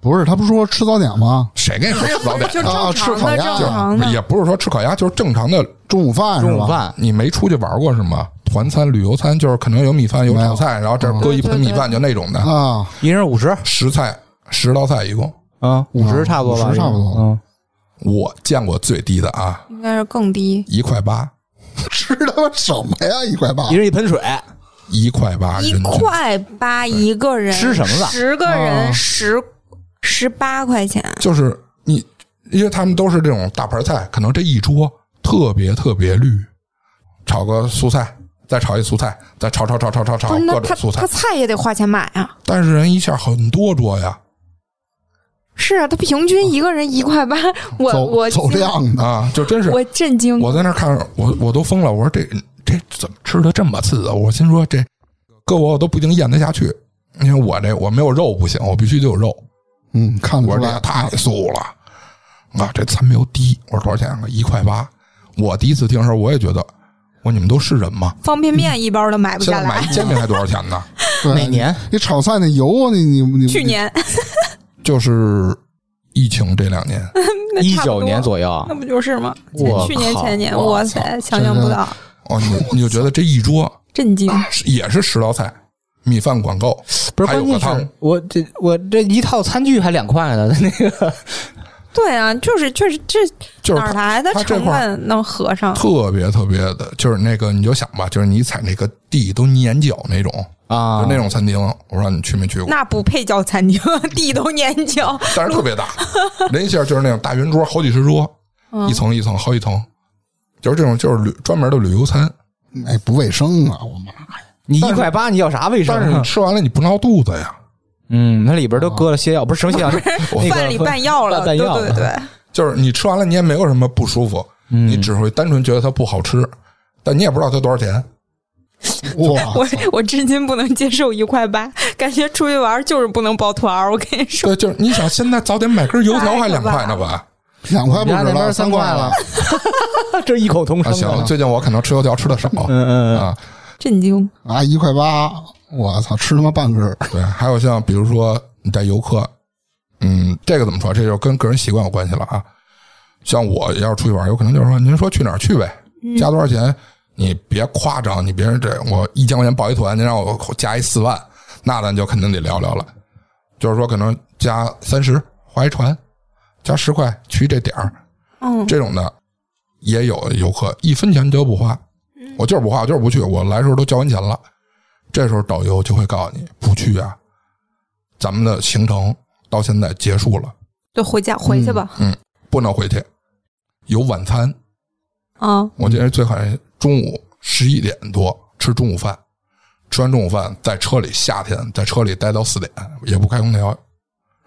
[SPEAKER 3] 不是，他不是说吃早点吗？
[SPEAKER 2] 谁
[SPEAKER 3] [LAUGHS]
[SPEAKER 2] 跟你说吃早点？
[SPEAKER 4] 就正
[SPEAKER 3] 啊吃
[SPEAKER 4] 常
[SPEAKER 3] 烤
[SPEAKER 4] 的，
[SPEAKER 3] 鸭
[SPEAKER 4] 正常的，
[SPEAKER 2] 也不是说吃烤鸭，就是正常的。
[SPEAKER 3] 中午饭是吧？
[SPEAKER 6] 中午饭
[SPEAKER 2] 你没出去玩过是吗？团餐、旅游餐就是可能有米饭、有炒菜，然后这儿
[SPEAKER 3] 嗯
[SPEAKER 2] 搁一盆米饭，就那种的。
[SPEAKER 3] [LAUGHS] 啊，
[SPEAKER 1] 一人五十
[SPEAKER 2] 十菜十道菜一共，
[SPEAKER 1] 啊，五十差不多吧，
[SPEAKER 3] 50差不多
[SPEAKER 1] 嗯，
[SPEAKER 2] 我见过最低的啊，
[SPEAKER 4] 应该是更低。
[SPEAKER 2] 一块八。
[SPEAKER 3] 吃他妈什么呀？一块八
[SPEAKER 1] 一人一盆水，
[SPEAKER 2] 一块八
[SPEAKER 4] 一
[SPEAKER 2] 人均，
[SPEAKER 4] 块八一个人，
[SPEAKER 1] 吃什么了
[SPEAKER 4] 十个
[SPEAKER 3] 啊
[SPEAKER 4] 人十十八块钱，
[SPEAKER 2] 就是你，因为他们都是这种大盘菜，可能这一桌特别特别绿，炒个蔬菜，再炒一蔬菜，再炒炒炒炒炒炒
[SPEAKER 4] 不哦是那
[SPEAKER 2] 各
[SPEAKER 4] 他
[SPEAKER 2] 种蔬
[SPEAKER 4] 他
[SPEAKER 2] 菜，
[SPEAKER 4] 菜也得花钱买啊。
[SPEAKER 2] 但是人一下很多桌呀
[SPEAKER 4] 是啊，他平均一个人一块八，我
[SPEAKER 3] 走
[SPEAKER 4] 我
[SPEAKER 3] 走量的，
[SPEAKER 2] 啊，就真是
[SPEAKER 4] 我震惊，
[SPEAKER 2] 我在那儿看，我我都疯了，我说这这怎么吃的这么次啊？我心说这搁我我都不一定咽得下去，因为我这我没有肉不行，我必须得有肉，
[SPEAKER 3] 嗯，看得
[SPEAKER 2] 我
[SPEAKER 3] 出
[SPEAKER 2] 说这也
[SPEAKER 3] 来，
[SPEAKER 2] 太素了啊！这餐没有低，我说多少钱啊？一块八。我第一次听的时候，我也觉得，我你们都是人吗？
[SPEAKER 4] 方便面一包都买不
[SPEAKER 2] 现
[SPEAKER 4] 下
[SPEAKER 2] 在买
[SPEAKER 4] 来
[SPEAKER 2] 一。煎饼才多少钱呢？ [LAUGHS]
[SPEAKER 3] 对
[SPEAKER 6] 哪年
[SPEAKER 3] 你炒菜那油，啊你你你
[SPEAKER 4] 去年
[SPEAKER 2] 就是疫情这两年，
[SPEAKER 4] 那
[SPEAKER 1] 一
[SPEAKER 4] 差不
[SPEAKER 1] 九
[SPEAKER 4] 多
[SPEAKER 1] 年左右
[SPEAKER 4] 那，不就是吗？
[SPEAKER 1] 我
[SPEAKER 4] 去年
[SPEAKER 1] 靠
[SPEAKER 4] 前年，
[SPEAKER 1] 我
[SPEAKER 4] 哇塞，想象不到，
[SPEAKER 2] 哦，
[SPEAKER 4] [LAUGHS]
[SPEAKER 2] 你你就觉得这一桌
[SPEAKER 4] 震惊！
[SPEAKER 2] 是也是十道菜，米饭管够，
[SPEAKER 1] 不是
[SPEAKER 2] 还有
[SPEAKER 1] 关
[SPEAKER 2] 个
[SPEAKER 1] 键
[SPEAKER 2] 汤
[SPEAKER 1] 是，我这我这一套餐具还两块呢，那个
[SPEAKER 4] 对啊，就是确实这
[SPEAKER 2] 就是
[SPEAKER 4] 哪儿来的
[SPEAKER 2] 他这
[SPEAKER 4] 成
[SPEAKER 2] 块儿
[SPEAKER 4] 本能合上？
[SPEAKER 2] 特别特别的，就是那个你就想吧，就是你踩那个地都粘脚那种，
[SPEAKER 1] 啊 [LAUGHS]
[SPEAKER 2] 就那种餐厅，我不知道你去没去过，
[SPEAKER 4] 那不配叫餐厅， [LAUGHS] 地都粘脚。
[SPEAKER 2] 但是特别大，人一下就是那种大圆桌，好几十桌，
[SPEAKER 4] 嗯
[SPEAKER 2] 一层一层好几层，就是这种就是旅专门的旅游餐，
[SPEAKER 3] 哎不卫生啊！我妈，
[SPEAKER 1] 你一块八，你要啥卫生
[SPEAKER 2] 但是
[SPEAKER 1] 啊
[SPEAKER 2] 你？吃完了你不闹肚子呀，
[SPEAKER 1] 嗯，它里边都搁了泻药，不是什么泻药，那个
[SPEAKER 4] 饭里拌药了，
[SPEAKER 1] [LAUGHS] 拌
[SPEAKER 4] 对
[SPEAKER 1] 药
[SPEAKER 4] 对
[SPEAKER 1] 了
[SPEAKER 4] 对，
[SPEAKER 2] 就是你吃完了你也没有什么不舒服，
[SPEAKER 1] 嗯
[SPEAKER 2] 你只会单纯觉得它不好吃，但你也不知道它多少钱，
[SPEAKER 3] 哇
[SPEAKER 4] [LAUGHS] 我，我至今不能接受一块八，感觉出去玩就是不能抱团儿。我跟你说，
[SPEAKER 2] [LAUGHS] 对，就是你想现在早点买根油条还
[SPEAKER 4] 太
[SPEAKER 2] 两
[SPEAKER 4] 可怕
[SPEAKER 2] 块呢吧。
[SPEAKER 3] 两块不
[SPEAKER 1] 我们家
[SPEAKER 3] 止
[SPEAKER 1] 那边
[SPEAKER 3] 了，
[SPEAKER 1] 儿
[SPEAKER 3] 三
[SPEAKER 1] 三
[SPEAKER 3] 块
[SPEAKER 1] 块
[SPEAKER 3] 了
[SPEAKER 1] 了，这一口通
[SPEAKER 2] 啊，
[SPEAKER 1] 声
[SPEAKER 2] 行，
[SPEAKER 1] 啊。
[SPEAKER 2] 最近我可能吃油条吃的少，
[SPEAKER 1] 嗯嗯嗯，
[SPEAKER 2] 啊，
[SPEAKER 4] 震惊！
[SPEAKER 3] 啊，一块八，我操，吃他妈半根儿， [LAUGHS]
[SPEAKER 2] 对，还有像比如说你带游客，嗯，这个怎么说？这就跟个人习惯有关系了啊。像我要是出去玩，有可能就是说，您说去哪儿去呗，加多少钱？你别夸张，你别这我一千块钱报一团，您让我加一四万，那咱就肯定得聊聊了。就是说，可能加三十划一船，加十块去这点儿，
[SPEAKER 4] 嗯，
[SPEAKER 2] 这种的也有游客一分钱都不花，我就是不花，我就是不去，我来时候都交完钱了。这时候导游就会告诉你，不去啊，咱们的行程到现在结束了，
[SPEAKER 4] 就回家回去吧。
[SPEAKER 2] 不能回去。有晚餐，
[SPEAKER 4] 啊，
[SPEAKER 2] 我记得最好像中午十一点多吃中午饭，吃完中午饭在车里，夏天在车里待到四点，也不开空调，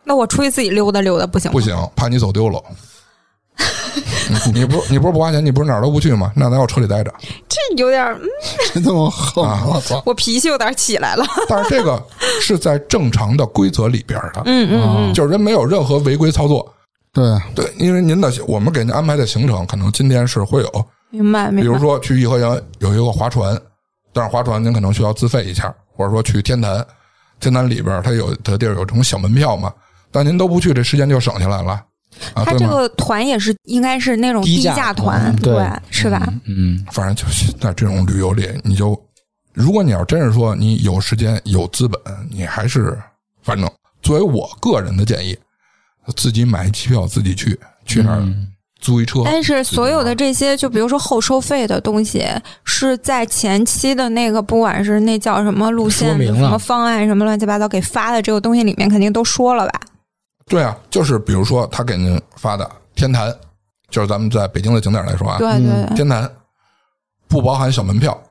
[SPEAKER 4] 那我出去自己溜达溜达不行吗
[SPEAKER 2] 不，行，怕你走丢了。你你不是你不是不花钱，你不是哪儿都不去吗？那咱要车里待着。
[SPEAKER 4] 这有点儿，嗯
[SPEAKER 3] 真他妈横！
[SPEAKER 2] 啊
[SPEAKER 3] 我操，
[SPEAKER 4] 我脾气有点儿起来了。
[SPEAKER 2] 但是这个是在正常的规则里边儿的，
[SPEAKER 4] 嗯嗯嗯，
[SPEAKER 2] 就是人没有任何违规操作。
[SPEAKER 3] 对，
[SPEAKER 2] 对，因为您的我们给您安排的行程，可能今天是会有，
[SPEAKER 4] 明白
[SPEAKER 2] 比
[SPEAKER 4] 明
[SPEAKER 2] 如
[SPEAKER 4] 白。
[SPEAKER 2] 说去颐和园有一个划船，但是划船您可能需要自费一下，或者说去天坛，天坛里边儿它有的地儿有这种小门票嘛，但您都不去，这时间就省下来了啊，
[SPEAKER 4] 他
[SPEAKER 2] 对
[SPEAKER 4] 这
[SPEAKER 2] 吗？
[SPEAKER 4] 个团也是应该是那种
[SPEAKER 1] 低
[SPEAKER 4] 低
[SPEAKER 1] 价
[SPEAKER 4] 价
[SPEAKER 1] 团，
[SPEAKER 4] 团
[SPEAKER 1] 对
[SPEAKER 4] 是吧？
[SPEAKER 1] 嗯，
[SPEAKER 2] 反正就是在这种旅游里，你就如果你要真是说你有时间有资本，你还是反正作为我个人的建议，自己买机票自己去，去那儿租一车。
[SPEAKER 4] 但是所有的这些，就比如说后收费的东西，是在前期的那个，不管是那叫什么路线、
[SPEAKER 6] 说明
[SPEAKER 4] 什
[SPEAKER 6] 了
[SPEAKER 4] 么方案、什么乱七八糟给发的这个东西里面，肯定都说了吧？
[SPEAKER 2] 对啊，就是比如说他给您发的天坛，就是咱们在北京的景点来说啊，
[SPEAKER 4] 对对对，
[SPEAKER 2] 天坛不包含小门票，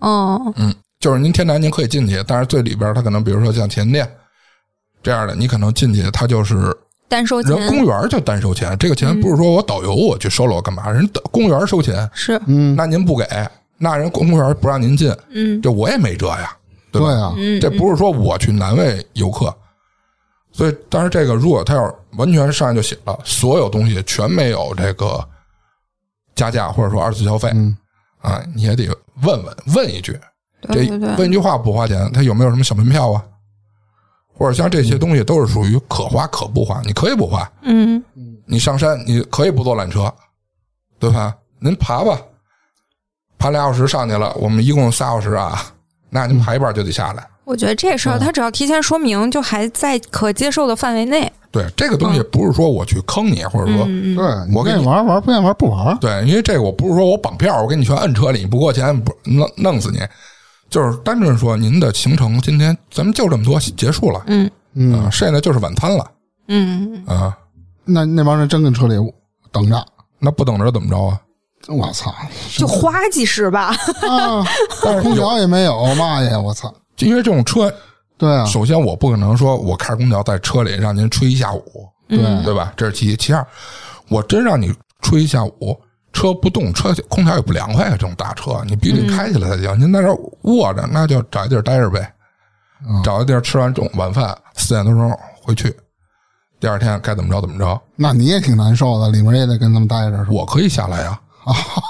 [SPEAKER 4] 嗯，
[SPEAKER 2] 嗯，就是您天坛您可以进去，但是最里边儿它可能比如说像前店这样的，你可能进去它就是
[SPEAKER 4] 单收
[SPEAKER 2] 人公
[SPEAKER 4] 钱嗯
[SPEAKER 2] 园儿就单收钱，这个钱不是说我导游我去收了我干嘛？人导公园儿收钱，
[SPEAKER 4] 是，
[SPEAKER 3] 嗯，
[SPEAKER 2] 那您不给，那人公园儿不让您进，
[SPEAKER 4] 嗯
[SPEAKER 2] 这我也没辙呀，对
[SPEAKER 3] 对
[SPEAKER 2] 吧？
[SPEAKER 3] 啊，
[SPEAKER 4] 嗯，
[SPEAKER 2] 这不是说我去难为游客，所以但是这个如果他要是完全上来就写了所有东西全没有这个加价或者说二次消费，
[SPEAKER 3] 嗯
[SPEAKER 2] 啊，你也得问问问一句，这
[SPEAKER 4] 嗯对对对
[SPEAKER 2] 问一句话不花钱，他有没有什么小门票啊？或者像这些东西都是属于可花可不花，你可以不花，
[SPEAKER 4] 嗯，
[SPEAKER 2] 你上山你可以不坐缆车，对吧？您爬吧，爬俩小时上去了，我们一共仨小时啊，那
[SPEAKER 4] 嗯
[SPEAKER 2] 您爬一半就得下来。
[SPEAKER 4] 我觉得这
[SPEAKER 2] 啊
[SPEAKER 4] 事儿他只要提前说明，就还在可接受的范围内。
[SPEAKER 2] 对，这个东西不是说我去坑你，或者说、
[SPEAKER 4] 嗯嗯嗯，
[SPEAKER 3] 对，
[SPEAKER 2] 我给
[SPEAKER 3] 愿意
[SPEAKER 2] 你
[SPEAKER 3] 玩玩，不愿意玩不玩，
[SPEAKER 2] 对，因为这个我不是说我绑票，我给你全摁车里，你不给我钱不弄弄死你。就是单纯说您的行程今天咱们就这么多，结束了，
[SPEAKER 4] 嗯
[SPEAKER 2] 啊、
[SPEAKER 3] 嗯，
[SPEAKER 2] 剩下的就是晚餐了
[SPEAKER 4] 嗯，
[SPEAKER 2] 啊、
[SPEAKER 3] 那那帮人真跟车里等着，
[SPEAKER 2] 那不等着怎么着啊？
[SPEAKER 3] 我操， [LAUGHS]
[SPEAKER 4] 就花几十吧，
[SPEAKER 3] 啊，空调也没有，嘛也我操，
[SPEAKER 2] 因为这种车，
[SPEAKER 3] [LAUGHS] 对啊，
[SPEAKER 2] 首先我不可能说我开着空调在车里让您吹一下午，
[SPEAKER 3] 对，
[SPEAKER 2] 对吧？这是其一，其二，我真让你吹一下午，车不动，车空调也不凉快啊，这种大车你必须得开起来才
[SPEAKER 3] 嗯
[SPEAKER 2] 行。您在这儿卧着，那就找一地儿待着呗，
[SPEAKER 3] 嗯
[SPEAKER 2] 找一地儿吃完中晚饭，四点多钟回去，第二天该怎么着怎么着，
[SPEAKER 3] 那你也挺难受的，里面也得跟他们待着是吧？
[SPEAKER 2] 我可以下来啊呀、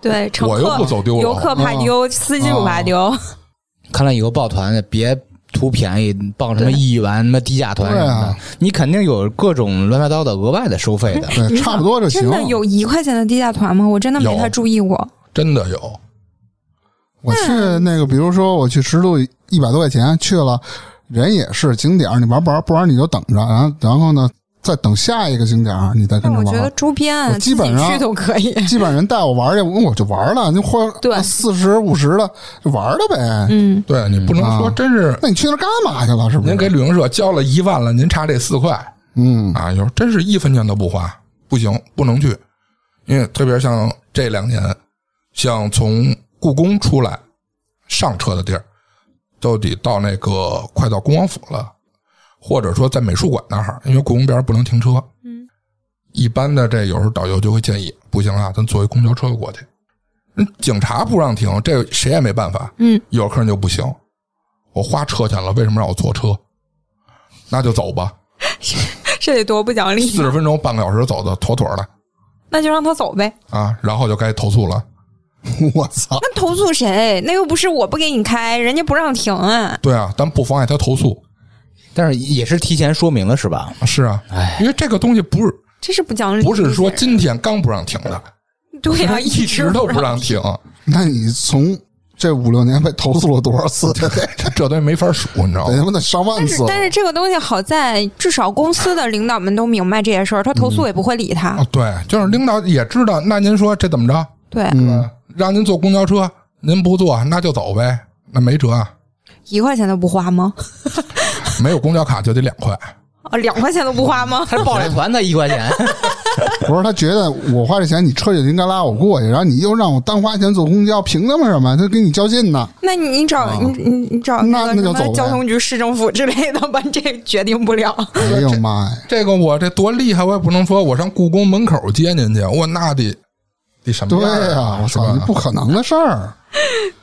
[SPEAKER 4] 对，乘
[SPEAKER 2] 哎我
[SPEAKER 4] 客
[SPEAKER 2] 又不走丢了啊
[SPEAKER 4] 游客怕丢，司机不怕丢，
[SPEAKER 6] 看来以后抱团的别图便宜，报什么一元、什么低价团什么的，
[SPEAKER 3] 对啊
[SPEAKER 6] 你肯定有各种乱七八糟的额外的收费的。
[SPEAKER 3] 对，差不多就行
[SPEAKER 4] 真。的有一块钱的低价团吗？我真的没
[SPEAKER 2] 有
[SPEAKER 4] 太注意过。
[SPEAKER 2] 真的有，
[SPEAKER 3] 我去
[SPEAKER 4] 嗯
[SPEAKER 3] 那个，比如说我去十渡一百多块钱去了，人也是景点儿，你玩不玩？不玩你就等着，然后然后呢，再等下一个景点儿，你再跟
[SPEAKER 4] 但
[SPEAKER 3] 着
[SPEAKER 4] 我觉得
[SPEAKER 3] 玩。
[SPEAKER 4] 周边啊
[SPEAKER 3] 我基本上
[SPEAKER 4] 自己去都可
[SPEAKER 2] [LAUGHS]
[SPEAKER 4] 以。
[SPEAKER 3] 基本上人带我玩儿去，我就玩儿了，你花
[SPEAKER 4] 对
[SPEAKER 3] 四十五十的就玩儿了呗。
[SPEAKER 4] 嗯，
[SPEAKER 2] 对你不能说
[SPEAKER 3] 啊
[SPEAKER 2] 真是。
[SPEAKER 3] 那你去那儿干嘛去了？是不是？
[SPEAKER 2] 您给旅行社交了一万了，您差这四块
[SPEAKER 3] 嗯
[SPEAKER 2] 啊，有时候真是一分钱都不花，不行，不能去，因为特别像这两年，像从故宫出来上车的地儿，都得到那个快到恭王府了，或者说在美术馆那儿，因为故宫边儿不能停车。嗯，一般的这有时候导游就会建议，不行啊，咱坐一公交车过去。人警察不让停，这谁也没办法。
[SPEAKER 4] 嗯，
[SPEAKER 2] 有客人就不行，我花车钱了，为什么让我坐车？那就走吧，
[SPEAKER 4] 这得多不讲理
[SPEAKER 2] 四，十分钟、半个小时走的妥妥的
[SPEAKER 4] 那就让他走呗。
[SPEAKER 2] 啊，然后就该投诉 [LAUGHS] 了。
[SPEAKER 3] 我操！
[SPEAKER 4] 那投诉谁？那又不是我不给你开，人家不让停啊。
[SPEAKER 2] 对啊，咱不妨碍他投诉。
[SPEAKER 6] 但是也是提前说明了是吧？
[SPEAKER 2] 是啊，因为这个东西不是
[SPEAKER 4] 这是不讲理，
[SPEAKER 2] 不是说今天刚不让停 [LAUGHS] 的，
[SPEAKER 4] 对啊，
[SPEAKER 2] 一直
[SPEAKER 4] 直
[SPEAKER 2] 都不让停，
[SPEAKER 3] 那你从这五六年被投诉了多
[SPEAKER 2] [LAUGHS]
[SPEAKER 3] 少次？得
[SPEAKER 2] 这东西没法数，你知道
[SPEAKER 3] 他
[SPEAKER 2] 吗？
[SPEAKER 3] 妈得上万
[SPEAKER 4] 但是
[SPEAKER 3] 次。
[SPEAKER 4] 但是这个东西好在，至少公司的领导们都明白这些事儿，他投诉也不会理他。
[SPEAKER 2] 啊，对，就是领导也知道，那您说这怎么着？呃
[SPEAKER 4] 对，
[SPEAKER 3] 嗯，
[SPEAKER 2] 让您坐公交车，您不坐，那就走呗，那没辙，啊，
[SPEAKER 4] 一块钱都不花吗？
[SPEAKER 2] 没有公交卡就得两块。 [LAUGHS]
[SPEAKER 4] 啊，两块钱都不花吗？
[SPEAKER 6] 他
[SPEAKER 4] [LAUGHS]
[SPEAKER 6] 是抱俩团才一块钱，
[SPEAKER 3] 不是他觉得我花这钱，你车就应该拉我过去，然后你又让我单花钱坐公交，凭什么什么？他跟你较
[SPEAKER 2] [LAUGHS]
[SPEAKER 3] 劲呢？
[SPEAKER 4] 那你你找、你你你找
[SPEAKER 3] 啊那
[SPEAKER 4] 个
[SPEAKER 3] 那
[SPEAKER 4] 什
[SPEAKER 3] 就走
[SPEAKER 4] 么
[SPEAKER 3] 呗
[SPEAKER 4] 交通局、市政府之类的吧，这决定不了。 [LAUGHS]
[SPEAKER 3] 哎呦妈呀！
[SPEAKER 2] 这个我这多厉害，我也不能说我上故宫门口接您去，我那得得什么
[SPEAKER 3] 对
[SPEAKER 2] 样啊？
[SPEAKER 3] 呀、我
[SPEAKER 2] 是
[SPEAKER 3] 操，
[SPEAKER 2] 吧
[SPEAKER 3] 这不可能的事儿，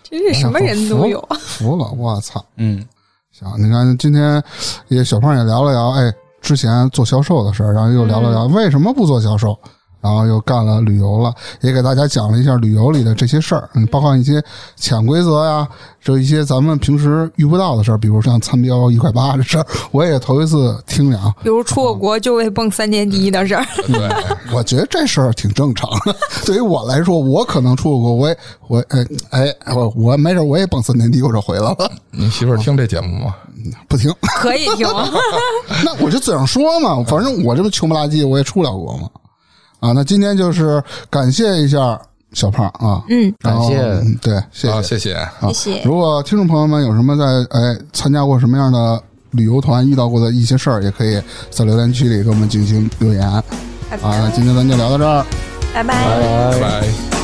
[SPEAKER 4] 真是什么人都有。
[SPEAKER 3] 服了，我操！
[SPEAKER 6] 嗯，
[SPEAKER 3] 行，啊你看今天也小胖也聊了聊，哎，之前做销售的事儿，然后又聊了聊为什么不做销售，然后又干了旅游了，也给大家讲了一下旅游里的这些事儿，嗯，包括一些潜规则呀，这一些咱们平时遇不到的事儿，比如像餐标一块八这事儿，我也头一次听讲，
[SPEAKER 4] 比如出过国就为蹦三年第一的事儿， [LAUGHS]
[SPEAKER 2] 对，
[SPEAKER 3] 我觉得这事儿挺正常的。 [LAUGHS] 对于我来说，我可能出国，我也我哎哎，我我没事，我也蹦三年地，我就回来了，
[SPEAKER 2] 你媳妇儿听这节目吗？
[SPEAKER 3] 不听。
[SPEAKER 4] 可以停。
[SPEAKER 3] [LAUGHS] 那我就嘴上说嘛，反正我这么穷不拉几，我也出不了国嘛。啊，那今天就是感谢一下小胖啊，
[SPEAKER 4] 嗯，
[SPEAKER 3] 然后
[SPEAKER 6] 感谢
[SPEAKER 3] 嗯对，谢
[SPEAKER 2] 啊，
[SPEAKER 3] 谢。
[SPEAKER 2] 谢谢。
[SPEAKER 4] 谢谢。
[SPEAKER 3] 如果听众朋友们有什么在哎参加过什么样的旅游团遇到过的一些事儿，也可以在留言区里给我们进行留言啊。
[SPEAKER 4] 好的
[SPEAKER 3] 那今天咱就聊到这儿。
[SPEAKER 4] 拜拜。
[SPEAKER 2] 拜拜